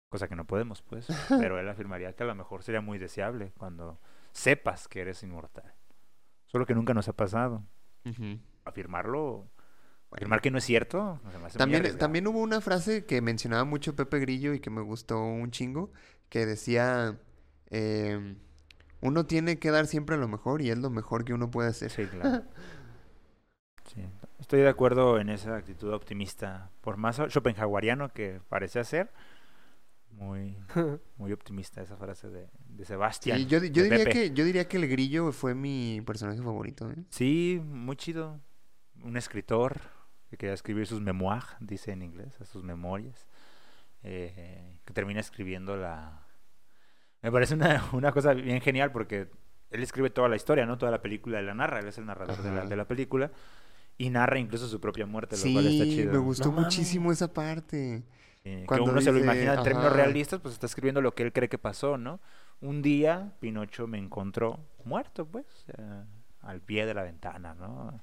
[SPEAKER 3] Cosa que no podemos, pues. pero él afirmaría que a lo mejor sería muy deseable cuando sepas que eres inmortal. Solo que nunca nos ha pasado.
[SPEAKER 2] Ujú.
[SPEAKER 3] Afirmarlo,
[SPEAKER 2] Bueno,
[SPEAKER 3] afirmar que no es cierto, se me hace muy
[SPEAKER 2] también,
[SPEAKER 3] arriesgado.
[SPEAKER 2] también hubo una frase que mencionaba mucho Pepe Grillo y que me gustó un chingo, que decía, eh, uno tiene que dar siempre lo mejor y es lo mejor que uno puede hacer.
[SPEAKER 3] Sí, claro. Sí, Estoy de acuerdo en esa actitud optimista. Por más schopenhaueriano que parecía ser, muy, muy optimista esa frase de, de Sebastián.
[SPEAKER 2] Y yo, di- yo
[SPEAKER 3] de
[SPEAKER 2] diría
[SPEAKER 3] Pepe.
[SPEAKER 2] que, yo diría que el Grillo fue mi personaje favorito. ¿eh?
[SPEAKER 3] Sí, muy chido. Un escritor que quería escribir sus memoirs, dice en inglés, a sus memorias, eh, que termina escribiendo la... Me parece una, una cosa bien genial porque él escribe toda la historia, ¿no? Toda la película, él la narra, él es el narrador de la,
[SPEAKER 2] Ajá.
[SPEAKER 3] de la película y narra incluso su propia muerte, lo
[SPEAKER 2] Sí,
[SPEAKER 3] cual está chido.
[SPEAKER 2] me gustó
[SPEAKER 4] No mames.
[SPEAKER 2] muchísimo esa parte.
[SPEAKER 3] Eh, que
[SPEAKER 2] Cuando
[SPEAKER 3] uno se lo
[SPEAKER 2] dice,
[SPEAKER 3] imagina en términos
[SPEAKER 2] ajá.
[SPEAKER 3] realistas, pues está escribiendo lo que él cree que pasó, ¿no? Un día Pinocho me encontró muerto, pues, eh, al pie de la ventana, ¿no?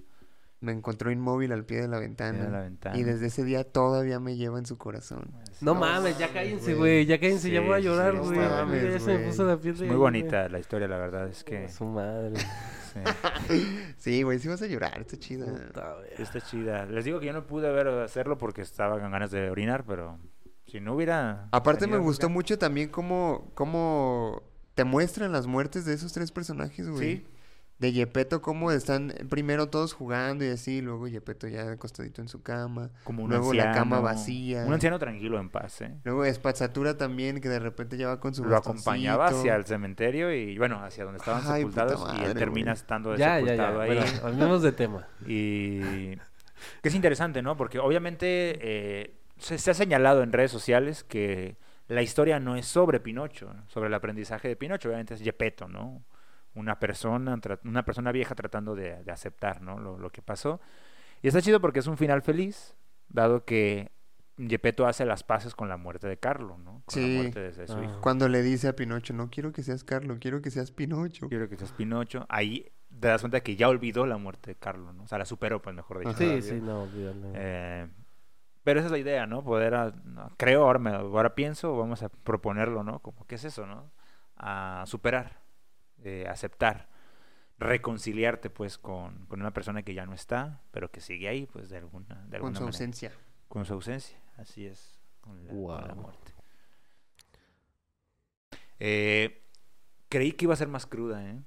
[SPEAKER 2] Me encontró inmóvil al pie de la ventana.
[SPEAKER 3] la ventana.
[SPEAKER 2] Y desde ese día todavía me lleva en su corazón.
[SPEAKER 3] Así
[SPEAKER 4] No,
[SPEAKER 3] es.
[SPEAKER 4] mames, ya cállense,
[SPEAKER 2] güey.
[SPEAKER 4] güey. Ya cállense, ya
[SPEAKER 3] Sí,
[SPEAKER 4] voy a
[SPEAKER 3] sí,
[SPEAKER 4] llorar,
[SPEAKER 3] no
[SPEAKER 4] güey.
[SPEAKER 2] mames,
[SPEAKER 4] ya se me
[SPEAKER 2] güey.
[SPEAKER 4] puso la piel de
[SPEAKER 3] Es muy
[SPEAKER 4] gallina.
[SPEAKER 3] bonita eh. la historia, la verdad es que
[SPEAKER 4] A Su madre.
[SPEAKER 3] sí,
[SPEAKER 2] Sí, güey, sí vas a llorar, está chida.
[SPEAKER 4] Puta, güey.
[SPEAKER 3] está chida. Les digo que yo no pude ver hacerlo porque estaba con ganas de orinar, pero si no hubiera.
[SPEAKER 2] Aparte me
[SPEAKER 3] tenido-
[SPEAKER 2] gustó mucho también cómo, cómo te muestran las muertes de esos tres personajes, güey.
[SPEAKER 3] Sí.
[SPEAKER 2] De Yepeto, cómo están primero todos jugando y así, luego Yepeto ya acostadito en su cama.
[SPEAKER 3] Como un
[SPEAKER 2] luego la cama
[SPEAKER 3] anciano,
[SPEAKER 2] vacía.
[SPEAKER 3] Un anciano tranquilo en paz, ¿eh?
[SPEAKER 2] Luego Spazzatura también, que de repente ya va con su
[SPEAKER 3] Lo acompañaba hacia el
[SPEAKER 2] bastoncito.
[SPEAKER 3] cementerio y bueno, hacia donde estaban
[SPEAKER 2] Ay, puta
[SPEAKER 3] sepultados y
[SPEAKER 2] madre,
[SPEAKER 3] él termina
[SPEAKER 2] güey.
[SPEAKER 3] estando
[SPEAKER 4] Ya, ya, ya.
[SPEAKER 3] sepultado ahí.
[SPEAKER 4] Bueno, hablemos de tema.
[SPEAKER 3] Y que es interesante, ¿no? Porque obviamente eh, se, se ha señalado en redes sociales que la historia no es sobre Pinocho, sobre el aprendizaje de Pinocho, obviamente es Gepetto, ¿no? Una persona, tra- una persona vieja tratando de, de aceptar, ¿no? Lo, lo que pasó. Y está chido porque es un final feliz, dado que Gepetto hace las paces con la muerte de Carlo, ¿no? Con
[SPEAKER 2] Sí.
[SPEAKER 3] la muerte de, de su
[SPEAKER 4] Ah.
[SPEAKER 3] hijo.
[SPEAKER 2] Cuando le dice a Pinocho, no quiero que seas Carlo, quiero que seas Pinocho.
[SPEAKER 3] Yo creo que es Pinocho. Ahí te das cuenta que ya olvidó la muerte de Carlo, ¿no? O sea, la superó, pues mejor dicho.
[SPEAKER 2] Ajá.
[SPEAKER 4] Sí, sí, no, olvídalo.
[SPEAKER 3] Eh, pero esa es la idea, ¿no? Poder, a- no, creo, ahora, me- ahora pienso, vamos a proponerlo, ¿no? Como, ¿qué es eso, no? A superar, eh, aceptar, reconciliarte, pues, con, con una persona que ya no está, pero que sigue ahí, pues, de alguna, de
[SPEAKER 2] Con
[SPEAKER 3] alguna
[SPEAKER 2] su
[SPEAKER 3] manera.
[SPEAKER 2] ausencia.
[SPEAKER 3] Con su ausencia, así es, con la, con la
[SPEAKER 4] Guau.
[SPEAKER 3] muerte. Eh, creí que iba a ser más cruda, ¿eh?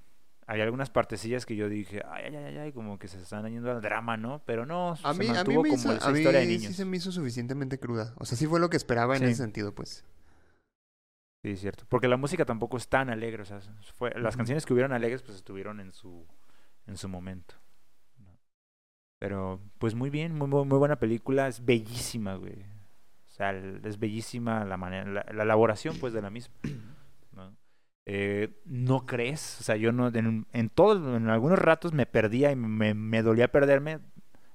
[SPEAKER 3] Hay algunas partecillas que yo dije, ay, ay, ay, ay, como que se están yendo al drama, ¿no? Pero no,
[SPEAKER 2] A
[SPEAKER 3] se
[SPEAKER 2] mí, a mí
[SPEAKER 3] mantuvo
[SPEAKER 2] me
[SPEAKER 3] como
[SPEAKER 2] hizo,
[SPEAKER 3] esa
[SPEAKER 2] a mí
[SPEAKER 3] historia de niños.
[SPEAKER 2] sí se me hizo suficientemente cruda. O sea, sí fue lo que esperaba en
[SPEAKER 3] Sí.
[SPEAKER 2] ese sentido, pues.
[SPEAKER 3] Sí, es cierto. Porque la música tampoco es tan alegre. O sea, fue, las
[SPEAKER 2] Ujú.
[SPEAKER 3] canciones que hubieron alegres, pues estuvieron en su, en su momento. ¿no? Pero, pues muy bien, muy, bu- muy buena película. Es bellísima, güey. O sea, el- es bellísima la manera, la, la elaboración, pues, de la misma. ¿No? Eh, ¿no crees? O sea, yo no, en, en todos, en algunos ratos me perdía y me, me dolía perderme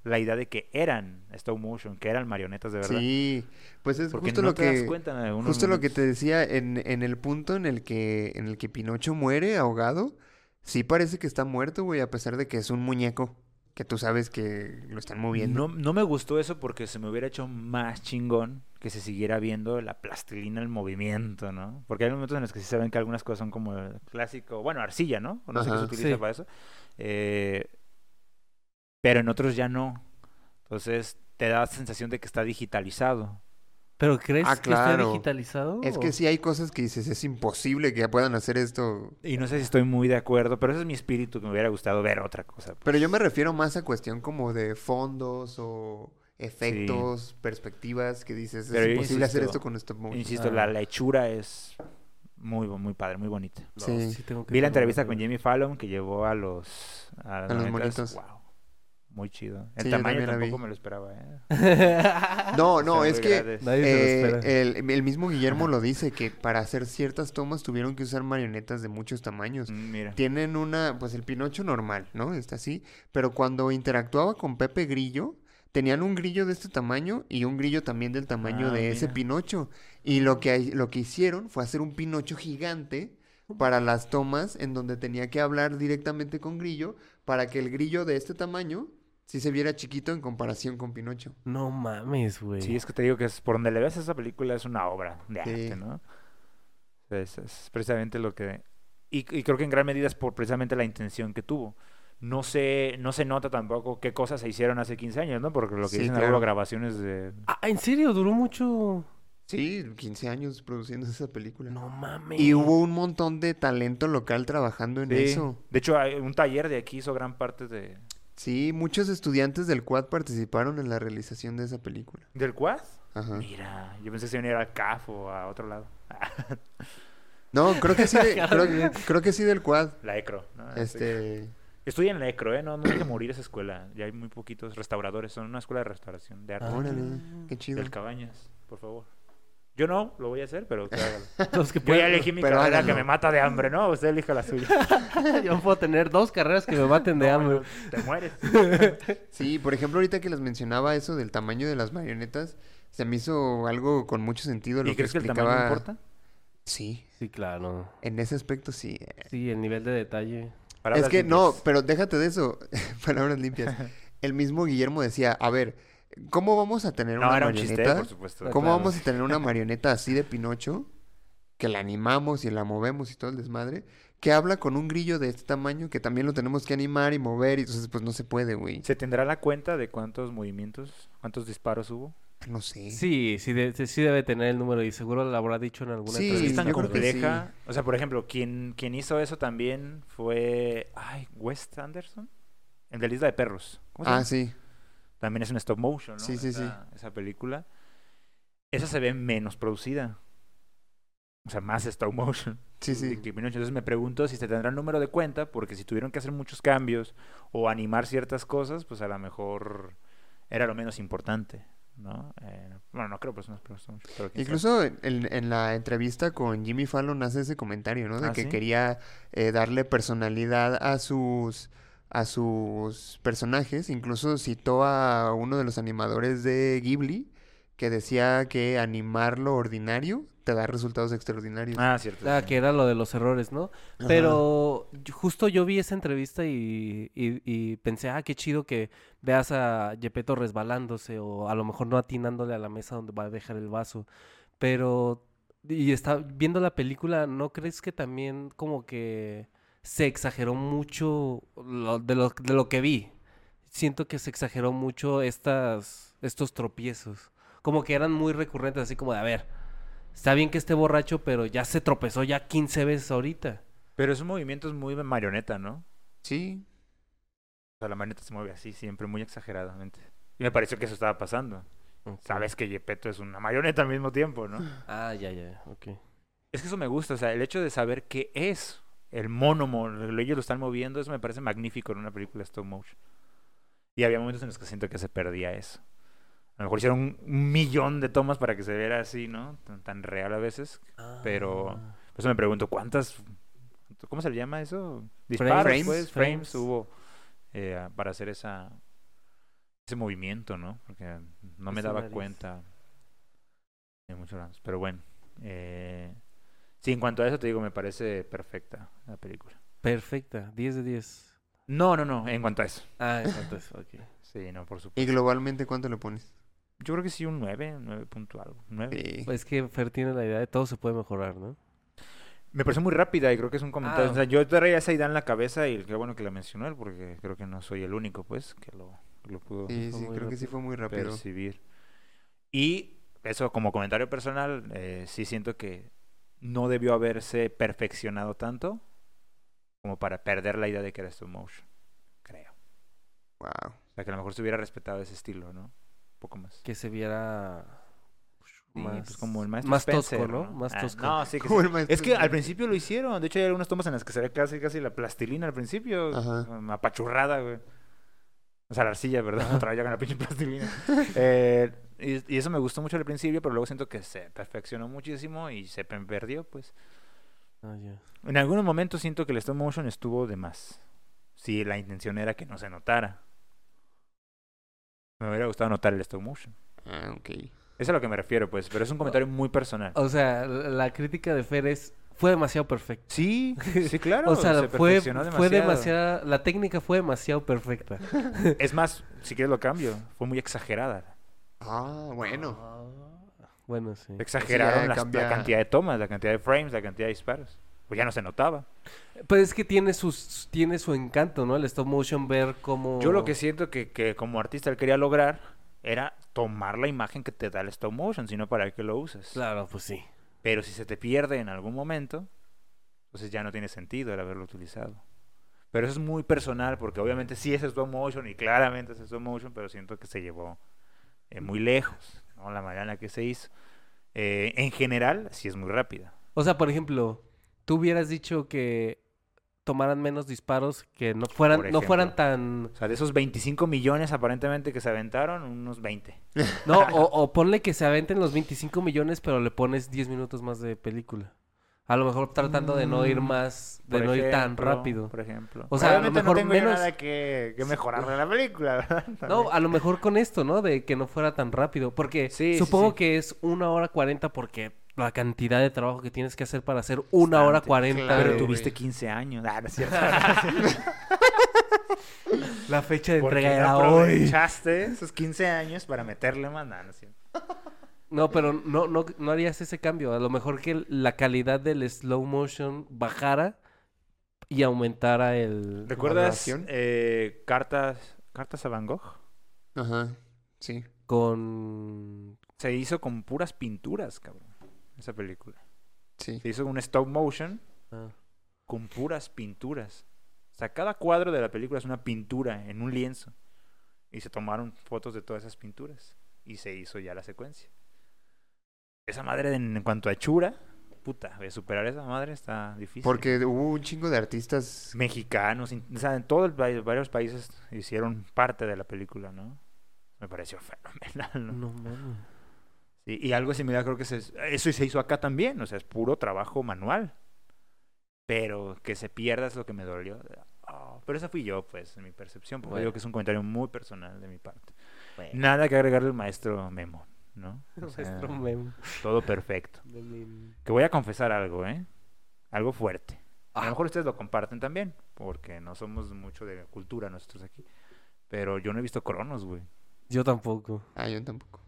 [SPEAKER 3] la idea de que eran stop motion, que eran marionetas de verdad.
[SPEAKER 2] Sí, pues es
[SPEAKER 3] Porque
[SPEAKER 2] justo
[SPEAKER 3] no
[SPEAKER 2] lo
[SPEAKER 3] te das
[SPEAKER 2] que
[SPEAKER 3] cuenta en algunos
[SPEAKER 2] justo lo que
[SPEAKER 3] momentos.
[SPEAKER 2] te decía en, en el punto en el que en el que Pinocho muere ahogado, sí parece que está muerto, güey, a pesar de que es un muñeco que tú sabes que lo están moviendo.
[SPEAKER 3] No, no me gustó eso porque se me hubiera hecho más chingón que se siguiera viendo la plastilina el movimiento, ¿no? Porque hay momentos en los que sí saben que algunas cosas son como el clásico, bueno, arcilla, ¿no? No sé qué se
[SPEAKER 2] Ajá.
[SPEAKER 3] utiliza
[SPEAKER 4] Sí.
[SPEAKER 3] para eso. Eh, pero en otros ya no. Entonces te da la sensación de que está digitalizado.
[SPEAKER 4] ¿Pero crees
[SPEAKER 2] Ah,
[SPEAKER 4] que está
[SPEAKER 2] claro.
[SPEAKER 4] digitalizado?
[SPEAKER 2] Es
[SPEAKER 4] o-
[SPEAKER 2] que sí hay cosas que dices, es imposible que puedan hacer esto.
[SPEAKER 3] Y no sé si estoy muy de acuerdo, pero ese es mi espíritu que me hubiera gustado ver otra cosa. pues.
[SPEAKER 2] Pero yo me refiero más a cuestión como de fondos o efectos, perspectivas que dices, es
[SPEAKER 3] Pero yo
[SPEAKER 2] imposible hacer
[SPEAKER 3] insisto-
[SPEAKER 2] esto con este stop motion.
[SPEAKER 3] Insisto, la,
[SPEAKER 4] Ah.
[SPEAKER 3] la hechura es muy, muy padre, muy bonita.
[SPEAKER 4] No,
[SPEAKER 2] Sí.
[SPEAKER 4] tengo que
[SPEAKER 3] Vi la
[SPEAKER 4] verlo,
[SPEAKER 3] entrevista
[SPEAKER 4] güey.
[SPEAKER 3] con Jamie Fallon que llevó a los a, las
[SPEAKER 2] A los
[SPEAKER 3] novelas.
[SPEAKER 2] monitos.
[SPEAKER 3] Wow. Muy chido.
[SPEAKER 2] Sí,
[SPEAKER 3] El
[SPEAKER 2] yo
[SPEAKER 3] tamaño
[SPEAKER 2] también la
[SPEAKER 3] tampoco
[SPEAKER 2] vi.
[SPEAKER 3] me lo esperaba, ¿eh?
[SPEAKER 2] No,
[SPEAKER 3] Están
[SPEAKER 2] no, es
[SPEAKER 3] muy
[SPEAKER 2] que
[SPEAKER 3] grandes.
[SPEAKER 4] Nadie se lo
[SPEAKER 2] Eh,
[SPEAKER 4] espera.
[SPEAKER 2] el, el mismo Guillermo lo dice, que para hacer ciertas tomas tuvieron que usar marionetas de muchos tamaños.
[SPEAKER 3] Mm, Mira.
[SPEAKER 2] Tienen una, pues el Pinocho normal, ¿no? Está así. Pero cuando interactuaba con Pepe Grillo, tenían un grillo de este tamaño y un grillo también del tamaño
[SPEAKER 3] Ah,
[SPEAKER 2] de ese
[SPEAKER 3] mira.
[SPEAKER 2] Pinocho. Y lo que, hay- lo que hicieron fue hacer un Pinocho gigante para las tomas en donde tenía que hablar directamente con Grillo para que el grillo de este tamaño sí se viera chiquito en comparación con Pinocho.
[SPEAKER 4] No mames, güey.
[SPEAKER 3] Sí, es que te digo que es por donde le ves esa película es una obra de
[SPEAKER 2] Sí.
[SPEAKER 3] arte, ¿no? Es, es precisamente lo que y, y creo que en gran medida es por precisamente la intención que tuvo. No se, no se nota tampoco qué cosas se hicieron hace 15 años, ¿no? Porque lo que
[SPEAKER 2] Sí,
[SPEAKER 3] dicen
[SPEAKER 2] claro.
[SPEAKER 3] algunas grabaciones de
[SPEAKER 4] Ah, ¿en serio? ¿Duró mucho?
[SPEAKER 2] Sí, 15 años produciendo esa película.
[SPEAKER 4] No mames.
[SPEAKER 2] Y hubo un montón de talento local trabajando en
[SPEAKER 3] Sí.
[SPEAKER 2] eso.
[SPEAKER 3] De hecho, hay un taller de aquí hizo gran parte de
[SPEAKER 2] Sí, muchos estudiantes del Quad participaron en la realización de esa película.
[SPEAKER 3] del Quad.
[SPEAKER 2] Ajá.
[SPEAKER 3] Mira, yo pensé que se iban a ir al CAF o a otro lado.
[SPEAKER 2] No, creo que sí, de- creo, creo que sí del Quad.
[SPEAKER 3] La ECRO. ¿no?
[SPEAKER 2] Este,
[SPEAKER 3] Estudia en la ECRO, ¿eh? No, no hay que morir esa escuela. Ya hay muy poquitos restauradores. Son una escuela de restauración de arte.
[SPEAKER 4] Ah,
[SPEAKER 2] órale, qué chido.
[SPEAKER 3] Del Cabañas, por favor. Yo no, lo voy a hacer, pero usted hágalo.
[SPEAKER 4] Los que
[SPEAKER 3] Yo ya
[SPEAKER 4] puedan-
[SPEAKER 3] elegí mi
[SPEAKER 2] Pero
[SPEAKER 3] carrera
[SPEAKER 2] hágalo.
[SPEAKER 3] que me mata de hambre, ¿no? Usted elija la suya.
[SPEAKER 4] Yo puedo tener dos carreras que me maten de
[SPEAKER 3] No,
[SPEAKER 4] hambre.
[SPEAKER 3] no, te mueres.
[SPEAKER 2] Sí, por ejemplo, ahorita que les mencionaba eso del tamaño de las marionetas, se me hizo algo con mucho sentido lo
[SPEAKER 3] ¿Y crees que el
[SPEAKER 2] explicaba.
[SPEAKER 3] tamaño importa?
[SPEAKER 2] Sí,
[SPEAKER 4] Sí, claro.
[SPEAKER 2] en ese aspecto sí.
[SPEAKER 4] Sí, el nivel de detalle.
[SPEAKER 2] Es
[SPEAKER 3] Palabras
[SPEAKER 2] que no,
[SPEAKER 3] limpias.
[SPEAKER 2] pero déjate de eso. Palabras limpias. El mismo Guillermo decía, a ver, ¿cómo vamos a tener
[SPEAKER 3] No,
[SPEAKER 2] una
[SPEAKER 3] era un chiste,
[SPEAKER 2] marioneta?
[SPEAKER 3] por supuesto.
[SPEAKER 2] ¿Cómo
[SPEAKER 4] Claro.
[SPEAKER 2] vamos a tener una marioneta así de Pinocho? Que la animamos y la movemos y todo el desmadre. Que habla con un grillo de este tamaño que también lo tenemos que animar y mover. Y entonces, pues no se puede, güey.
[SPEAKER 3] ¿Se tendrá la cuenta de cuántos movimientos, cuántos disparos hubo?
[SPEAKER 2] No sé.
[SPEAKER 4] Sí, sí, de- sí debe tener el número y seguro lo habrá dicho en alguna
[SPEAKER 2] Sí,
[SPEAKER 3] Pero Pues, es que es
[SPEAKER 4] entrevista.
[SPEAKER 3] tan
[SPEAKER 2] yo creo que sí.
[SPEAKER 3] compleja. O sea, por ejemplo, quien, quien hizo eso también fue. Ay, Wes Anderson. El de la isla de perros. ¿Cómo se
[SPEAKER 2] Ah,
[SPEAKER 3] llama?
[SPEAKER 2] sí.
[SPEAKER 3] También es un stop motion, ¿no?
[SPEAKER 2] Sí, sí, sí.
[SPEAKER 3] esa, Esa película. Esa se ve menos producida. O sea, más stop motion.
[SPEAKER 2] Sí,
[SPEAKER 3] que
[SPEAKER 2] sí.
[SPEAKER 3] Pinocho. Entonces me pregunto si se tendrá el número de cuenta, porque si tuvieron que hacer muchos cambios o animar ciertas cosas, pues a lo mejor era lo menos importante. ¿no? Eh, bueno, no creo personas, pero son muchas, pero quién sabe.
[SPEAKER 2] Incluso en, en la entrevista con Jimmy Fallon hace ese comentario, ¿no? De
[SPEAKER 3] Ah,
[SPEAKER 2] que
[SPEAKER 3] ¿sí?
[SPEAKER 2] quería eh, darle personalidad a sus a sus personajes. Incluso citó a uno de los animadores de Ghibli que decía que animar lo ordinario te da resultados extraordinarios.
[SPEAKER 3] Ah, cierto.
[SPEAKER 4] Ah,
[SPEAKER 3] sí.
[SPEAKER 4] que era lo de los errores, ¿no?
[SPEAKER 2] Ajá.
[SPEAKER 4] Pero yo- justo yo vi esa entrevista y, y- y pensé, ah, qué chido que veas a Yepeto resbalándose o a lo mejor no atinándole a la mesa donde va a dejar el vaso. Pero, y está viendo la película, ¿no crees que también como que se exageró mucho lo- de, lo, de lo que vi? Siento que se exageró mucho estas, estos tropiezos. Como que eran muy recurrentes, así como de, a ver, está bien que esté borracho, pero ya se tropezó ya 15 veces ahorita.
[SPEAKER 3] Pero es un movimiento muy de marioneta, ¿no?
[SPEAKER 2] Sí.
[SPEAKER 3] O sea, la marioneta se mueve así, siempre muy exageradamente. Y me pareció que eso estaba pasando. Sabes que Yepeto es una marioneta al mismo tiempo, ¿no?
[SPEAKER 4] Ah, ya, ya, ok.
[SPEAKER 3] Es que eso me gusta, o sea, el hecho de saber qué es el mono, mo- lo- ellos lo están moviendo, eso me parece magnífico en una película stop motion. Y había momentos en los que siento que se perdía eso. A lo mejor hicieron un- un millón de tomas para que se viera así, ¿no? Tan, tan real a veces. Pero-
[SPEAKER 4] Ah.
[SPEAKER 3] Por eso me pregunto, ¿cuántas... ¿Cómo se le llama eso? Disparos,
[SPEAKER 2] Frames.
[SPEAKER 3] pues,
[SPEAKER 4] Frames.
[SPEAKER 3] frames hubo eh, para hacer esa ese movimiento, ¿no? Porque no me
[SPEAKER 4] Esa
[SPEAKER 3] daba
[SPEAKER 4] nariz.
[SPEAKER 3] cuenta de muchos lados. Pero bueno. eh, sí, en cuanto a eso te digo, me parece perfecta la película.
[SPEAKER 4] Perfecta, 10 de 10.
[SPEAKER 3] No, no, no, en cuanto a eso.
[SPEAKER 4] Ah, entonces, ok.
[SPEAKER 3] Sí, no, por supuesto.
[SPEAKER 2] ¿Y globalmente cuánto le pones?
[SPEAKER 3] Yo creo que sí un 9, 9 punto algo. 9.
[SPEAKER 2] Sí.
[SPEAKER 4] Es que Fer tiene la idea de todo se puede mejorar, ¿no?
[SPEAKER 3] Me pareció muy rápida y creo que es un comentario.
[SPEAKER 4] Ah.
[SPEAKER 3] O sea, yo traía esa idea en la cabeza y qué bueno que la mencionó él porque creo que no soy el único, pues, que lo, que lo pudo
[SPEAKER 2] Sí,
[SPEAKER 4] fue
[SPEAKER 2] sí, creo
[SPEAKER 4] muy
[SPEAKER 2] que sí
[SPEAKER 4] rápido.
[SPEAKER 2] fue muy rápido.
[SPEAKER 3] percibir. Y eso como comentario personal, eh, sí siento que no debió haberse perfeccionado tanto como para perder la idea de que era stop motion, creo.
[SPEAKER 2] Wow.
[SPEAKER 3] O sea, que a lo mejor se hubiera respetado ese estilo, ¿no? Un poco más.
[SPEAKER 4] Que se viera
[SPEAKER 3] Sí,
[SPEAKER 4] más,
[SPEAKER 3] pues, como el maestro
[SPEAKER 4] más tosco,
[SPEAKER 3] Spencer,
[SPEAKER 4] ¿no? Más
[SPEAKER 3] Ah,
[SPEAKER 4] tosco.
[SPEAKER 3] no, sí que
[SPEAKER 2] Como
[SPEAKER 3] sí.
[SPEAKER 2] el maestro
[SPEAKER 3] Es que al
[SPEAKER 2] Spencer.
[SPEAKER 3] principio lo hicieron. De hecho, hay algunas tomas en las que se ve casi, casi la plastilina al principio.
[SPEAKER 2] Ajá.
[SPEAKER 3] um, Apachurrada, güey. O sea, la arcilla, ¿verdad? Otra vez ya con la pinche plastilina. Eh, y, y eso me gustó mucho al principio, pero luego siento que se perfeccionó muchísimo y se pe- perdió, pues.
[SPEAKER 4] Ah, ya.
[SPEAKER 3] En algunos momentos siento que el stop motion estuvo de más. Si la intención era que no se notara. Me hubiera gustado notar el stop motion.
[SPEAKER 2] Ah, ok.
[SPEAKER 3] Eso es a lo que me refiero, pues. Pero es un
[SPEAKER 4] Oh.
[SPEAKER 3] comentario muy personal.
[SPEAKER 4] O sea, la la crítica de Fer es, fue demasiado perfecto.
[SPEAKER 3] Sí, sí, claro.
[SPEAKER 4] o sea,
[SPEAKER 3] se
[SPEAKER 4] fue,
[SPEAKER 3] perfeccionó
[SPEAKER 4] fue demasiada, la técnica fue demasiado perfecta.
[SPEAKER 3] Es más, si quieres lo cambio. Fue muy exagerada.
[SPEAKER 2] Ah, bueno.
[SPEAKER 4] Ah, Bueno, sí.
[SPEAKER 3] Exageraron
[SPEAKER 2] ya
[SPEAKER 3] las-
[SPEAKER 2] cambia-
[SPEAKER 3] la cantidad de tomas, la cantidad de frames, la cantidad de disparos. Pues ya no se notaba.
[SPEAKER 4] Pero Pues es que tiene, sus, tiene su encanto, ¿no? El stop motion, ver cómo...
[SPEAKER 3] Yo lo que siento que, que como artista él quería lograr era tomar la imagen que te da el stop motion, sino para que lo uses.
[SPEAKER 4] Claro, pues sí.
[SPEAKER 3] Pero si se te pierde en algún momento, entonces ya no tiene sentido el haberlo utilizado. Pero eso es muy personal, porque obviamente sí es stop motion y claramente es stop motion, pero siento que se llevó eh, muy lejos, ¿no? La manera en la que se hizo. Eh, en general, sí es muy rápida.
[SPEAKER 4] O sea, por ejemplo, tú hubieras dicho que tomaran menos disparos, que no
[SPEAKER 3] Por
[SPEAKER 4] fueran, no
[SPEAKER 3] ejemplo.
[SPEAKER 4] fueran tan...
[SPEAKER 3] O sea, de esos 25 millones aparentemente que se aventaron, unos 20.
[SPEAKER 4] No, o, o ponle que se aventen los 25 millones, pero le pones 10 minutos más de película. A lo mejor tratando de no ir
[SPEAKER 3] Mm,
[SPEAKER 4] más, de
[SPEAKER 3] por
[SPEAKER 4] no ir tan
[SPEAKER 3] ejemplo,
[SPEAKER 4] rápido.
[SPEAKER 3] Por ejemplo.
[SPEAKER 4] O sea, a lo
[SPEAKER 3] Obviamente
[SPEAKER 4] mejor
[SPEAKER 3] no tengo yo
[SPEAKER 4] menos-
[SPEAKER 3] nada que, que mejorar de la película, ¿verdad?
[SPEAKER 4] No, a lo mejor con esto, ¿no? De que no fuera tan rápido. Porque
[SPEAKER 3] Sí, sí,
[SPEAKER 4] supongo
[SPEAKER 3] sí.
[SPEAKER 4] que es una hora 40 porque la cantidad de trabajo que tienes que hacer para hacer una hora
[SPEAKER 3] Bastante,
[SPEAKER 4] 40
[SPEAKER 2] claro.
[SPEAKER 3] Pero
[SPEAKER 4] de
[SPEAKER 3] tuviste
[SPEAKER 2] güey.
[SPEAKER 3] 15 años. Ah, no es cierto.
[SPEAKER 4] la fecha de
[SPEAKER 3] Porque no
[SPEAKER 4] entrega era hoy.
[SPEAKER 3] aprovechaste esos 15 años para meterle más nada, ¿no es cierto?
[SPEAKER 4] No, pero no, no, no harías ese cambio. A lo mejor que la calidad del slow motion bajara y aumentara el...
[SPEAKER 3] ¿Recuerdas
[SPEAKER 2] Valoración.
[SPEAKER 3] eh, cartas, cartas a Van Gogh?
[SPEAKER 2] Ajá. Sí.
[SPEAKER 4] con...
[SPEAKER 3] Se hizo con puras pinturas, cabrón. Esa película.
[SPEAKER 2] Sí.
[SPEAKER 3] Se hizo un stop motion
[SPEAKER 4] ah,
[SPEAKER 3] con puras pinturas. O sea, cada cuadro de la película es una pintura en un lienzo. Y se tomaron fotos de todas esas pinturas. Y se hizo ya la secuencia. Esa madre, en, en cuanto a hechura, puta, de superar esa madre está difícil.
[SPEAKER 2] Porque hubo un chingo de artistas.
[SPEAKER 3] mexicanos, in- o sea, en todos varios países hicieron parte de la película, ¿no? O Me pareció fenomenal, ¿no?
[SPEAKER 4] No mames.
[SPEAKER 3] Y, y algo similar creo que se, eso se hizo acá también, o sea, es puro trabajo manual. Pero que se pierda es lo que me dolió. Ah, pero esa fui yo, pues, en mi percepción, porque
[SPEAKER 4] Bueno.
[SPEAKER 3] digo que es un comentario muy personal de mi parte.
[SPEAKER 4] Bueno.
[SPEAKER 3] Nada que agregarle al maestro Memo, ¿no? O sea,
[SPEAKER 4] Nuestro meme.
[SPEAKER 3] todo perfecto.
[SPEAKER 4] De mi-
[SPEAKER 3] Que voy a confesar algo, ¿eh? Algo fuerte. A
[SPEAKER 4] Ah.
[SPEAKER 3] lo mejor ustedes lo comparten también, porque no somos mucho de cultura nosotros aquí. Pero yo no he visto Cronos, güey.
[SPEAKER 4] Yo tampoco.
[SPEAKER 2] Ah, yo tampoco.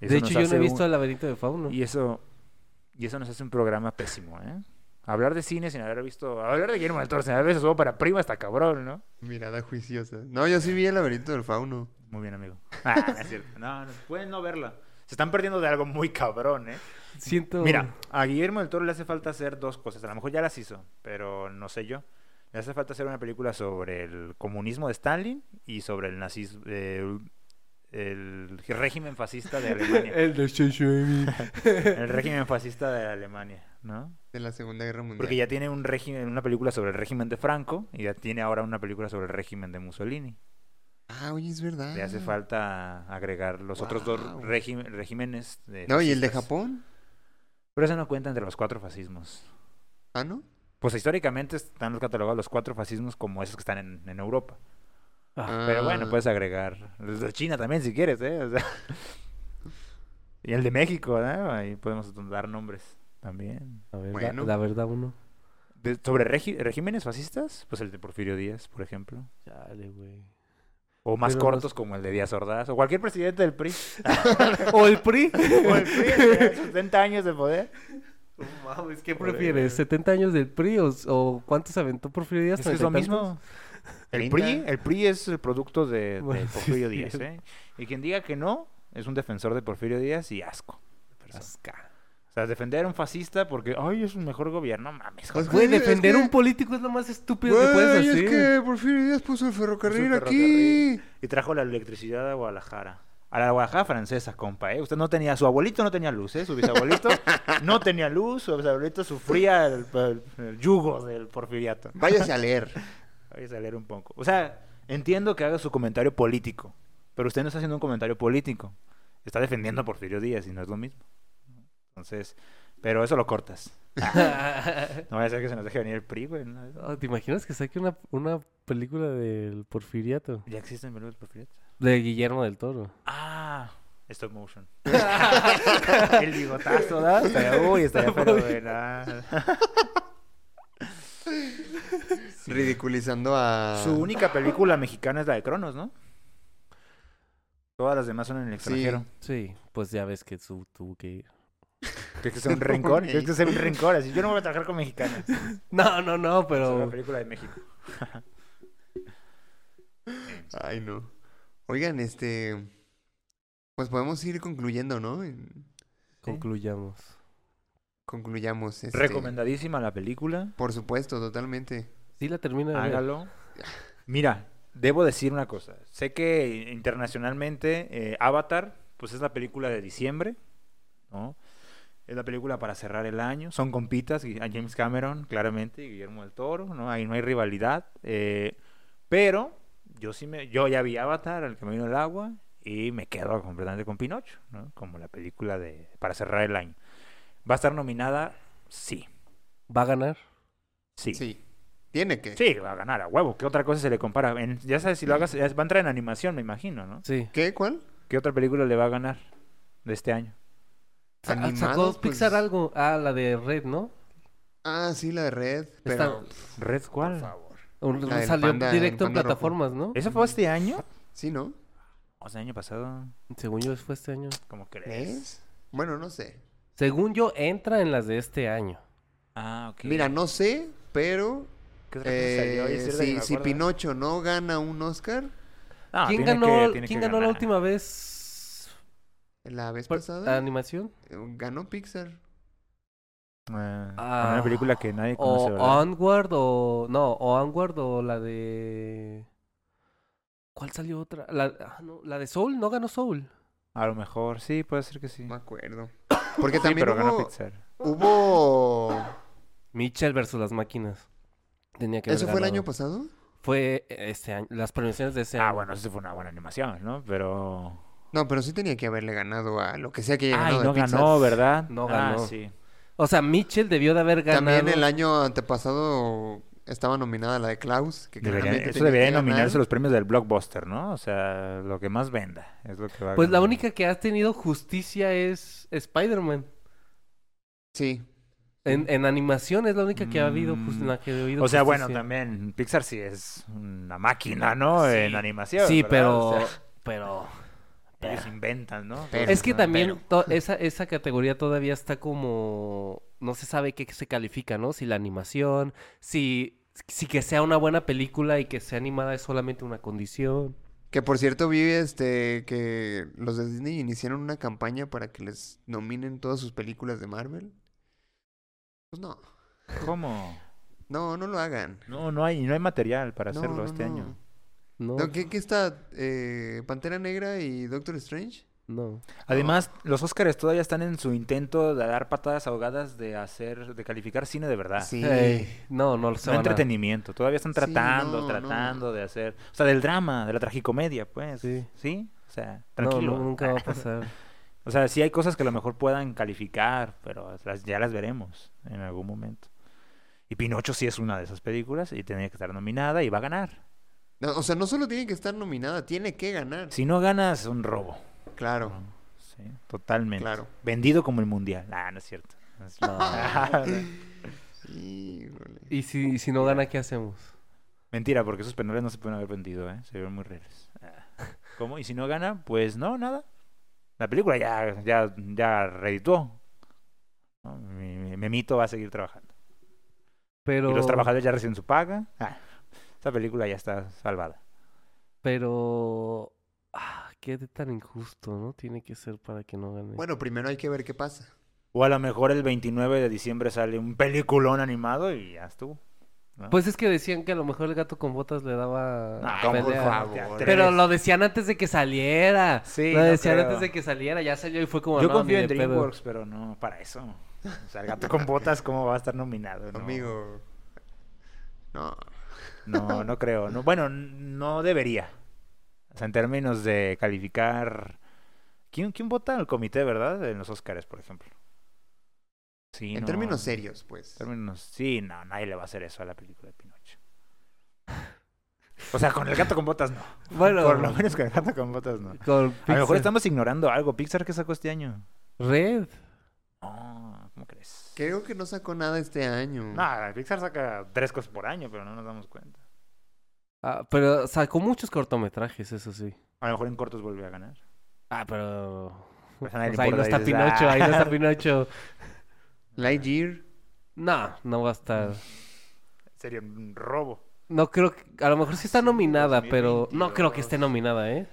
[SPEAKER 3] Eso
[SPEAKER 4] de
[SPEAKER 3] nos
[SPEAKER 4] hecho, yo no
[SPEAKER 3] hace
[SPEAKER 4] he
[SPEAKER 3] un-
[SPEAKER 4] visto el laberinto de Fauno.
[SPEAKER 3] Y eso, y eso nos hace un programa pésimo, ¿eh? Hablar de cine sin haber visto. Hablar de Guillermo del Toro sin haber visto su para prima está cabrón, ¿no?
[SPEAKER 2] Mirada juiciosa. No, yo sí vi el laberinto del fauno.
[SPEAKER 3] Muy bien, amigo. Ah, no es cierto. No, no, pueden no verla. Se están perdiendo de algo muy cabrón, ¿eh?
[SPEAKER 4] Siento.
[SPEAKER 3] Mira, a Guillermo del Toro le hace falta hacer dos cosas. A lo mejor ya las hizo, pero no sé yo. Le hace falta hacer una película sobre el comunismo de Stalin y sobre el nazismo. el régimen fascista de Alemania.
[SPEAKER 4] El de Shenzhen.
[SPEAKER 3] El régimen fascista de Alemania, ¿no?
[SPEAKER 2] De la Segunda Guerra Mundial.
[SPEAKER 3] Porque ya tiene un régimen, una película sobre el régimen de Franco y ya tiene ahora una película sobre el régimen de Mussolini.
[SPEAKER 2] Ah, oye, es verdad.
[SPEAKER 3] Le hace falta agregar los otros dos
[SPEAKER 2] Guau.
[SPEAKER 3] régi- regímenes. de
[SPEAKER 2] No, ¿y el de
[SPEAKER 3] fascistas.
[SPEAKER 2] Japón?
[SPEAKER 3] Pero eso no cuenta entre los cuatro fascismos.
[SPEAKER 2] Ah, ¿no?
[SPEAKER 3] Pues históricamente están catalogados los cuatro fascismos como esos que están en, en Europa.
[SPEAKER 4] Ah,
[SPEAKER 3] Pero
[SPEAKER 2] Ah.
[SPEAKER 3] bueno, pues, puedes agregar los de China también si quieres, ¿eh? O sea, y el de México, ¿no? Ahí podemos dar nombres también.
[SPEAKER 4] la, verdad,
[SPEAKER 2] Bueno.
[SPEAKER 4] la verdad, uno.
[SPEAKER 3] De- sobre regi- regímenes fascistas, pues el de Porfirio Díaz, por ejemplo.
[SPEAKER 4] Chale, güey.
[SPEAKER 3] O más
[SPEAKER 4] Pero los-
[SPEAKER 3] cortos como el de Díaz Ordaz. O cualquier presidente del PRI.
[SPEAKER 4] ¿O el PRI?
[SPEAKER 3] o el PRI, que tiene 70 años de poder.
[SPEAKER 4] ¿Qué
[SPEAKER 3] Joder.
[SPEAKER 4] prefieres? ¿70 años del PRI o, o cuántos aventó Porfirio Díaz?
[SPEAKER 3] Es que es lo
[SPEAKER 4] ¿Treinta y tantos?
[SPEAKER 3] mismo. El
[SPEAKER 2] Treinta.
[SPEAKER 3] PRI, el PRI es el producto de, de
[SPEAKER 4] Bueno, sí,
[SPEAKER 3] Porfirio
[SPEAKER 4] sí.
[SPEAKER 3] Díaz. ¿eh? Y quien diga que no es un defensor de Porfirio Díaz y asco. de persona.
[SPEAKER 4] Asca.
[SPEAKER 3] O sea, defender a un fascista porque, ay, es un mejor gobierno. Mames,
[SPEAKER 2] Pues,
[SPEAKER 3] joder.
[SPEAKER 4] Güey,
[SPEAKER 2] Es que- es
[SPEAKER 4] defender
[SPEAKER 2] que-
[SPEAKER 4] un político es lo más estúpido que puedes
[SPEAKER 2] Güey,
[SPEAKER 4] hacer.
[SPEAKER 2] es que Porfirio Díaz puso el ferrocarril
[SPEAKER 3] pues, Puso el
[SPEAKER 2] aquí.
[SPEAKER 3] Y trajo la electricidad a Guadalajara. A la Guadalajara francesa, compa, ¿eh? Usted no tenía... Su abuelito no tenía luz, ¿eh? Su bisabuelito no tenía luz. Su bisabuelito sufría el, el- el yugo del porfiriato.
[SPEAKER 2] Váyase a leer.
[SPEAKER 3] Voy a leer un poco. O sea, entiendo que haga su comentario político, pero usted no está haciendo un comentario político. Está defendiendo a Porfirio Díaz y no es lo mismo. Entonces, pero eso lo cortas. No vaya a ser que se nos deje venir el PRI, güey. ¿no? Eso-
[SPEAKER 4] Oh, ¿Te imaginas que saque una, una película del Porfiriato?
[SPEAKER 3] Ya existen películas Porfiriato.
[SPEAKER 4] De Guillermo del Toro.
[SPEAKER 3] Ah, stop motion. el bigotazo, ¿no? Estaría, uy, estaría fenomenal.
[SPEAKER 2] Ridiculizando a.
[SPEAKER 3] Su única película mexicana es la de Cronos, ¿no? Todas las demás son en el extranjero.
[SPEAKER 4] Sí, pues ya ves que su, tuvo que ir.
[SPEAKER 3] Tienes que ser un rencor.
[SPEAKER 2] Ok.
[SPEAKER 3] Tienes que ser un rencor. Así, yo no voy a trabajar con mexicanos.
[SPEAKER 4] No, no, no,
[SPEAKER 3] Es una
[SPEAKER 4] pero...
[SPEAKER 3] película de México.
[SPEAKER 2] Ay, no. Oigan, este. Pues podemos ir concluyendo, ¿no? En-
[SPEAKER 4] Concluyamos.
[SPEAKER 2] Concluyamos. Este...
[SPEAKER 3] Recomendadísima la película.
[SPEAKER 2] Por supuesto, totalmente.
[SPEAKER 4] Sí, la termina. de ver.
[SPEAKER 3] Hágalo. Mira, debo decir una cosa. Sé que internacionalmente eh, Avatar, pues es la película de diciembre, ¿no? Es la película para cerrar el año. Son compitas, y- a James Cameron, claramente, y Guillermo del Toro, ¿no? Ahí no hay rivalidad. eh, pero yo sí me, yo ya vi Avatar, el camino del agua, y me quedo completamente con Pinocho, ¿no? Como la película de para cerrar el año. ¿Va a estar nominada? Sí.
[SPEAKER 4] ¿Va a ganar?
[SPEAKER 3] Sí.
[SPEAKER 2] Sí. Tiene que.
[SPEAKER 3] Sí, va a ganar a huevo. ¿Qué otra cosa se le compara? En- ya sabes, si lo hagas, ya va a entrar en animación, me imagino, ¿no?
[SPEAKER 4] Sí.
[SPEAKER 2] ¿Qué? ¿Cuál?
[SPEAKER 3] ¿Qué otra película le va a ganar de este año?
[SPEAKER 4] Sa-
[SPEAKER 2] Animados,
[SPEAKER 4] Ah, Sacó
[SPEAKER 2] pues-
[SPEAKER 4] Pixar algo. Ah, la de Red, ¿no?
[SPEAKER 2] Ah, sí, la de Red. Pero.
[SPEAKER 3] ¿Red
[SPEAKER 2] Por
[SPEAKER 3] cuál?
[SPEAKER 2] favor.
[SPEAKER 4] Un-
[SPEAKER 2] La del
[SPEAKER 4] salió
[SPEAKER 2] panda-
[SPEAKER 4] directo
[SPEAKER 2] Ah, el
[SPEAKER 4] en
[SPEAKER 2] panda rojo.
[SPEAKER 4] plataformas, ¿no?
[SPEAKER 3] ¿Eso fue este año?
[SPEAKER 2] Sí, ¿no?
[SPEAKER 3] O sea, año pasado,
[SPEAKER 4] Según yo, fue este año.
[SPEAKER 3] como crees.
[SPEAKER 2] ¿Es? Bueno, no sé.
[SPEAKER 4] Según yo, entra en las de este año.
[SPEAKER 3] Ah, ok.
[SPEAKER 2] Mira, no sé, pero.
[SPEAKER 3] ¿Qué otra cosa salió? Oye,
[SPEAKER 2] eh,
[SPEAKER 3] sí,
[SPEAKER 2] si,
[SPEAKER 3] me
[SPEAKER 2] si
[SPEAKER 3] acuerdo.
[SPEAKER 2] Pinocho no gana un Oscar
[SPEAKER 3] Ah,
[SPEAKER 4] ¿Quién
[SPEAKER 3] tiene
[SPEAKER 4] ganó,
[SPEAKER 3] que- tiene
[SPEAKER 4] ¿quién
[SPEAKER 3] que
[SPEAKER 4] ganó la
[SPEAKER 3] ganar.
[SPEAKER 4] última vez?
[SPEAKER 2] la vez
[SPEAKER 4] Por-
[SPEAKER 2] pasada,
[SPEAKER 4] ¿La animación?
[SPEAKER 2] eh, ganó Pixar.
[SPEAKER 3] Ah,
[SPEAKER 4] Ah.
[SPEAKER 3] Una película que nadie
[SPEAKER 4] O
[SPEAKER 3] conoce, ¿verdad?
[SPEAKER 4] Onward o... No, o Onward o la de... ¿Cuál salió otra? La, ah, no, la de Soul, no ganó Soul.
[SPEAKER 3] A lo mejor, sí, puede ser que sí.
[SPEAKER 2] No me acuerdo. Porque
[SPEAKER 3] Sí,
[SPEAKER 2] también
[SPEAKER 3] pero ganó
[SPEAKER 2] hubo,
[SPEAKER 3] Pixar.
[SPEAKER 2] hubo-
[SPEAKER 4] Mitchell versus las máquinas. Tenía que
[SPEAKER 2] ¿Eso
[SPEAKER 4] haber
[SPEAKER 2] fue el
[SPEAKER 4] ganado.
[SPEAKER 2] año pasado?
[SPEAKER 4] fue este año, las premiaciones de ese año.
[SPEAKER 3] Ah, bueno, eso fue una buena animación, ¿no? Pero.
[SPEAKER 2] No, pero sí tenía que haberle ganado a lo que sea que haya
[SPEAKER 3] Ay,
[SPEAKER 2] ganado. de
[SPEAKER 3] no
[SPEAKER 2] Pixar.
[SPEAKER 3] ganó, ¿verdad?
[SPEAKER 4] No
[SPEAKER 3] Ah,
[SPEAKER 4] ganó.
[SPEAKER 3] sí.
[SPEAKER 4] O sea, Mitchell debió de haber ganado.
[SPEAKER 2] También el año antepasado estaba nominada la de Klaus. Que
[SPEAKER 3] Debería-
[SPEAKER 2] claramente
[SPEAKER 3] eso
[SPEAKER 2] tenía
[SPEAKER 3] debería
[SPEAKER 2] que ganar.
[SPEAKER 3] nominarse a los premios del blockbuster, ¿no? O sea, lo que más venda es lo que va a
[SPEAKER 4] Pues la
[SPEAKER 3] ganar.
[SPEAKER 4] única que ha tenido justicia es Spider-Man.
[SPEAKER 2] Sí.
[SPEAKER 4] En, en animación es la única que ha habido, jus-
[SPEAKER 3] Mm.
[SPEAKER 4] la que ha habido
[SPEAKER 3] O sea, bueno,
[SPEAKER 4] justicia.
[SPEAKER 3] también Pixar sí es una máquina, ¿no?
[SPEAKER 4] Sí.
[SPEAKER 3] En animación.
[SPEAKER 4] Sí,
[SPEAKER 3] ¿verdad?
[SPEAKER 4] pero,
[SPEAKER 3] O sea,
[SPEAKER 4] pero...
[SPEAKER 3] ellos inventan, ¿no?
[SPEAKER 2] Pero-
[SPEAKER 4] Es que
[SPEAKER 2] ¿no?
[SPEAKER 4] también to- esa, esa categoría todavía está como... No se sabe qué se califica, ¿no? Si la animación, si, si que sea una buena película y que sea animada es solamente una condición.
[SPEAKER 2] Que por cierto vi este que los de Disney iniciaron una campaña para que les nominen todas sus películas de Marvel. Pues no,
[SPEAKER 3] ¿Cómo?
[SPEAKER 2] no, no lo hagan.
[SPEAKER 3] No, no hay, no hay material para
[SPEAKER 2] No,
[SPEAKER 3] hacerlo
[SPEAKER 2] no,
[SPEAKER 3] este
[SPEAKER 2] no.
[SPEAKER 3] año.
[SPEAKER 4] No,
[SPEAKER 2] No, ¿Qué, qué está? eh, ¿Pantera Negra y Doctor Strange?
[SPEAKER 4] no.
[SPEAKER 3] Además, los Óscares todavía están en su intento de dar patadas ahogadas de hacer, de calificar cine de verdad.
[SPEAKER 2] Sí.
[SPEAKER 4] Ey, no, no lo
[SPEAKER 3] No entretenimiento. Todavía están
[SPEAKER 2] Sí,
[SPEAKER 3] tratando,
[SPEAKER 2] no,
[SPEAKER 3] tratando de hacer. O sea, del drama, de la tragicomedia, pues.
[SPEAKER 4] Sí.
[SPEAKER 3] Sí. O sea,
[SPEAKER 4] No,
[SPEAKER 3] tranquilo.
[SPEAKER 4] no, nunca va a pasar.
[SPEAKER 3] O sea, sí hay cosas que a lo mejor puedan calificar, pero las- ya las veremos en algún momento. Y Pinocho sí es una de esas películas y tenía que estar nominada y va a ganar.
[SPEAKER 2] No, o sea, no solo tiene que estar nominada, tiene que ganar.
[SPEAKER 3] Si no ganas, es un robo.
[SPEAKER 2] Claro.
[SPEAKER 3] Sí, totalmente.
[SPEAKER 2] Claro.
[SPEAKER 3] Vendido como el mundial. Ah, no es cierto. No es cierto.
[SPEAKER 2] Híjole.
[SPEAKER 4] ¿Y si, si no gana, qué hacemos?
[SPEAKER 3] Mentira, porque esos penales no se pueden haber vendido, ¿eh? Se ven muy reales. Ah. ¿Cómo? ¿Y si no gana? Pues no, nada. La película ya, ya, ya redituó. ¿no? Mi, mi- Memito va a seguir trabajando.
[SPEAKER 4] Pero...
[SPEAKER 3] Y los trabajadores ya reciben su paga. Ah, esa película ya está salvada.
[SPEAKER 4] Pero... Ah, qué tan injusto, ¿no? Tiene que ser para que no gane.
[SPEAKER 2] Bueno, primero hay que ver qué pasa.
[SPEAKER 3] O a lo mejor el 29 de diciembre sale un peliculón animado y ya estuvo. ¿no?
[SPEAKER 4] Pues es que decían que a lo mejor el gato con botas le daba
[SPEAKER 3] Ah,
[SPEAKER 2] ¿cómo,
[SPEAKER 4] pelea.
[SPEAKER 2] por favor?
[SPEAKER 3] te atreves.
[SPEAKER 4] Pero lo decían antes de que saliera.
[SPEAKER 3] Sí,
[SPEAKER 4] Lo
[SPEAKER 3] no
[SPEAKER 4] decían
[SPEAKER 3] creo.
[SPEAKER 4] antes de que saliera, ya salió y fue como.
[SPEAKER 3] Yo
[SPEAKER 4] "No,
[SPEAKER 3] confío
[SPEAKER 4] ni
[SPEAKER 3] en
[SPEAKER 4] de pedo".
[SPEAKER 3] DreamWorks, pero no para eso. O sea, el gato con botas, ¿cómo va a estar nominado? No.
[SPEAKER 2] Amigo. No.
[SPEAKER 3] No, no creo. No, bueno, n- no debería. O sea, en términos de calificar... ¿Quién, quién vota al comité, verdad? En los Óscares, por ejemplo. Sí,
[SPEAKER 2] En
[SPEAKER 3] no,
[SPEAKER 2] términos serios, pues.
[SPEAKER 3] términos- Sí, no, nadie le va a hacer eso a la película de Pinocho. O sea, con el gato con botas no.
[SPEAKER 4] Bueno,
[SPEAKER 3] Por lo menos con el gato con botas no.
[SPEAKER 4] con
[SPEAKER 3] A lo mejor
[SPEAKER 4] Pixar.
[SPEAKER 3] estamos ignorando algo. Pixar, ¿qué sacó este año?
[SPEAKER 4] Red.
[SPEAKER 3] No, ¿cómo crees?
[SPEAKER 2] Creo que no sacó nada este año.
[SPEAKER 3] No, Pixar saca tres cosas por año, pero no nos damos cuenta.
[SPEAKER 4] Ah, pero sacó muchos cortometrajes, eso sí.
[SPEAKER 3] A lo mejor en cortos vuelve a ganar.
[SPEAKER 4] Ah, pero.
[SPEAKER 3] Pues a nadie le
[SPEAKER 4] Pues ahí no
[SPEAKER 3] importa,
[SPEAKER 4] está
[SPEAKER 3] dices,
[SPEAKER 4] Pinocho, ahí no
[SPEAKER 3] "Ah".
[SPEAKER 4] está Pinocho.
[SPEAKER 2] Lightyear.
[SPEAKER 4] No, no va a estar.
[SPEAKER 3] Sería un robo.
[SPEAKER 4] No creo que. A lo mejor sí está
[SPEAKER 3] Sí,
[SPEAKER 4] nominada, pero. No creo que
[SPEAKER 3] 2022.
[SPEAKER 4] esté nominada, ¿eh?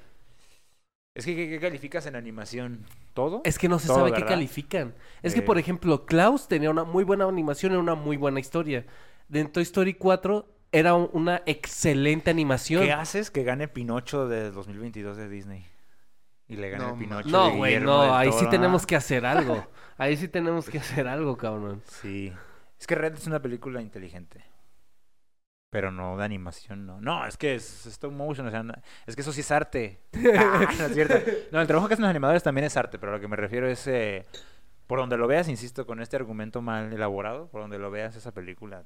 [SPEAKER 3] Es que, ¿qué, qué calificas en animación? ¿Todo?
[SPEAKER 4] Es que no se
[SPEAKER 3] Todo,
[SPEAKER 4] sabe qué
[SPEAKER 3] ¿verdad?
[SPEAKER 4] califican. Es que,
[SPEAKER 3] Eh.
[SPEAKER 4] por ejemplo, Klaus tenía una muy buena animación y una muy buena historia. De Toy Story 4 era un- una excelente animación.
[SPEAKER 3] ¿Qué haces que gane Pinocho de 2022 de Disney? Y le gane
[SPEAKER 2] No,
[SPEAKER 3] el Pinocho.
[SPEAKER 4] No,
[SPEAKER 3] de
[SPEAKER 4] güey,
[SPEAKER 3] Guillermo del
[SPEAKER 4] no, ahí sí
[SPEAKER 3] Toro,
[SPEAKER 4] tenemos
[SPEAKER 3] ah.
[SPEAKER 4] que hacer algo. Ahí sí tenemos que hacer algo, cabrón.
[SPEAKER 3] Sí. Es que Red es una película inteligente. Pero no de animación, no. No, es que es stop motion, o sea, no- es que eso sí es arte. Ah, no es cierto. No, el trabajo que hacen los animadores también es arte, pero a lo que me refiero es. eh, por donde lo veas, insisto, con este argumento mal elaborado, por donde lo veas, esa película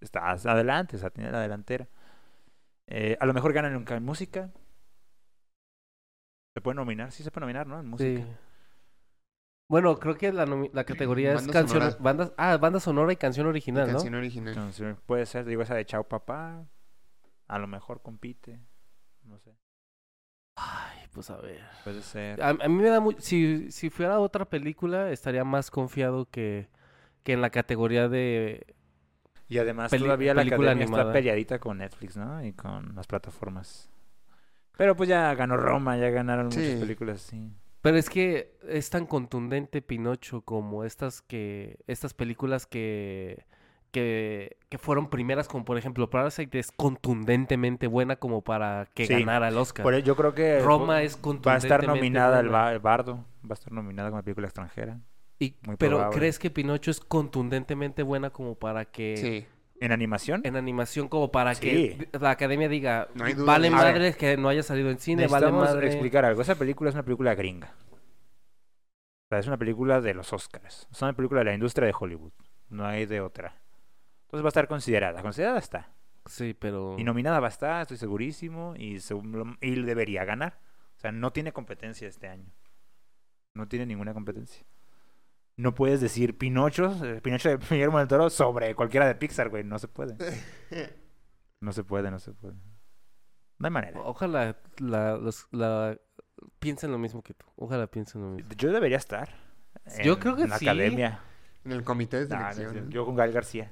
[SPEAKER 3] está adelante, o sea, tiene la delantera. Eh, a lo mejor ganan en ca- música. ¿Se puede nominar? Sí, se puede nominar, ¿no? En música.
[SPEAKER 4] Sí. Bueno, creo que la, nomi- la categoría es
[SPEAKER 2] Banda
[SPEAKER 4] canciones,
[SPEAKER 2] sonora.
[SPEAKER 4] bandas, ah, banda sonora y canción
[SPEAKER 2] y
[SPEAKER 4] original, ¿no?
[SPEAKER 2] canción original.
[SPEAKER 3] Entonces, eh, puede ser, digo, esa de Chao Papá. A lo mejor compite. No sé.
[SPEAKER 4] Ay, pues a ver.
[SPEAKER 3] Puede ser.
[SPEAKER 4] A, a mí me da muy... Si, si fuera otra película, estaría más confiado que, que en la categoría de
[SPEAKER 3] Y además
[SPEAKER 4] Peli-
[SPEAKER 3] todavía la
[SPEAKER 4] película
[SPEAKER 3] academia
[SPEAKER 4] animada.
[SPEAKER 3] está peleadita con Netflix, ¿no? Y con las plataformas. Pero pues ya ganó Roma, ya ganaron
[SPEAKER 2] Sí.
[SPEAKER 3] muchas películas así.
[SPEAKER 4] Pero es que es tan contundente Pinocho como estas que estas películas que que, que fueron primeras como por ejemplo Parasite es contundentemente buena como para que
[SPEAKER 3] Sí.
[SPEAKER 4] ganara el Oscar.
[SPEAKER 3] Por e- yo creo que
[SPEAKER 4] Roma
[SPEAKER 3] va-
[SPEAKER 4] es
[SPEAKER 3] va a estar
[SPEAKER 4] contundentemente
[SPEAKER 3] nominada el,
[SPEAKER 4] buena.
[SPEAKER 3] ba- el Bardo, va a estar nominada como película extranjera.
[SPEAKER 4] Y-
[SPEAKER 3] muy
[SPEAKER 4] pero
[SPEAKER 3] probable.
[SPEAKER 4] ¿crees que Pinocho es contundentemente buena como para que
[SPEAKER 2] Sí.
[SPEAKER 3] ¿En animación?
[SPEAKER 4] en animación como para
[SPEAKER 3] Sí.
[SPEAKER 4] que la academia diga,
[SPEAKER 2] No hay duda.
[SPEAKER 4] vale
[SPEAKER 2] A
[SPEAKER 3] ver.
[SPEAKER 4] madres que no haya salido en cine, vale
[SPEAKER 3] Necesitamos
[SPEAKER 4] madre.
[SPEAKER 3] explicar algo. Esa película es una película gringa. O sea, es una película de los Oscars. Es una película de la industria de Hollywood. No hay de otra. Entonces va a estar considerada. Considerada está.
[SPEAKER 4] Sí, pero
[SPEAKER 3] Y nominada va a estar, estoy segurísimo. Y, según lo- y debería ganar. O sea, no tiene competencia este año. No tiene ninguna competencia. No puedes decir Pinocho, eh, Pinocho de Guillermo del Toro sobre cualquiera de Pixar, güey. No se puede. No se puede, no se puede. No hay manera.
[SPEAKER 4] ojalá la, los- la- piensen lo mismo que tú. Ojalá piensen lo mismo.
[SPEAKER 3] Yo debería estar.
[SPEAKER 4] Yo creo que
[SPEAKER 3] la
[SPEAKER 4] sí.
[SPEAKER 3] academia.
[SPEAKER 2] En el comité de
[SPEAKER 3] No, no es
[SPEAKER 2] selección.
[SPEAKER 3] cierto. yo con Gal García.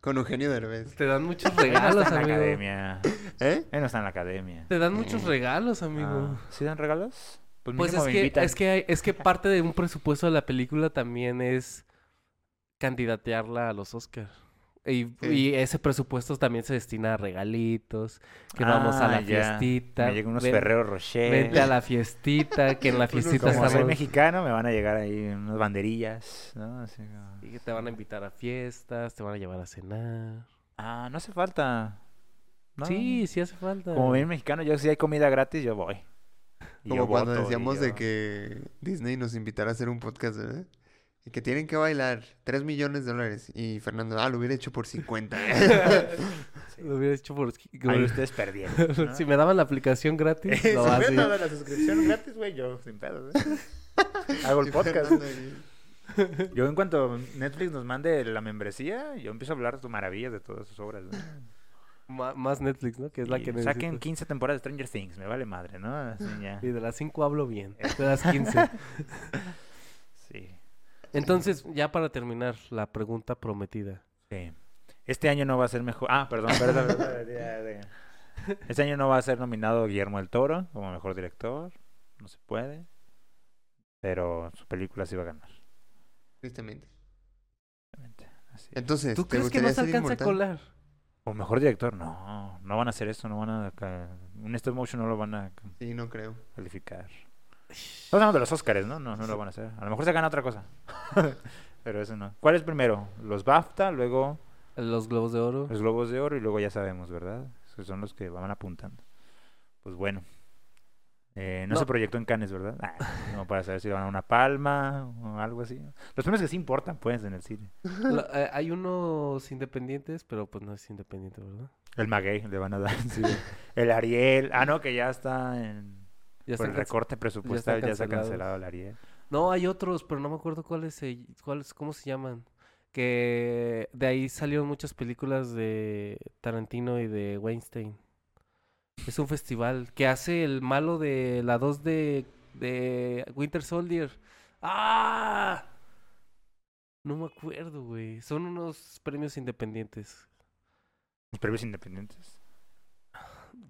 [SPEAKER 2] Con Eugenio Derbez.
[SPEAKER 4] Te dan muchos
[SPEAKER 3] Él no
[SPEAKER 4] regalos,
[SPEAKER 3] está en la
[SPEAKER 4] amigo.
[SPEAKER 3] academia.
[SPEAKER 2] ¿Eh?
[SPEAKER 3] Él no está en la academia.
[SPEAKER 4] Te dan muchos regalos, amigo.
[SPEAKER 3] Ah, ¿Sí dan regalos? Pues,
[SPEAKER 4] Pues es
[SPEAKER 3] mínimo me
[SPEAKER 4] que,
[SPEAKER 3] invitan.
[SPEAKER 4] es, que hay- es que parte de un presupuesto de la película también es candidatearla a los Oscars. Y,
[SPEAKER 2] Sí.
[SPEAKER 4] y ese presupuesto también se destina a regalitos, que vamos a
[SPEAKER 3] Ah,
[SPEAKER 4] la
[SPEAKER 3] ya.
[SPEAKER 4] fiestita.
[SPEAKER 3] Me llegan unos
[SPEAKER 4] ven-
[SPEAKER 3] Ferrero Rocher.
[SPEAKER 4] Vente a la fiestita, que en la
[SPEAKER 2] Unos
[SPEAKER 4] fiestita
[SPEAKER 3] Como soy
[SPEAKER 4] estamos...
[SPEAKER 3] mexicano, me van a llegar ahí unas banderillas. ¿no? Así como-
[SPEAKER 4] Y que te van a invitar a fiestas, te van a llevar a cenar.
[SPEAKER 3] Ah, no hace falta. No,
[SPEAKER 4] Sí, sí hace falta.
[SPEAKER 3] Como bien mexicano, yo si hay comida gratis, yo voy. Y
[SPEAKER 2] Como
[SPEAKER 3] yo
[SPEAKER 2] cuando
[SPEAKER 3] voto, y
[SPEAKER 2] decíamos de
[SPEAKER 3] yo-
[SPEAKER 2] que Disney nos invitara a hacer un podcast, ¿verdad? Y que tienen que bailar 3 millones de dólares. Y Fernando, ah, lo hubiera hecho por 50.
[SPEAKER 4] Lo hubiera hecho por...
[SPEAKER 3] Ahí Ah. ustedes perdieron. ¿no?
[SPEAKER 4] Si me daban la aplicación gratis,
[SPEAKER 3] Si
[SPEAKER 4] lo
[SPEAKER 3] me hubieran
[SPEAKER 4] hacía.
[SPEAKER 3] dado la suscripción gratis, güey, yo sin pedo. Hago el
[SPEAKER 2] Y
[SPEAKER 3] podcast.
[SPEAKER 2] Fernando ahí.
[SPEAKER 3] Yo en cuanto Netflix nos mande la membresía, yo empiezo a hablar de maravillas de todas sus obras. ¿no?
[SPEAKER 4] Ma- Más Netflix, ¿no? Que es la
[SPEAKER 3] Y
[SPEAKER 4] que
[SPEAKER 3] saquen
[SPEAKER 4] necesitas.
[SPEAKER 3] 15 temporadas de Stranger Things, me vale madre, ¿no? Así ya.
[SPEAKER 4] Y de las 5 hablo bien.
[SPEAKER 3] eh.
[SPEAKER 4] De las 15.
[SPEAKER 3] Sí,
[SPEAKER 4] Entonces, ya para terminar, la pregunta prometida.
[SPEAKER 3] sí. Este año no va a ser mejor. Ah, perdón, perdón. perdón, ya, ya. Este año no va a ser nominado Guillermo del Toro como mejor director. No se puede. Pero su película sí va a ganar.
[SPEAKER 2] Tristemente.
[SPEAKER 3] obviamente. Así es.
[SPEAKER 2] Entonces,
[SPEAKER 4] ¿Tú
[SPEAKER 2] ¿te
[SPEAKER 4] crees que no
[SPEAKER 2] Este, gustaría
[SPEAKER 4] se
[SPEAKER 2] ser
[SPEAKER 4] alcanza
[SPEAKER 2] inmortal?
[SPEAKER 4] a colar?
[SPEAKER 3] O mejor director, no. No van a hacer eso, no van a. ca- Un stop motion no lo van a ca-
[SPEAKER 2] Sí, no creo.
[SPEAKER 3] calificar. Estamos hablando de los Oscars, ¿no? No, no lo van a hacer. A lo mejor se gana otra cosa. Pero eso no. ¿Cuál es primero? Los BAFTA, luego
[SPEAKER 4] Los globos de oro.
[SPEAKER 3] los Globos de Oro y luego ya sabemos, ¿verdad? Esos son los que van apuntando. Pues bueno. Eh, no,
[SPEAKER 4] No.
[SPEAKER 3] se proyectó en Cannes, ¿verdad? Ah, no, para saber si van a una palma o algo así. Los premios que sí importan, pues, en el cine.
[SPEAKER 4] Lo- eh, hay unos independientes, pero pues no es independiente, ¿verdad?
[SPEAKER 3] El Maguey le van a dar. sí. El Ariel. Ah, no, que ya está en.
[SPEAKER 4] Ya
[SPEAKER 2] Pues
[SPEAKER 3] Por
[SPEAKER 4] están
[SPEAKER 3] el
[SPEAKER 4] canc-
[SPEAKER 3] recorte presupuestal ya, se ha
[SPEAKER 4] cancelados.
[SPEAKER 3] cancelado el Ariel.
[SPEAKER 4] No, hay otros, pero no me acuerdo cuáles, se- cuáles, cómo se llaman. Que de ahí salieron muchas películas de Tarantino y de Weinstein. Es un festival que hace el malo de la 2 de, de Winter Soldier. ¡Ah! No me acuerdo, güey. Son unos premios independientes.
[SPEAKER 3] Los premios independientes.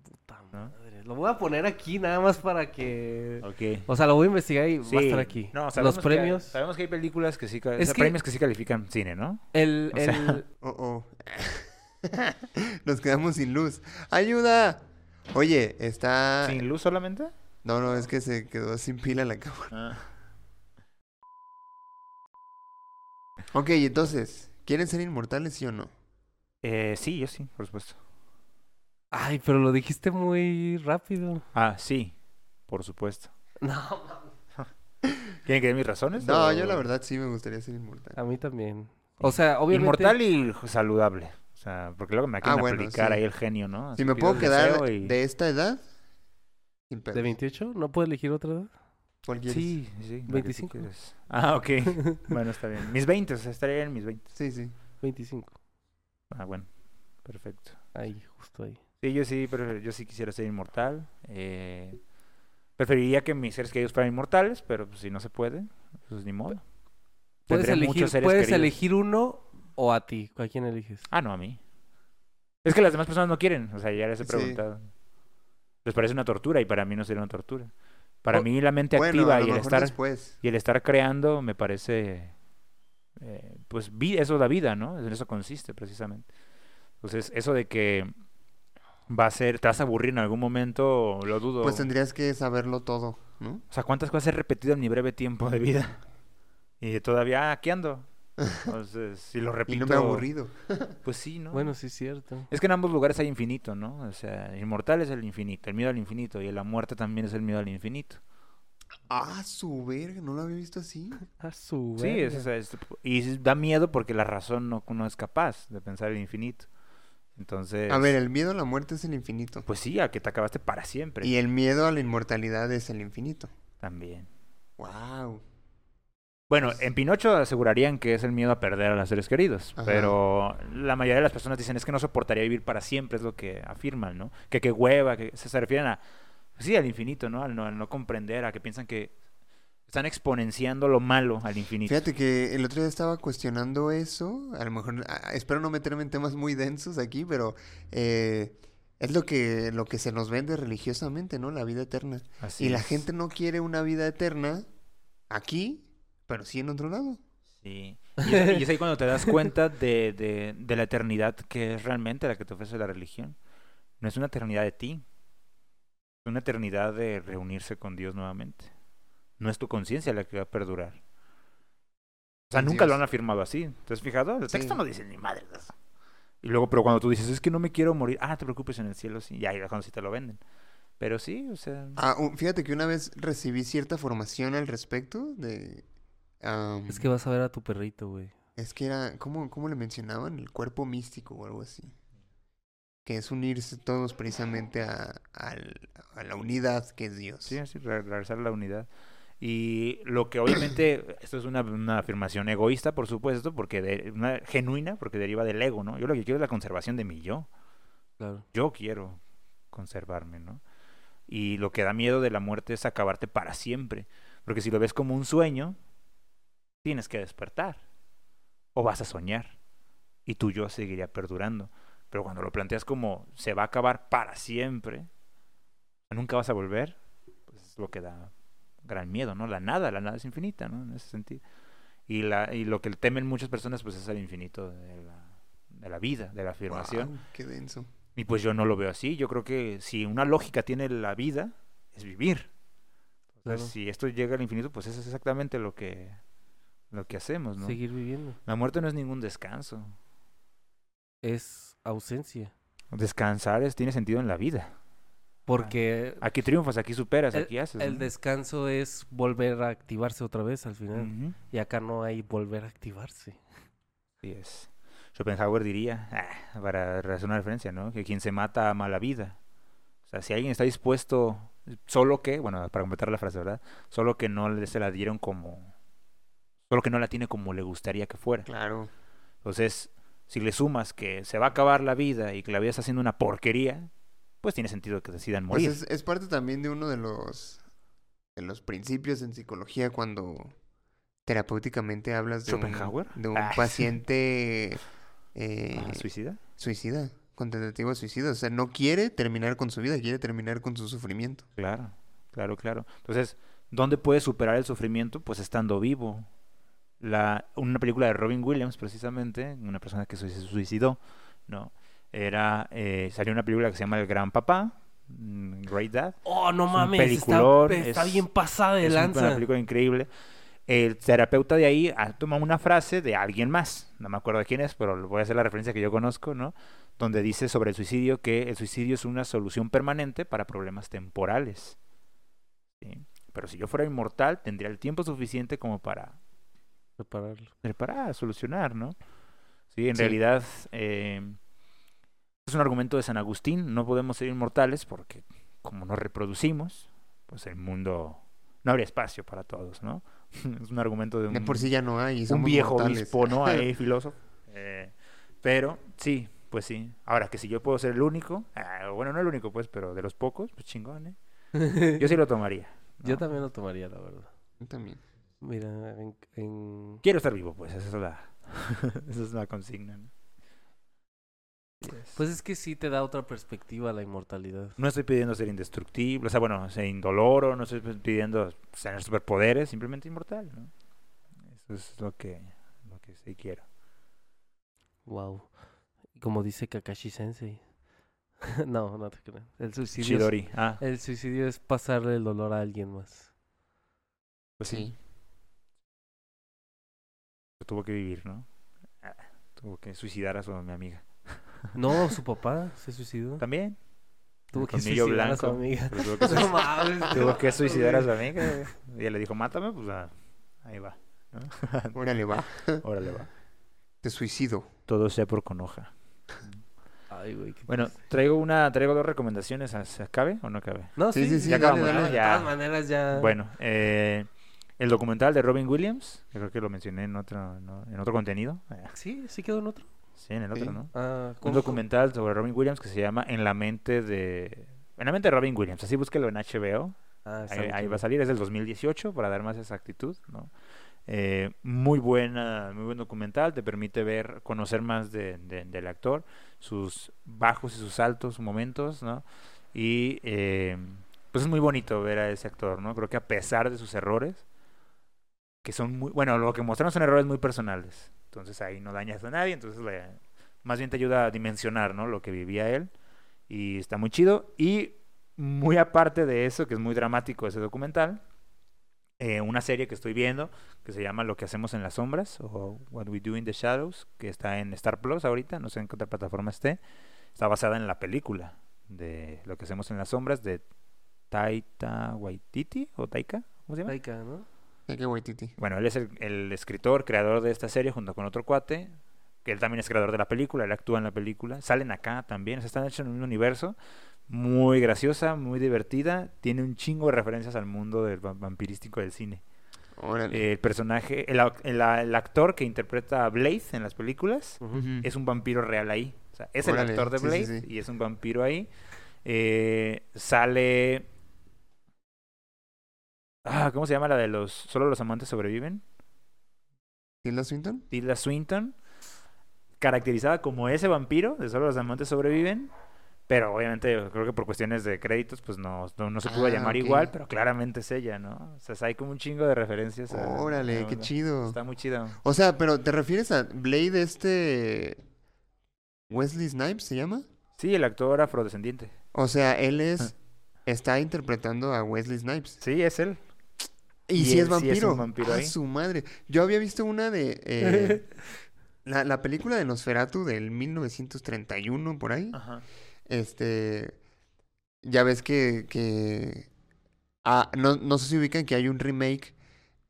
[SPEAKER 4] Puta
[SPEAKER 3] ¿No?
[SPEAKER 4] madre. Lo voy a poner aquí nada más para que...
[SPEAKER 3] Ok.
[SPEAKER 4] O sea, lo voy a investigar y va a estar aquí. Los premios...
[SPEAKER 3] sabemos que hay películas que sí, ca- o
[SPEAKER 4] Es
[SPEAKER 3] sea,
[SPEAKER 4] que-
[SPEAKER 3] premios que sí califican cine, ¿no?
[SPEAKER 4] El,
[SPEAKER 3] O sea,
[SPEAKER 4] el-
[SPEAKER 2] Oh, oh. Nos quedamos sin luz. ¡Ayuda! Oye,
[SPEAKER 4] Ah.
[SPEAKER 2] está...
[SPEAKER 3] ¿Sin luz solamente?
[SPEAKER 2] No, no, es que se quedó sin pila la cámara.
[SPEAKER 4] Ah.
[SPEAKER 2] Ok, entonces, ¿quieren ser inmortales, sí o no?
[SPEAKER 3] Eh, sí, yo sí, por supuesto.
[SPEAKER 4] Ay, pero lo dijiste muy rápido.
[SPEAKER 3] Ah, sí, por supuesto.
[SPEAKER 4] No,
[SPEAKER 3] ¿Quieren que dé mis razones?
[SPEAKER 2] No,
[SPEAKER 3] o-
[SPEAKER 2] yo la verdad sí me gustaría ser inmortal.
[SPEAKER 3] Ah,
[SPEAKER 4] a mí también. O sea, obviamente.
[SPEAKER 3] Inmortal y saludable. O sea, porque luego me quieren
[SPEAKER 2] Ah, bueno,
[SPEAKER 3] aplicar
[SPEAKER 2] sí.
[SPEAKER 3] ahí el genio, ¿no?
[SPEAKER 2] Si
[SPEAKER 3] Así
[SPEAKER 2] me
[SPEAKER 3] pido
[SPEAKER 2] puedo
[SPEAKER 3] el
[SPEAKER 2] quedar
[SPEAKER 3] deseo y-
[SPEAKER 2] de esta edad, sin pedos.
[SPEAKER 4] ¿De 28? ¿No puedo elegir otra edad?
[SPEAKER 2] ¿Cuál quieres? Sí.
[SPEAKER 3] Sí, sí. la que tú
[SPEAKER 4] 25.
[SPEAKER 3] quieras. Ah, ok. bueno, está bien. Mis 20, o sea, estaría en mis 20.
[SPEAKER 2] sí,
[SPEAKER 4] 25.
[SPEAKER 3] Ah, bueno. Perfecto.
[SPEAKER 4] Ahí, justo ahí.
[SPEAKER 3] Sí, yo sí, pero yo sí quisiera ser inmortal. eh, preferiría que mis seres queridos fueran inmortales, pero pues, si no se puede, pues ni modo.
[SPEAKER 4] Puedes,
[SPEAKER 3] Tendré
[SPEAKER 4] elegir,
[SPEAKER 3] muchos seres
[SPEAKER 4] puedes
[SPEAKER 3] queridos.
[SPEAKER 4] elegir uno o a ti. ¿A quién eliges?
[SPEAKER 3] Ah, no, a mí. Es que las demás personas no quieren, o sea, ya les he
[SPEAKER 2] Sí.
[SPEAKER 3] preguntado. Les parece una tortura y para mí no sería una tortura. Para
[SPEAKER 4] O-
[SPEAKER 3] mí la mente
[SPEAKER 2] Bueno,
[SPEAKER 3] activa
[SPEAKER 2] a lo
[SPEAKER 3] y el
[SPEAKER 2] mejor
[SPEAKER 3] estar
[SPEAKER 2] después.
[SPEAKER 3] y el estar creando me parece eh, pues vi- eso da vida no en eso consiste precisamente entonces eso de que va a ser te vas a aburrir en algún momento lo dudo
[SPEAKER 2] Pues tendrías que saberlo todo, ¿no?
[SPEAKER 3] o sea cuántas cosas he repetido en mi breve tiempo de vida y todavía ah, aquí ando Entonces, si lo repito.
[SPEAKER 2] Y no me ha aburrido.
[SPEAKER 3] Pues sí, ¿no?
[SPEAKER 4] Bueno, sí es cierto.
[SPEAKER 3] Es que en ambos lugares hay infinito, ¿no? O sea, inmortal es el infinito, el miedo al infinito, y la muerte también es el miedo al infinito.
[SPEAKER 2] Ah, su verga, no lo había visto así.
[SPEAKER 3] Ah,
[SPEAKER 4] A su
[SPEAKER 3] Sí, es,
[SPEAKER 4] verga.
[SPEAKER 3] o sea, es- y da miedo porque la razón no, no es capaz de pensar el infinito. Entonces,
[SPEAKER 2] A ver, el miedo a la muerte es el infinito.
[SPEAKER 3] pues sí, a que te acabaste para siempre.
[SPEAKER 2] Y el miedo a la inmortalidad es el infinito.
[SPEAKER 3] También.
[SPEAKER 2] Wow.
[SPEAKER 3] Bueno,
[SPEAKER 2] Pues
[SPEAKER 3] en Pinocho asegurarían que es el miedo a perder a los seres queridos,
[SPEAKER 2] Ajá.
[SPEAKER 3] pero la mayoría de las personas dicen es que no soportaría vivir para siempre, es lo que afirman, ¿no? Que qué hueva, que se, se refieren a, pues sí, al infinito, ¿no? Al, no, al no comprender, a que piensan que están exponenciando lo malo al infinito.
[SPEAKER 2] Fíjate que el otro día estaba cuestionando eso. A lo mejor, a- a- espero no meterme en temas muy densos aquí, pero eh, es lo que, lo que se nos vende religiosamente, ¿no? La vida eterna.
[SPEAKER 3] Así
[SPEAKER 2] y la
[SPEAKER 3] es.
[SPEAKER 2] gente no quiere una vida eterna aquí, pero sí en otro lado.
[SPEAKER 3] Sí. Y es, y es ahí cuando te das cuenta de, de- de la eternidad que es realmente la que te ofrece la religión. No es una eternidad de ti. Es una eternidad de reunirse con Dios nuevamente. No es tu conciencia la que va a perdurar. O sea,
[SPEAKER 2] Con
[SPEAKER 3] nunca lo
[SPEAKER 2] Dios.
[SPEAKER 3] han afirmado así. ¿Te has fijado? El texto
[SPEAKER 2] Sí.
[SPEAKER 3] no dice ni madre. de eso. Y luego, pero cuando tú dices, es que no me quiero morir. Ah, te preocupes, en el cielo sí. Y ahí cuando sí te lo venden. Pero sí, o sea...
[SPEAKER 2] Ah, u- fíjate que una vez recibí cierta formación al respecto de... am,
[SPEAKER 4] Es que vas a ver a tu perrito, güey.
[SPEAKER 2] era... ¿cómo, ¿Cómo le mencionaban? El cuerpo místico o algo así. Que es unirse todos precisamente a, al- a la unidad que es Dios.
[SPEAKER 3] Sí, sí, re- regresar a la unidad. Y lo que obviamente, esto es una, una afirmación egoísta, por supuesto, porque de- una genuina, porque deriva del ego, ¿no? Yo lo que quiero es la conservación de mi yo.
[SPEAKER 4] Claro.
[SPEAKER 3] Yo quiero conservarme, ¿no? Y lo que da miedo de la muerte es acabarte para siempre. Porque si lo ves como un sueño, tienes que despertar. O vas a soñar. Y tu yo seguiría perdurando. Pero cuando lo planteas como se va a acabar para siempre, nunca vas a volver, pues es lo que da gran miedo, ¿no? La nada, la nada es infinita, ¿no? En ese sentido. Y, la, y lo que temen muchas personas, pues es el infinito de la, de la vida, de la afirmación.
[SPEAKER 2] Guau, qué denso.
[SPEAKER 3] Y pues yo no lo veo así. Yo creo que si una lógica tiene la vida, es vivir. Entonces,
[SPEAKER 4] claro.
[SPEAKER 3] si esto llega al infinito, pues eso es exactamente lo que, lo que hacemos, pues, ¿no?
[SPEAKER 4] Seguir viviendo.
[SPEAKER 3] La muerte no es ningún descanso.
[SPEAKER 4] Es ausencia.
[SPEAKER 3] Descansar es, tiene sentido en la vida.
[SPEAKER 4] Porque
[SPEAKER 3] Aquí triunfas, aquí superas, aquí haces.
[SPEAKER 4] el
[SPEAKER 3] Ah, pues, ¿no?
[SPEAKER 4] descanso es volver a activarse otra vez al final.
[SPEAKER 3] Ujú.
[SPEAKER 4] Y acá no hay volver a activarse.
[SPEAKER 3] Así es. Schopenhauer diría, ah, para hacer una referencia, ¿no? Que quien se mata ama la vida. O sea, si alguien está dispuesto, solo que, bueno, para completar la frase, ¿verdad? Solo que no le- se la dieron como. Solo que no la tiene como le gustaría que fuera.
[SPEAKER 2] Claro.
[SPEAKER 3] Entonces, si le sumas que se va a acabar la vida y que la vida está haciendo una porquería, pues tiene sentido que decidan
[SPEAKER 2] Pues
[SPEAKER 3] morir.
[SPEAKER 2] es, es parte también de uno de los, de los principios en psicología cuando terapéuticamente hablas de un,
[SPEAKER 3] ¿Schopenhauer?
[SPEAKER 2] de un
[SPEAKER 3] Ah.
[SPEAKER 2] paciente eh,
[SPEAKER 3] Ah, ¿Suicida?
[SPEAKER 2] suicida, con tentativa de suicida. O sea, no quiere terminar con su vida, quiere terminar con su sufrimiento.
[SPEAKER 3] Claro, claro, claro. Entonces, ¿dónde puedes superar el sufrimiento? Pues estando vivo. La, una película de Robin Williams, precisamente, una persona que se suicidó, ¿no? Era, eh, salió una película que se llama El Gran Papá, mm, Great Dad.
[SPEAKER 4] Oh, no
[SPEAKER 3] un
[SPEAKER 4] mames. Está,
[SPEAKER 3] peliculón,
[SPEAKER 4] está
[SPEAKER 3] es-
[SPEAKER 4] bien pasada de
[SPEAKER 3] Es un- una
[SPEAKER 4] lanza.
[SPEAKER 3] película increíble. El terapeuta de ahí ha- toma una frase de alguien más, no me acuerdo de quién es, pero voy a hacer la referencia que yo conozco, ¿no? Donde dice sobre el suicidio que el suicidio es una solución permanente para problemas temporales. ¿sí? Pero si yo fuera inmortal, tendría el tiempo suficiente como para
[SPEAKER 4] Repararlo.
[SPEAKER 3] reparar, solucionar, ¿no? Sí, en
[SPEAKER 2] Sí.
[SPEAKER 3] realidad eh, es un argumento de San Agustín, no podemos ser inmortales porque como nos reproducimos, pues el mundo no habría espacio para todos, ¿no? es un argumento de un,
[SPEAKER 2] De por sí ya no hay,
[SPEAKER 3] un
[SPEAKER 2] somos
[SPEAKER 3] viejo
[SPEAKER 2] mortales.
[SPEAKER 3] obispo, ¿no? Ahí, filósofo. Eh, pero sí, pues sí. Ahora que si yo puedo ser el único, ah, bueno, no el único, pues, pero de los pocos, pues chingón, ¿eh? Yo sí lo tomaría.
[SPEAKER 4] Yo
[SPEAKER 3] ¿no?
[SPEAKER 4] también lo tomaría, la verdad.
[SPEAKER 2] Yo también.
[SPEAKER 4] Mira, en, en-
[SPEAKER 3] Quiero estar vivo, pues, esa es la, esa es la consigna, ¿no? Yes.
[SPEAKER 4] Pues es que sí te da otra perspectiva la inmortalidad.
[SPEAKER 3] No estoy pidiendo ser indestructible, o sea, bueno, ser indoloro, no estoy pidiendo tener superpoderes, simplemente inmortal, ¿no? Eso es lo que, lo que sí quiero.
[SPEAKER 4] Wow. Como dice Kakashi Sensei. no, no te creo. El suicidio, es,
[SPEAKER 3] Chidori, ah,
[SPEAKER 4] el suicidio es pasarle el dolor a alguien más.
[SPEAKER 3] pues sí.
[SPEAKER 2] Sí.
[SPEAKER 3] lo tuvo que vivir, ¿no? Ah, Tuvo que suicidar a su mi amiga.
[SPEAKER 4] No, su papá se suicidó.
[SPEAKER 3] También.
[SPEAKER 4] Tuvo que
[SPEAKER 3] Tornillo
[SPEAKER 4] suicidar a su
[SPEAKER 3] blanco.
[SPEAKER 4] amiga.
[SPEAKER 3] pero Tuvo que,
[SPEAKER 4] No
[SPEAKER 3] suic-
[SPEAKER 4] mames.
[SPEAKER 3] tuvo que suicidar a su amiga. güey. Y ella le dijo, mátame, pues ah, ahí va. ¿no?
[SPEAKER 2] Órale, va.
[SPEAKER 3] Órale, va.
[SPEAKER 2] Te suicido.
[SPEAKER 3] Todo sea por conoja.
[SPEAKER 4] Ay, güey. qué
[SPEAKER 3] Bueno,
[SPEAKER 4] triste.
[SPEAKER 3] traigo una, traigo dos recomendaciones. ¿as- ¿Cabe o no cabe?
[SPEAKER 4] No,
[SPEAKER 2] Sí,
[SPEAKER 4] sí,
[SPEAKER 2] sí, sí, Ya dale, acabamos, dale. ¿no?
[SPEAKER 4] De
[SPEAKER 3] Ya.
[SPEAKER 4] todas maneras, ya.
[SPEAKER 3] Bueno, eh, el documental de Robin Williams, que creo que lo mencioné en otro, ¿no? en otro contenido. Eh,
[SPEAKER 4] Sí, sí quedó en otro.
[SPEAKER 3] Sí, en el otro,
[SPEAKER 2] Sí.
[SPEAKER 3] ¿no?
[SPEAKER 4] Ah,
[SPEAKER 3] Un
[SPEAKER 4] ¿cómo?
[SPEAKER 3] documental sobre Robin Williams que se llama En la mente de... En la mente de Robin Williams, así búsquelo en HBO.
[SPEAKER 4] Ah, está
[SPEAKER 3] Ahí,
[SPEAKER 4] bien
[SPEAKER 3] ahí
[SPEAKER 4] chido.
[SPEAKER 3] va a salir, es del 2018, para dar más exactitud, ¿no? Eh, muy buena, muy buen documental, te permite ver, conocer más de- de- del actor, sus bajos y sus altos momentos, ¿no? Y eh, pues es muy bonito ver a ese actor, ¿no? Creo que a pesar de sus errores, que son muy, bueno, lo que mostraron son errores muy personales, entonces ahí no dañas a nadie, entonces le- más bien te ayuda a dimensionar, ¿no? Lo que vivía él y está muy chido y muy aparte de eso, que es muy dramático ese documental, eh, una serie que estoy viendo que se llama Lo que hacemos en las sombras o What We Do in the Shadows, que está en Star Plus ahorita, no sé en qué otra plataforma esté. Está basada en la película de Lo que hacemos en las sombras de Taita Waititi o Taika, ¿cómo se llama?
[SPEAKER 4] Taika, ¿no?
[SPEAKER 2] Ya que Waititi.
[SPEAKER 3] Bueno, él es el, el escritor, creador de esta serie junto con otro cuate, que él también es creador de la película, él actúa en la película, salen acá también, se están hechos en un universo muy graciosa, muy divertida, tiene un chingo de referencias al mundo del va- vampirístico del cine.
[SPEAKER 2] Órale.
[SPEAKER 3] Eh, El personaje, el, ac- el a- el actor que interpreta a Blade en las películas es un vampiro real ahí. O sea, es el
[SPEAKER 2] Órale,
[SPEAKER 3] actor de
[SPEAKER 2] sí, sí,
[SPEAKER 3] Blade
[SPEAKER 2] sí.
[SPEAKER 3] y es un vampiro ahí. Eh, sale... Ah, ¿Cómo se llama la de los... Solo los amantes sobreviven?
[SPEAKER 2] ¿Tilda Swinton?
[SPEAKER 3] Tilda Swinton, caracterizada como ese vampiro, de solo los amantes sobreviven, pero obviamente yo creo que por cuestiones de créditos, pues no, no, no se pudo
[SPEAKER 2] Ah,
[SPEAKER 3] llamar
[SPEAKER 2] ok.
[SPEAKER 3] igual, pero claramente es ella, ¿no? O sea, hay como un chingo de referencias. a-
[SPEAKER 2] Órale,
[SPEAKER 3] a-
[SPEAKER 2] qué chido.
[SPEAKER 3] Está muy chido.
[SPEAKER 2] O sea, pero ¿te refieres a Blade este... Wesley Snipes se llama?
[SPEAKER 3] Sí, el actor afrodescendiente.
[SPEAKER 2] O sea, él es...
[SPEAKER 3] Ah.
[SPEAKER 2] Está interpretando a Wesley Snipes.
[SPEAKER 3] Sí, es él.
[SPEAKER 2] Y,
[SPEAKER 3] Y
[SPEAKER 2] si es
[SPEAKER 3] él sí
[SPEAKER 2] vampiro.
[SPEAKER 3] es un vampiro
[SPEAKER 2] ¡Ah,
[SPEAKER 3] ahí.
[SPEAKER 2] su madre. Yo había visto una de... eh, la, la película de Nosferatu del 1931, por ahí.
[SPEAKER 3] Ajá.
[SPEAKER 2] Este... Ya ves que... que... ah, no, no sé si ubican que hay un remake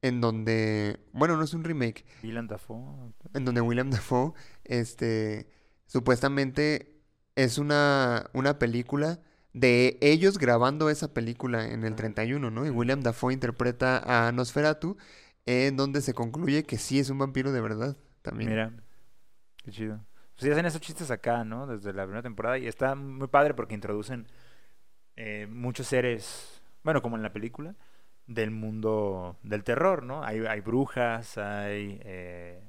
[SPEAKER 2] en donde... Bueno, no es un remake.
[SPEAKER 3] Dylan Dafoe.
[SPEAKER 2] en donde William Dafoe, este, supuestamente es una, una película de ellos grabando esa película en el 31, ¿no? Y William Dafoe interpreta a Nosferatu, en donde se concluye que sí es un vampiro de verdad también.
[SPEAKER 3] Mira, qué chido. Pues sí, hacen esos chistes acá, ¿no? Desde la primera temporada. Y está muy padre porque introducen eh, muchos seres, bueno, como en la película, del mundo del terror, ¿no? Hay, hay brujas, hay eh,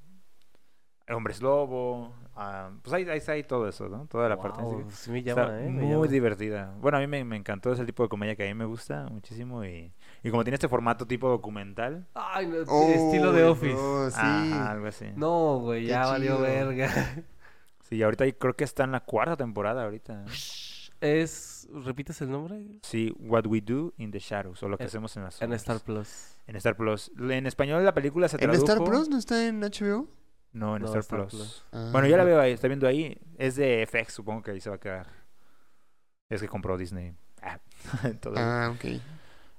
[SPEAKER 3] hombres lobo, ah, pues hay, hay, hay todo eso, ¿no? Toda la parte. en sí.
[SPEAKER 4] Wow, sí me
[SPEAKER 3] Está
[SPEAKER 4] llama, ¿eh? Me
[SPEAKER 3] muy
[SPEAKER 4] llama.
[SPEAKER 3] divertida. Bueno, a mí me, me encantó ese tipo de comedia que a mí me gusta muchísimo. Y, y como tiene este formato tipo documental,
[SPEAKER 4] Ay, no,
[SPEAKER 2] Oh,
[SPEAKER 4] estilo de
[SPEAKER 2] no,
[SPEAKER 4] Office.
[SPEAKER 2] Pues sí.
[SPEAKER 3] ajá, algo así.
[SPEAKER 4] No, güey,
[SPEAKER 2] Qué
[SPEAKER 4] ya valió
[SPEAKER 2] chido.
[SPEAKER 4] verga.
[SPEAKER 3] Sí, ahorita creo que está en la cuarta temporada ahorita.
[SPEAKER 4] Es. ¿Repites el nombre?
[SPEAKER 3] Sí, What We Do in the Shadows, o lo que
[SPEAKER 4] En-
[SPEAKER 3] hacemos en las
[SPEAKER 4] En
[SPEAKER 3] sombras.
[SPEAKER 4] Star Plus.
[SPEAKER 3] En Star Plus. En español la película se
[SPEAKER 2] ¿En
[SPEAKER 3] tradujo...
[SPEAKER 2] Star Plus no está en HBO?
[SPEAKER 3] No, en
[SPEAKER 4] No,
[SPEAKER 3] Star,
[SPEAKER 4] Star
[SPEAKER 3] Plus.
[SPEAKER 4] Plus.
[SPEAKER 2] Ah,
[SPEAKER 3] Bueno, yo la veo ahí, está viendo ahí. Es de FX, supongo que ahí se va a quedar. Es que compró Disney. Ah, entonces,
[SPEAKER 2] Ah, ok.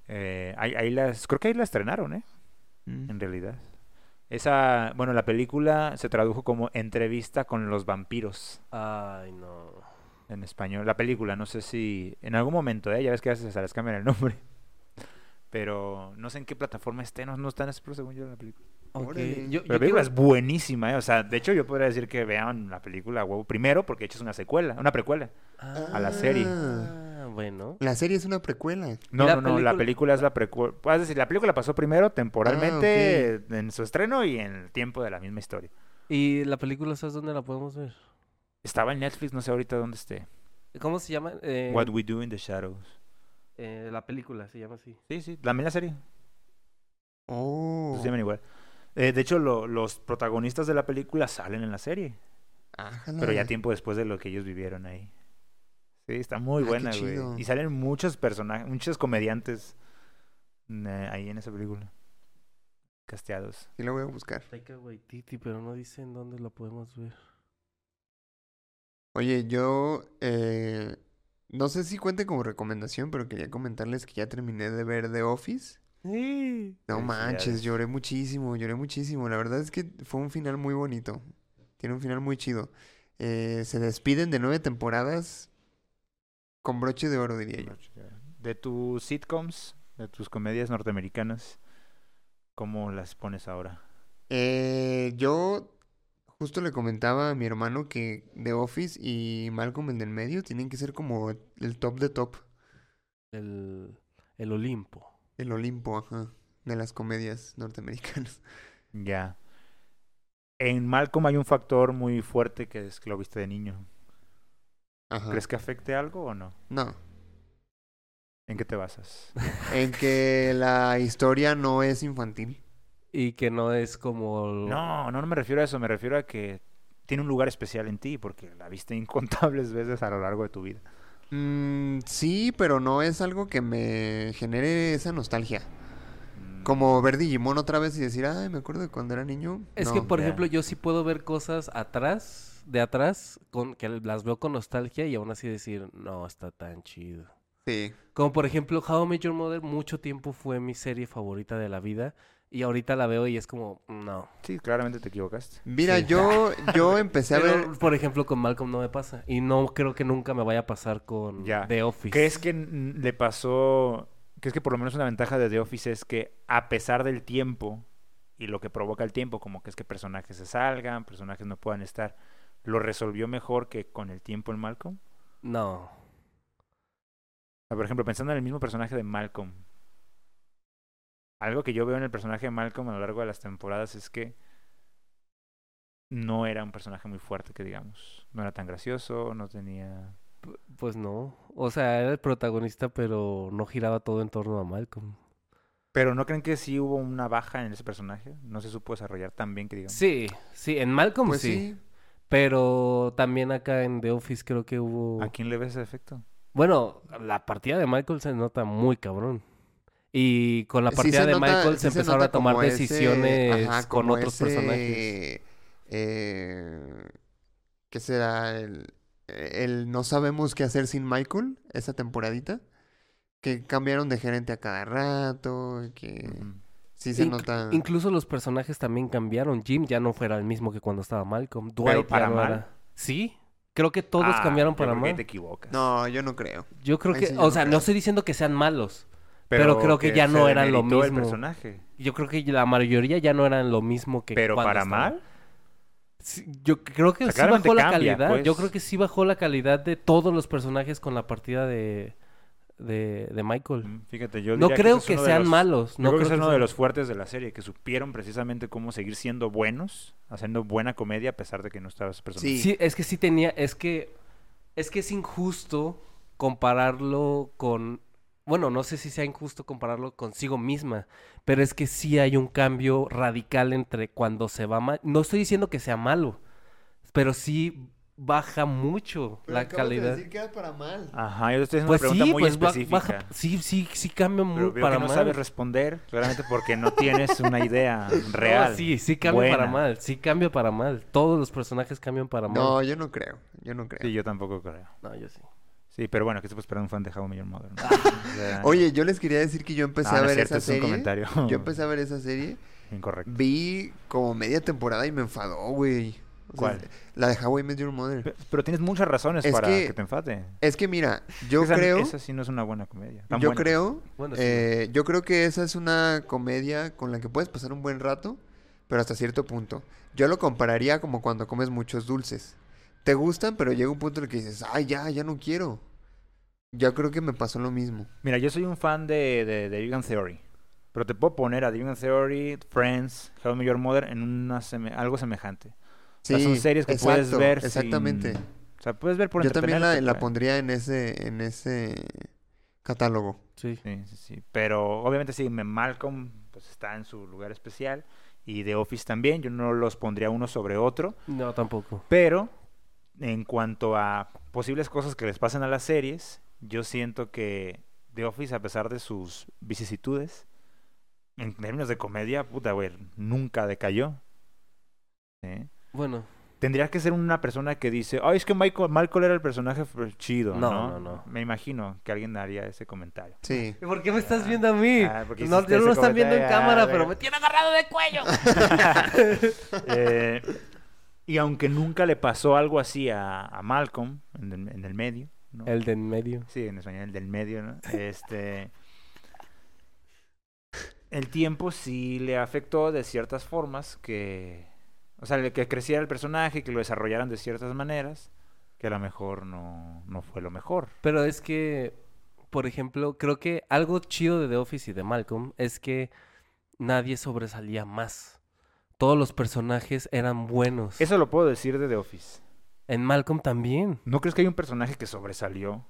[SPEAKER 3] eh, ahí, ahí las... Creo que ahí la estrenaron, ¿eh? En realidad. Esa... Bueno, la película se tradujo como Entrevista con los vampiros.
[SPEAKER 4] Ay, no.
[SPEAKER 3] en español. La película, no sé si en algún momento, ¿eh? ya ves que a veces hasta les cambian el nombre. Pero no sé en qué plataforma esté, no, no está en Spro, según yo, la película.
[SPEAKER 4] Ok,
[SPEAKER 2] Órale.
[SPEAKER 4] Yo,
[SPEAKER 3] Pero
[SPEAKER 4] yo
[SPEAKER 3] la película
[SPEAKER 4] quiero-
[SPEAKER 3] es buenísima, ¿eh? O sea, de hecho yo podría decir que vean la película a huevo primero, porque de hecho es una secuela, una precuela. a la serie.
[SPEAKER 4] Ah, bueno.
[SPEAKER 2] La serie es una precuela.
[SPEAKER 3] No,
[SPEAKER 4] la
[SPEAKER 3] no, no, la
[SPEAKER 4] película-
[SPEAKER 3] película es la precuela. Puedes decir, la película pasó primero temporalmente
[SPEAKER 2] Ah,
[SPEAKER 3] en su estreno y en el tiempo de la misma historia.
[SPEAKER 4] ¿Y la película sabes dónde la podemos ver?
[SPEAKER 3] Estaba en Netflix, no sé ahorita dónde esté.
[SPEAKER 4] ¿Cómo se llama? Eh,
[SPEAKER 3] What We Do in the Shadows.
[SPEAKER 4] eh, la película se llama así.
[SPEAKER 3] Sí, sí, también la serie.
[SPEAKER 2] Oh.
[SPEAKER 3] Pues se llaman igual. Eh, de hecho, lo- los protagonistas de la película salen en la serie.
[SPEAKER 2] ájala.
[SPEAKER 3] Pero ya tiempo después de lo que ellos vivieron ahí. Sí, está muy
[SPEAKER 2] Ah, qué
[SPEAKER 3] buena, güey.
[SPEAKER 2] chido.
[SPEAKER 3] Y salen muchos personajes, muchos comediantes mm, eh, ahí en esa película. casteados.
[SPEAKER 2] Sí, la voy a buscar.
[SPEAKER 4] Taika Waititi, pero no dicen dónde la podemos ver.
[SPEAKER 2] Oye, yo eh, no sé si cuente como recomendación, pero quería comentarles que ya terminé de ver The Office.
[SPEAKER 4] Sí.
[SPEAKER 2] No
[SPEAKER 3] Felicidades.
[SPEAKER 2] manches, lloré muchísimo, lloré muchísimo. La verdad es que fue un final muy bonito. Tiene un final muy chido. Eh, se despiden de nueve temporadas con broche de oro, diría yo.
[SPEAKER 3] De tus sitcoms, de tus comedias norteamericanas, ¿cómo las pones ahora?
[SPEAKER 2] Eh, yo justo le comentaba a mi hermano que The Office y Malcolm en el medio tienen que ser como el top de top,
[SPEAKER 4] El, el Olimpo.
[SPEAKER 2] el Olimpo, ajá, de las comedias norteamericanas.
[SPEAKER 3] Ya. En Malcolm hay un factor muy fuerte que es que lo viste de niño.
[SPEAKER 2] Ajá.
[SPEAKER 3] ¿Crees que afecte algo o no?
[SPEAKER 2] No,
[SPEAKER 3] ¿En qué te basas?
[SPEAKER 2] en que la historia no es infantil.
[SPEAKER 4] Y que no es como...
[SPEAKER 3] No, no, no me refiero a eso, me refiero a que tiene un lugar especial en ti porque la viste incontables veces a lo largo de tu vida.
[SPEAKER 2] Mm, sí, pero no es algo que me genere esa nostalgia.
[SPEAKER 3] Mm,
[SPEAKER 2] Como ver Digimon otra vez y decir, ay, me acuerdo de cuando era niño.
[SPEAKER 4] Es que,
[SPEAKER 2] No.
[SPEAKER 4] por
[SPEAKER 3] ya.
[SPEAKER 4] ejemplo, yo sí puedo ver cosas atrás, de atrás, con, que las veo con nostalgia y aún así decir, no, está tan chido.
[SPEAKER 2] Sí,
[SPEAKER 4] Como por ejemplo, How I Met Your Mother mucho tiempo fue mi serie favorita de la vida y ahorita la veo y es como, no.
[SPEAKER 3] Sí, claramente te equivocaste.
[SPEAKER 2] Mira,
[SPEAKER 4] Sí.
[SPEAKER 2] yo, yo empecé a ver...
[SPEAKER 4] Pero, por ejemplo, con Malcolm no me pasa y no creo que nunca me vaya a pasar con
[SPEAKER 3] Ya.
[SPEAKER 4] The Office.
[SPEAKER 3] ¿Crees que mm, le pasó? ¿Crees que por lo menos una ventaja de The Office es que a pesar del tiempo y lo que provoca el tiempo, como que es que personajes se salgan, personajes no puedan estar, lo resolvió mejor que con el tiempo en Malcolm?
[SPEAKER 4] No.
[SPEAKER 3] O sea, por ejemplo, pensando en el mismo personaje de Malcolm. Algo que yo veo en el personaje de Malcolm a lo largo de las temporadas es que no era un personaje muy fuerte, que digamos. No era tan gracioso, no tenía...
[SPEAKER 4] P- Pues no. O sea, era el protagonista, pero no giraba todo en torno a Malcolm.
[SPEAKER 3] Pero ¿no creen que sí hubo una baja en ese personaje? No se supo desarrollar tan bien que digamos.
[SPEAKER 4] Sí, sí, en Malcolm
[SPEAKER 2] Pues
[SPEAKER 4] sí.
[SPEAKER 2] sí,
[SPEAKER 4] Pero también acá en The Office creo que hubo...
[SPEAKER 3] ¿A quién le ves ese efecto?
[SPEAKER 4] Bueno, la partida de Michael se nota muy cabrón. Y con la
[SPEAKER 2] Sí
[SPEAKER 4] partida
[SPEAKER 2] se
[SPEAKER 4] de
[SPEAKER 2] nota-
[SPEAKER 4] Michael
[SPEAKER 2] sí
[SPEAKER 4] se empezaron
[SPEAKER 2] nota
[SPEAKER 4] a tomar
[SPEAKER 2] como ese-
[SPEAKER 4] decisiones
[SPEAKER 2] ajá,
[SPEAKER 4] con
[SPEAKER 2] como
[SPEAKER 4] otros
[SPEAKER 2] ese,
[SPEAKER 4] personajes.
[SPEAKER 2] eh, ¿Qué será? El, el no sabemos qué hacer sin Michael, esa temporadita. Que cambiaron de gerente a cada rato. y Que
[SPEAKER 3] Ujú.
[SPEAKER 2] sí se
[SPEAKER 4] Inc-
[SPEAKER 2] nota.
[SPEAKER 4] Incluso los personajes también cambiaron. Jim ya no fuera el mismo que cuando estaba Malcolm. Dwight ya
[SPEAKER 3] para
[SPEAKER 4] no
[SPEAKER 3] mal.
[SPEAKER 4] era- Sí, creo que todos
[SPEAKER 3] Ah,
[SPEAKER 4] cambiaron
[SPEAKER 3] yo
[SPEAKER 4] para
[SPEAKER 3] creo que ahí
[SPEAKER 4] mal.
[SPEAKER 3] te equivocas.
[SPEAKER 2] No, yo no creo.
[SPEAKER 4] Yo creo
[SPEAKER 2] ahí
[SPEAKER 4] que,
[SPEAKER 2] sí yo
[SPEAKER 4] o
[SPEAKER 2] no
[SPEAKER 4] sea, no
[SPEAKER 2] creo.
[SPEAKER 4] estoy diciendo que sean malos. pero creo que ya
[SPEAKER 3] se
[SPEAKER 4] no eran lo
[SPEAKER 3] demeritó el
[SPEAKER 4] mismo.
[SPEAKER 3] personaje.
[SPEAKER 4] Yo creo que la mayoría ya no eran lo mismo que
[SPEAKER 3] Pero
[SPEAKER 4] cuando
[SPEAKER 3] para
[SPEAKER 4] estaba.
[SPEAKER 3] mal.
[SPEAKER 4] Sí, yo creo que
[SPEAKER 3] sea,
[SPEAKER 4] sí
[SPEAKER 3] claramente
[SPEAKER 4] bajó la
[SPEAKER 3] cambia,
[SPEAKER 4] calidad.
[SPEAKER 3] pues.
[SPEAKER 4] Yo creo que sí bajó la calidad de todos los personajes con la partida de, de, de Michael.
[SPEAKER 3] Mm, Fíjate, yo
[SPEAKER 4] No
[SPEAKER 3] diría
[SPEAKER 4] creo
[SPEAKER 3] ese es
[SPEAKER 4] que
[SPEAKER 3] uno de
[SPEAKER 4] sean
[SPEAKER 3] los-
[SPEAKER 4] malos.
[SPEAKER 3] yo
[SPEAKER 4] No
[SPEAKER 3] creo que ese
[SPEAKER 4] creo
[SPEAKER 3] es
[SPEAKER 4] que
[SPEAKER 3] uno de
[SPEAKER 4] sean-
[SPEAKER 3] los fuertes de la serie, que supieron precisamente cómo seguir siendo buenos, haciendo buena comedia a pesar de que no estabas personaje.
[SPEAKER 2] Sí.
[SPEAKER 4] Sí, es que sí tenía, es que es que es injusto compararlo con bueno, no sé si sea injusto compararlo consigo misma, pero es que sí hay un cambio radical entre cuando se va mal. No estoy diciendo que sea malo, pero sí baja mucho la calidad.
[SPEAKER 2] que era para mal.
[SPEAKER 3] Ajá, yo te estoy haciendo
[SPEAKER 4] Pues
[SPEAKER 3] una pregunta
[SPEAKER 4] sí,
[SPEAKER 3] muy
[SPEAKER 4] pues ba-
[SPEAKER 3] específica.
[SPEAKER 4] baja, sí, sí, sí cambia
[SPEAKER 3] pero
[SPEAKER 4] muy
[SPEAKER 3] veo
[SPEAKER 4] para
[SPEAKER 3] que no
[SPEAKER 4] mal.
[SPEAKER 3] sabes responder, claramente porque no tienes una idea
[SPEAKER 4] No,
[SPEAKER 3] real.
[SPEAKER 4] sí, sí cambia para
[SPEAKER 3] buena.
[SPEAKER 4] mal, sí cambia para mal. Todos los personajes cambian para mal.
[SPEAKER 2] No, yo no creo. Yo no creo.
[SPEAKER 3] Sí, yo tampoco creo.
[SPEAKER 4] No, yo sí.
[SPEAKER 3] Sí, pero bueno, que se puede esperar un fan de How I Met Your Mother. ¿no? O sea,
[SPEAKER 2] Oye, yo les quería decir que yo empecé
[SPEAKER 3] no, no
[SPEAKER 4] Ah,
[SPEAKER 2] a
[SPEAKER 3] es
[SPEAKER 2] ver
[SPEAKER 3] cierto,
[SPEAKER 2] esa
[SPEAKER 3] es un
[SPEAKER 2] serie.
[SPEAKER 3] comentario
[SPEAKER 2] Yo empecé a ver esa serie.
[SPEAKER 3] incorrecto.
[SPEAKER 2] Vi como media temporada y me enfadó, güey. O sea,
[SPEAKER 3] ¿Cuál?
[SPEAKER 2] La de How I Met Your Mother.
[SPEAKER 3] Pe- Pero tienes muchas razones
[SPEAKER 2] Es
[SPEAKER 3] para
[SPEAKER 2] que-
[SPEAKER 3] que, te enfade.
[SPEAKER 2] Es que mira, yo
[SPEAKER 3] Esa-
[SPEAKER 2] creo,
[SPEAKER 3] Esa sí no es una buena comedia. Tan
[SPEAKER 2] yo
[SPEAKER 3] buena.
[SPEAKER 2] creo,
[SPEAKER 4] Bueno, sí.
[SPEAKER 2] eh, yo creo que esa es una comedia con la que puedes pasar un buen rato, pero hasta cierto punto. Yo lo compararía como cuando comes muchos dulces. Te gustan, pero llega un punto en el que dices, ay, ya, ya no quiero. Yo creo que me pasó lo mismo.
[SPEAKER 3] Mira, yo soy un fan de, de, de Big Bang Theory. Pero te puedo poner a The Big Bang Theory, Friends, How I Met Your Mother en una seme- algo semejante. O sea, son series que puedes
[SPEAKER 2] exacto,
[SPEAKER 3] ver sin-
[SPEAKER 2] Exactamente.
[SPEAKER 3] O sea, puedes ver por
[SPEAKER 2] Yo también la,
[SPEAKER 3] entretenerte,
[SPEAKER 2] la
[SPEAKER 3] pues.
[SPEAKER 2] pondría en ese, en ese catálogo.
[SPEAKER 4] Sí.
[SPEAKER 3] Sí, sí, sí. Pero obviamente sí, me- Malcolm pues, está en su lugar especial. Y The Office también. Yo no los pondría uno sobre otro.
[SPEAKER 4] No, tampoco.
[SPEAKER 3] Pero en cuanto a posibles cosas que les pasen a las series, yo siento que The Office, a pesar de sus vicisitudes, en términos de comedia, puta, güey, nunca decayó. ¿Sí?
[SPEAKER 4] Bueno,
[SPEAKER 3] Tendría que ser una persona que dice, ay, es que Michael, Malcolm era el personaje f- chido,
[SPEAKER 4] No,
[SPEAKER 3] ¿no?
[SPEAKER 4] no, no.
[SPEAKER 3] Me imagino que alguien haría ese comentario.
[SPEAKER 2] Sí.
[SPEAKER 4] ¿y ¿por qué me estás viendo a mí?
[SPEAKER 3] Ah, porque
[SPEAKER 4] no,
[SPEAKER 3] hiciste
[SPEAKER 4] yo no lo
[SPEAKER 3] ese
[SPEAKER 4] están viendo en
[SPEAKER 3] comentario,
[SPEAKER 4] cámara,
[SPEAKER 3] ah,
[SPEAKER 4] pero
[SPEAKER 3] bueno.
[SPEAKER 4] me tiene agarrado de cuello.
[SPEAKER 3] Eh, y aunque nunca le pasó algo así a, a Malcolm, en el, en el medio, ¿no?
[SPEAKER 4] El de en medio.
[SPEAKER 3] Sí, en español, el del medio, ¿no? Este. El tiempo sí le afectó de ciertas formas que. O sea, que creciera el personaje, que lo desarrollaran de ciertas maneras, que a lo mejor no, no fue lo mejor.
[SPEAKER 4] Pero es que, por ejemplo, creo que algo chido de The Office y de Malcolm es que nadie sobresalía más. Todos los personajes eran buenos.
[SPEAKER 3] Eso lo puedo decir de The Office.
[SPEAKER 4] En Malcolm también.
[SPEAKER 3] ¿No crees que hay un personaje que sobresalió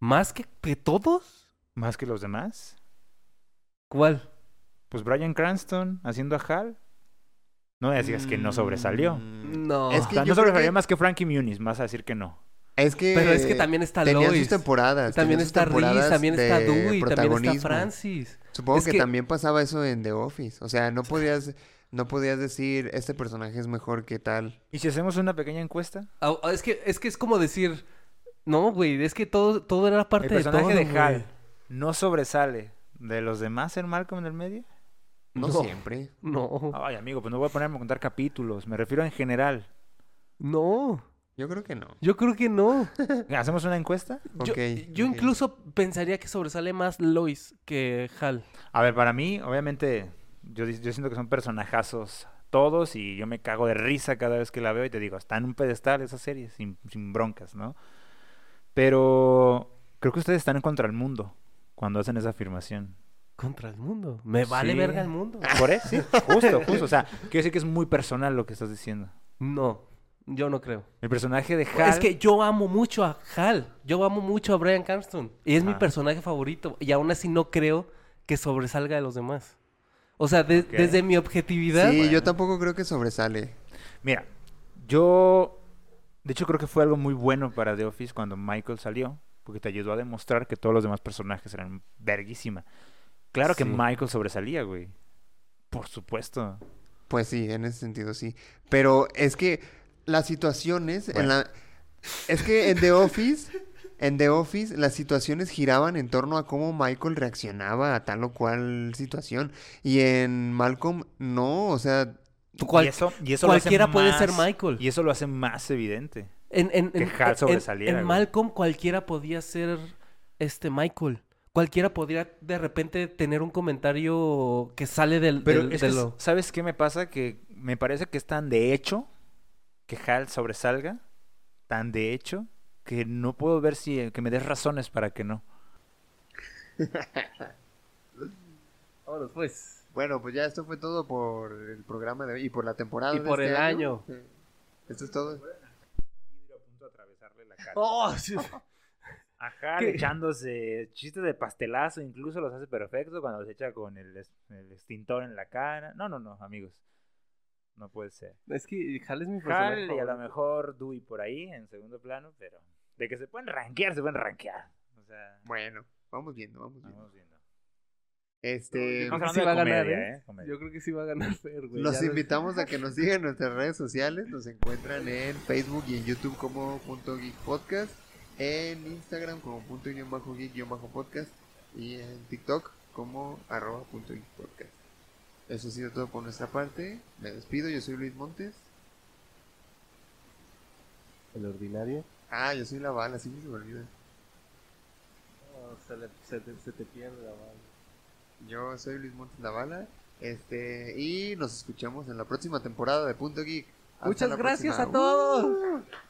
[SPEAKER 4] ¿Más que, que todos?
[SPEAKER 3] más que los demás?
[SPEAKER 4] ¿Cuál?
[SPEAKER 3] Pues Brian Cranston haciendo a Hal. No me digas que no sobresalió.
[SPEAKER 2] Mm,
[SPEAKER 4] No.
[SPEAKER 2] Es
[SPEAKER 3] O
[SPEAKER 2] que
[SPEAKER 3] sea,
[SPEAKER 2] yo
[SPEAKER 3] no
[SPEAKER 2] creo
[SPEAKER 3] sobresalió
[SPEAKER 2] que-
[SPEAKER 3] más que Frankie Muniz, vas a decir que no.
[SPEAKER 2] Es que.
[SPEAKER 4] Pero es que también está
[SPEAKER 2] Tenían
[SPEAKER 4] Lois.
[SPEAKER 2] sus temporadas. tenían
[SPEAKER 4] También
[SPEAKER 2] sus
[SPEAKER 4] está Reese,
[SPEAKER 2] temporadas
[SPEAKER 4] también está
[SPEAKER 2] de
[SPEAKER 4] Dewey, también está
[SPEAKER 2] protagonismo.
[SPEAKER 4] Francis.
[SPEAKER 2] Supongo
[SPEAKER 4] Es
[SPEAKER 2] que,
[SPEAKER 4] que-
[SPEAKER 2] también pasaba eso en The Office. O sea, no podías, no podías decir, este personaje es mejor que tal.
[SPEAKER 3] ¿Y si hacemos una pequeña encuesta?
[SPEAKER 4] Ah, ah, es, que, es que es como decir... No, güey, es que todo, todo era parte
[SPEAKER 3] El
[SPEAKER 4] de todo,
[SPEAKER 3] personaje de,
[SPEAKER 4] güey.
[SPEAKER 3] Hal no sobresale de los demás en Malcolm en el medio.
[SPEAKER 2] No,
[SPEAKER 4] No.
[SPEAKER 2] siempre.
[SPEAKER 4] No,
[SPEAKER 3] Ay, amigo, pues no voy a ponerme a contar capítulos. Me refiero en general.
[SPEAKER 4] no,
[SPEAKER 2] Yo creo que no.
[SPEAKER 4] yo creo que no.
[SPEAKER 3] ¿Hacemos una encuesta?
[SPEAKER 4] Yo,
[SPEAKER 2] Ok,
[SPEAKER 4] yo
[SPEAKER 2] ok.
[SPEAKER 4] incluso pensaría que sobresale más Lois que Hal.
[SPEAKER 3] A ver, para mí, obviamente, yo, di- yo siento que son personajazos todos y yo me cago de risa cada vez que la veo y te digo, está en un pedestal esa serie, sin, sin broncas, ¿no? Pero creo que ustedes están en contra el mundo cuando hacen esa afirmación.
[SPEAKER 4] Contra el mundo. Me vale
[SPEAKER 3] Sí.
[SPEAKER 4] verga el mundo.
[SPEAKER 3] ¿Por eso? Sí, justo, justo. O sea, quiero decir que es muy personal lo que estás diciendo.
[SPEAKER 4] No, yo no creo.
[SPEAKER 3] El personaje de Hal...
[SPEAKER 4] Es que yo amo mucho a Hal. Yo amo mucho a Brian Cranston. Y es mi
[SPEAKER 3] Ajá.
[SPEAKER 4] personaje favorito. Y aún así no creo que sobresalga de los demás. O sea, de-
[SPEAKER 3] Ok.
[SPEAKER 4] desde mi objetividad.
[SPEAKER 2] Sí,
[SPEAKER 3] Bueno.
[SPEAKER 2] yo tampoco creo que sobresale.
[SPEAKER 3] Mira, yo de hecho creo que fue algo muy bueno para The Office cuando Michael salió, porque te ayudó a demostrar que todos los demás personajes eran verguísima. Claro que
[SPEAKER 4] Sí.
[SPEAKER 3] Michael sobresalía, güey. Por supuesto.
[SPEAKER 2] Pues sí, en ese sentido sí. Pero es que las situaciones en
[SPEAKER 3] Bueno.
[SPEAKER 2] la... Es que en The Office, en The Office, las situaciones giraban en torno a cómo Michael reaccionaba a tal o cual situación. Y en Malcolm, no, o sea...
[SPEAKER 4] Tú cual-
[SPEAKER 3] y eso, y eso
[SPEAKER 4] cualquiera
[SPEAKER 3] lo hace
[SPEAKER 4] puede
[SPEAKER 3] más-
[SPEAKER 4] ser Michael.
[SPEAKER 3] Y eso lo hace más evidente.
[SPEAKER 4] En, en,
[SPEAKER 3] Que
[SPEAKER 4] en-
[SPEAKER 3] Hal
[SPEAKER 4] en-
[SPEAKER 3] sobresaliera,
[SPEAKER 4] en
[SPEAKER 3] güey.
[SPEAKER 4] Malcolm cualquiera podía ser este Michael. Cualquiera podría de repente tener un comentario que sale del...
[SPEAKER 3] Pero
[SPEAKER 4] del-
[SPEAKER 3] es
[SPEAKER 4] de
[SPEAKER 3] que,
[SPEAKER 4] lo-
[SPEAKER 3] ¿sabes qué me pasa? Que me parece que es tan de hecho que Hal sobresalga, tan de hecho, que no puedo ver si eh, que me des razones para que no.
[SPEAKER 2] Bueno, pues ya esto fue todo por el programa de hoy y por la temporada.
[SPEAKER 4] Y
[SPEAKER 2] de
[SPEAKER 4] por
[SPEAKER 2] este
[SPEAKER 4] el
[SPEAKER 2] Sí. Esto es todo.
[SPEAKER 4] ¡Oh! sí.
[SPEAKER 3] Ajá,
[SPEAKER 4] ¿Qué?
[SPEAKER 3] echándose chistes de pastelazo, incluso los hace perfecto cuando los echa con el, es- el extintor en la cara. No, no, no, amigos. No puede ser.
[SPEAKER 4] Es que Hal es mi
[SPEAKER 3] Hal y
[SPEAKER 4] personaje
[SPEAKER 3] a lo
[SPEAKER 4] favorito.
[SPEAKER 3] mejor Dewey por ahí en segundo plano, pero de que se pueden rankear, se pueden rankear. O sea,
[SPEAKER 2] Bueno, vamos viendo, vamos viendo.
[SPEAKER 4] Ah.
[SPEAKER 3] vamos viendo.
[SPEAKER 2] Este,
[SPEAKER 3] Estamos
[SPEAKER 4] creo que
[SPEAKER 3] hablando
[SPEAKER 4] sí va a
[SPEAKER 3] de
[SPEAKER 4] ganar,
[SPEAKER 3] comedia,
[SPEAKER 4] ¿eh?
[SPEAKER 3] ¿eh? Comedia.
[SPEAKER 4] Yo creo que sí va a ganar Fer,
[SPEAKER 2] los
[SPEAKER 4] güey. Ya ves.
[SPEAKER 2] invitamos a que nos sigan en nuestras redes sociales. Nos encuentran en Facebook y en YouTube como punto geek podcast, en Instagram como punto guión bajo geek guión bajo podcast y en TikTok como arroba punto geek podcast. Eso ha sido todo por nuestra parte. Me despido, yo soy Luis Montes.
[SPEAKER 4] El ordinario.
[SPEAKER 2] Ah, yo soy la bala, así se me olvida.
[SPEAKER 4] Oh, se, le- se te, se te pierde la mano.
[SPEAKER 2] Yo soy Luis Montes Lavala. Este, y nos escuchamos en la próxima temporada de Punto Geek. Hasta
[SPEAKER 4] Muchas
[SPEAKER 2] la
[SPEAKER 4] gracias
[SPEAKER 2] próxima. Uh.
[SPEAKER 4] a todos.